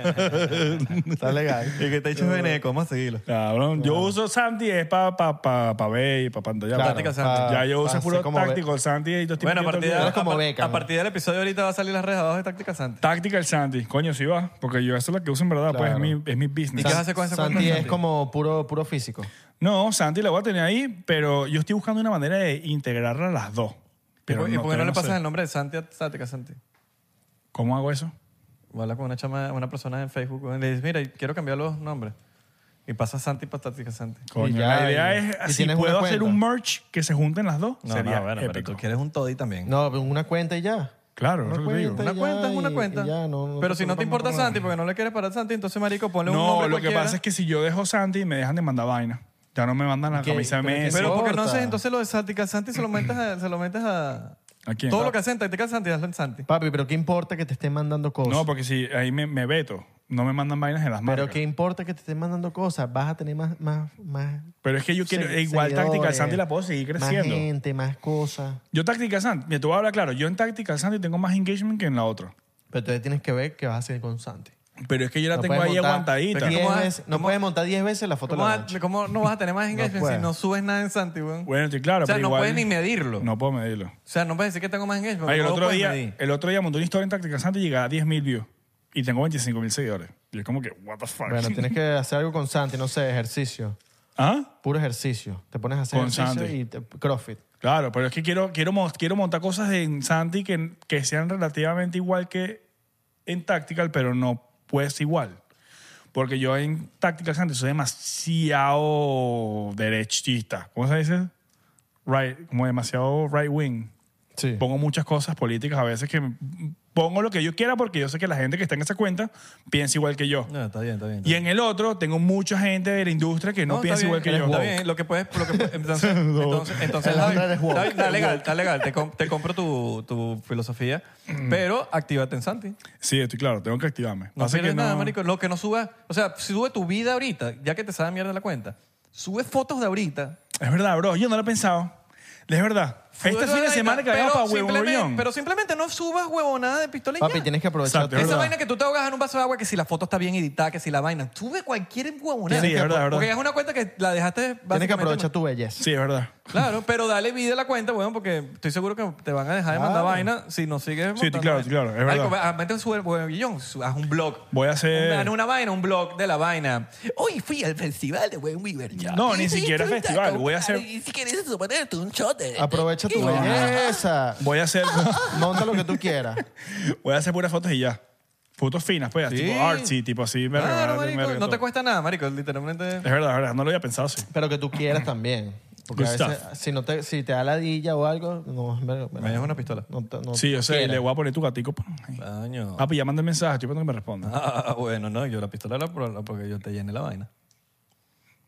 [SPEAKER 2] Está legal.
[SPEAKER 3] y que te dicho, veneco, vamos a seguirlo.
[SPEAKER 1] Cabrón, yo uso Santi es para pa, pa, pa ver y para pantalla.
[SPEAKER 2] Claro,
[SPEAKER 3] Táctica Santi.
[SPEAKER 2] pa-
[SPEAKER 1] ya yo
[SPEAKER 2] pa
[SPEAKER 1] uso
[SPEAKER 2] hacer
[SPEAKER 1] puro
[SPEAKER 2] como ve-
[SPEAKER 1] táctico el Santi y yo estoy
[SPEAKER 3] Bueno, a
[SPEAKER 1] metiendo
[SPEAKER 3] partir, de,
[SPEAKER 1] todo el
[SPEAKER 2] Eres como
[SPEAKER 3] a par-
[SPEAKER 2] Beckham.
[SPEAKER 3] a partir del episodio ahorita va a salir las redes abajo de Táctica Santa.
[SPEAKER 1] Táctica el Santi. Coño, sí va. Porque yo eso es lo que uso en verdad, pues es
[SPEAKER 2] Claro.
[SPEAKER 1] mi, es mi
[SPEAKER 3] ¿Y
[SPEAKER 1] business.
[SPEAKER 3] qué vas a hacer con esa cuenta,
[SPEAKER 2] Santi es
[SPEAKER 3] Santi?
[SPEAKER 2] como puro, puro físico.
[SPEAKER 1] No, Santi la voy a tener ahí, pero yo estoy buscando una manera de integrarla a las dos.
[SPEAKER 3] ¿Y
[SPEAKER 1] Pero
[SPEAKER 3] por- ¿Y por qué no,
[SPEAKER 1] todavía
[SPEAKER 3] le pasas
[SPEAKER 1] sé.
[SPEAKER 3] el nombre de Santi a Táctica Santi?
[SPEAKER 1] ¿Cómo hago eso?
[SPEAKER 3] O hablas con una chama, una persona en Facebook, y le dices, mira, quiero cambiar los nombres. Y pasa Santi para Táctica Santi.
[SPEAKER 1] Coño,
[SPEAKER 2] ya,
[SPEAKER 1] la idea
[SPEAKER 2] y- y
[SPEAKER 1] es, si
[SPEAKER 2] tienes una
[SPEAKER 1] puedo hacer
[SPEAKER 2] cuenta.
[SPEAKER 1] un merch que se junten las dos,
[SPEAKER 3] No,
[SPEAKER 1] sería
[SPEAKER 3] no, bueno, pero
[SPEAKER 1] épico.
[SPEAKER 3] tú quieres un toddy también.
[SPEAKER 2] No, una cuenta y ya.
[SPEAKER 1] Claro,
[SPEAKER 2] Una
[SPEAKER 1] eso es lo que digo.
[SPEAKER 2] cuenta
[SPEAKER 3] Una
[SPEAKER 2] ya,
[SPEAKER 3] cuenta es una
[SPEAKER 2] y-
[SPEAKER 3] cuenta.
[SPEAKER 2] y ya, no- no
[SPEAKER 3] pero
[SPEAKER 2] te
[SPEAKER 3] si no te
[SPEAKER 2] preocupas
[SPEAKER 3] importa
[SPEAKER 2] más por nada.
[SPEAKER 3] Santi, porque no le quieres parar a Santi, entonces, marico, ponle un
[SPEAKER 1] No,
[SPEAKER 3] nombre
[SPEAKER 1] lo que
[SPEAKER 3] cualquiera.
[SPEAKER 1] pasa es que si yo dejo Santi, me dejan de mandar vaina. Ya no me mandan la
[SPEAKER 2] ¿Qué?
[SPEAKER 1] camisa de
[SPEAKER 2] ¿Pero qué
[SPEAKER 1] Messi.
[SPEAKER 3] Pero porque no
[SPEAKER 2] importa.
[SPEAKER 3] haces entonces lo de Táctica Santi, se lo metes a... Se lo metes a
[SPEAKER 1] ¿A quién?
[SPEAKER 3] Todo lo que haces en Táctica Santi, hazlo en Santi.
[SPEAKER 2] Papi, pero ¿qué importa que te estén mandando cosas?
[SPEAKER 1] No, porque si ahí me, me veto. No me mandan vainas en las
[SPEAKER 2] pero
[SPEAKER 1] marcas.
[SPEAKER 2] ¿qué importa que te estén mandando cosas? Vas a tener más... más, más
[SPEAKER 1] Pero es que yo quiero...
[SPEAKER 2] se-
[SPEAKER 1] igual Táctica
[SPEAKER 2] seguidores,
[SPEAKER 1] Santi la puedo seguir creciendo.
[SPEAKER 2] Más gente, más cosas.
[SPEAKER 1] Yo Táctica Santi... Mira, tú vas a hablar claro. Yo en Táctica Santi tengo más engagement que en la otra.
[SPEAKER 2] Pero entonces tienes que ver qué vas a hacer con Santi.
[SPEAKER 1] Pero es que yo la tengo
[SPEAKER 2] puedes
[SPEAKER 1] ahí
[SPEAKER 2] montar
[SPEAKER 1] aguantadita.
[SPEAKER 2] diez
[SPEAKER 3] ¿Cómo vas-
[SPEAKER 2] veces- no
[SPEAKER 3] cómo-
[SPEAKER 2] puedes montar 10 veces la foto de
[SPEAKER 3] ¿Cómo,
[SPEAKER 2] la
[SPEAKER 3] vas-
[SPEAKER 2] noche.
[SPEAKER 3] cómo no vas a tener más engagement si
[SPEAKER 2] puedes.
[SPEAKER 3] no subes nada en Santi, weón?
[SPEAKER 1] Bueno, estoy claro,
[SPEAKER 3] O sea,
[SPEAKER 1] pero
[SPEAKER 3] no
[SPEAKER 1] igual-
[SPEAKER 3] puedes ni medirlo.
[SPEAKER 1] No puedo medirlo.
[SPEAKER 3] O sea, no puedes decir que tengo más engagement.
[SPEAKER 1] Ay,
[SPEAKER 3] porque
[SPEAKER 1] el,
[SPEAKER 3] no lo
[SPEAKER 1] otro
[SPEAKER 3] puedes
[SPEAKER 1] día,
[SPEAKER 3] medir.
[SPEAKER 1] el otro día monté una historia en Táctica Santi y llegaba a 10.000 views. Y tengo 25.000 seguidores. Y es como que, what the
[SPEAKER 3] [LAUGHS]
[SPEAKER 1] fuck. [LAUGHS]
[SPEAKER 2] Bueno, tienes que hacer algo con Santi, no sé, ejercicio.
[SPEAKER 1] ¿Ah?
[SPEAKER 2] Puro ejercicio. Te pones a hacer
[SPEAKER 1] Con
[SPEAKER 2] ejercicio
[SPEAKER 1] Santi.
[SPEAKER 2] y te- crossfit.
[SPEAKER 1] Claro, pero es que quiero, quiero, mos- quiero montar cosas en Santi que, que sean relativamente igual que en Tactical, pero no pues igual. Porque yo en tácticas antes soy demasiado derechista. ¿Cómo se dice? Right, como demasiado right wing.
[SPEAKER 2] Sí.
[SPEAKER 1] Pongo muchas cosas políticas a veces que pongo lo que yo quiera porque yo sé que la gente que está en esa cuenta piensa igual que yo.
[SPEAKER 3] No, está bien, está bien. está
[SPEAKER 1] Y
[SPEAKER 3] bien.
[SPEAKER 1] en el otro tengo mucha gente de la industria que no,
[SPEAKER 3] está
[SPEAKER 1] piensa
[SPEAKER 3] bien,
[SPEAKER 1] igual que yo.
[SPEAKER 3] Está bien, lo que puedes. Lo que puedes-
[SPEAKER 1] [LAUGHS]
[SPEAKER 3] entonces, entonces, entonces,
[SPEAKER 2] El
[SPEAKER 3] David,
[SPEAKER 2] Andrés es woke.
[SPEAKER 3] David, está legal, está legal. Te, com- te compro tu, tu filosofía,
[SPEAKER 1] Mm.
[SPEAKER 3] pero actívate en Santi.
[SPEAKER 1] Sí, estoy claro, tengo que activarme.
[SPEAKER 3] No
[SPEAKER 1] Pasa que
[SPEAKER 3] pierdes nada,
[SPEAKER 1] no-
[SPEAKER 3] marico. Lo que no subas, o sea, si sube tu vida ahorita, ya que te sabe mierda la cuenta, sube fotos de ahorita.
[SPEAKER 1] Es verdad, bro. Yo no lo he pensado. Es verdad. Este
[SPEAKER 3] Fotos
[SPEAKER 1] fin de
[SPEAKER 3] ahorita,
[SPEAKER 1] semana que
[SPEAKER 3] pero
[SPEAKER 1] vayamos para Huevo
[SPEAKER 3] simplemente-
[SPEAKER 1] Gorrión.
[SPEAKER 3] Pero simplemente no subas huevonada de pistola y
[SPEAKER 2] Papi,
[SPEAKER 3] ya.
[SPEAKER 2] tienes que aprovechar.
[SPEAKER 1] Exacto,
[SPEAKER 2] tu-
[SPEAKER 1] es
[SPEAKER 3] Esa
[SPEAKER 1] verdad.
[SPEAKER 3] vaina que tú te ahogas en un vaso de agua, que si la foto está bien editada, que si la vaina. Sube cualquier huevonada.
[SPEAKER 1] Sí, es verdad, es verdad.
[SPEAKER 3] Porque es una cuenta que la dejaste.
[SPEAKER 2] Tienes que
[SPEAKER 3] básicamente-
[SPEAKER 2] aprovechar tu belleza.
[SPEAKER 1] Sí, es verdad.
[SPEAKER 3] Claro, pero dale vida a la cuenta, weón, porque estoy seguro que te van a dejar de mandar
[SPEAKER 2] Claro.
[SPEAKER 3] vaina si no sigues.
[SPEAKER 1] Sí,
[SPEAKER 3] montando
[SPEAKER 1] claro,
[SPEAKER 3] vaina.
[SPEAKER 1] claro, es verdad.
[SPEAKER 3] Marico, va- mete su huevillón, su- haz un blog.
[SPEAKER 1] Voy a hacer-
[SPEAKER 3] Un- haz una vaina, un blog de la vaina. Hoy fui al festival de Wayne Weaver. ya.
[SPEAKER 1] No, ni
[SPEAKER 3] Y-
[SPEAKER 1] siquiera
[SPEAKER 3] y-
[SPEAKER 1] festival, voy a hacer-
[SPEAKER 3] Y si quieres suponerte un shot de-
[SPEAKER 2] Aprovecha
[SPEAKER 3] [LAUGHS]
[SPEAKER 2] tu belleza.
[SPEAKER 1] Voy a hacer,
[SPEAKER 2] Monta lo que tú quieras.
[SPEAKER 1] voy a hacer puras fotos y ya. Fotos finas, pues,
[SPEAKER 3] Sí.
[SPEAKER 1] tipo artsy, tipo así. verga,
[SPEAKER 3] Claro,
[SPEAKER 1] verga,
[SPEAKER 3] marico,
[SPEAKER 1] verga,
[SPEAKER 3] no te
[SPEAKER 1] todo. Eh,
[SPEAKER 3] cuesta nada, marico, literalmente.
[SPEAKER 1] Es verdad, es verdad. No lo había pensado así.
[SPEAKER 2] Pero que tú quieras también. Porque
[SPEAKER 1] Good
[SPEAKER 2] a veces,
[SPEAKER 1] stuff.
[SPEAKER 2] si, no te, si te da ladilla o algo, no, verga,
[SPEAKER 3] Me dejas una pistola.
[SPEAKER 2] no te- no
[SPEAKER 1] Sí, yo sé.
[SPEAKER 2] quieras.
[SPEAKER 1] Le voy a poner tu gatico. pa. Ay.
[SPEAKER 3] Coño.
[SPEAKER 1] Ah, pues ya manda el mensaje. Estoy esperando que me responda.
[SPEAKER 3] Ah, bueno, no, yo la pistola la pro- la- porque yo te llené la vaina.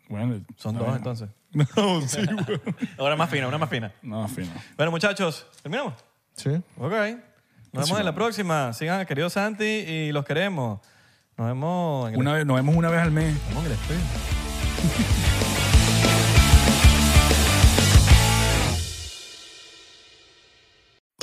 [SPEAKER 1] Bueno,
[SPEAKER 3] Son
[SPEAKER 1] está
[SPEAKER 3] dos
[SPEAKER 1] bien.
[SPEAKER 3] entonces.
[SPEAKER 1] [LAUGHS] No, sí, güey.
[SPEAKER 3] [LAUGHS] Ahora más fina, Ah, una más fina.
[SPEAKER 1] No, fino.
[SPEAKER 3] Bueno, muchachos, terminamos.
[SPEAKER 2] Sí.
[SPEAKER 3] Ok. Nos vemos en la próxima. Sigan, querido Santi, y los queremos. Nos vemos en el,
[SPEAKER 1] Una vez, nos vemos una vez al mes.
[SPEAKER 3] nos vemos en el estudio.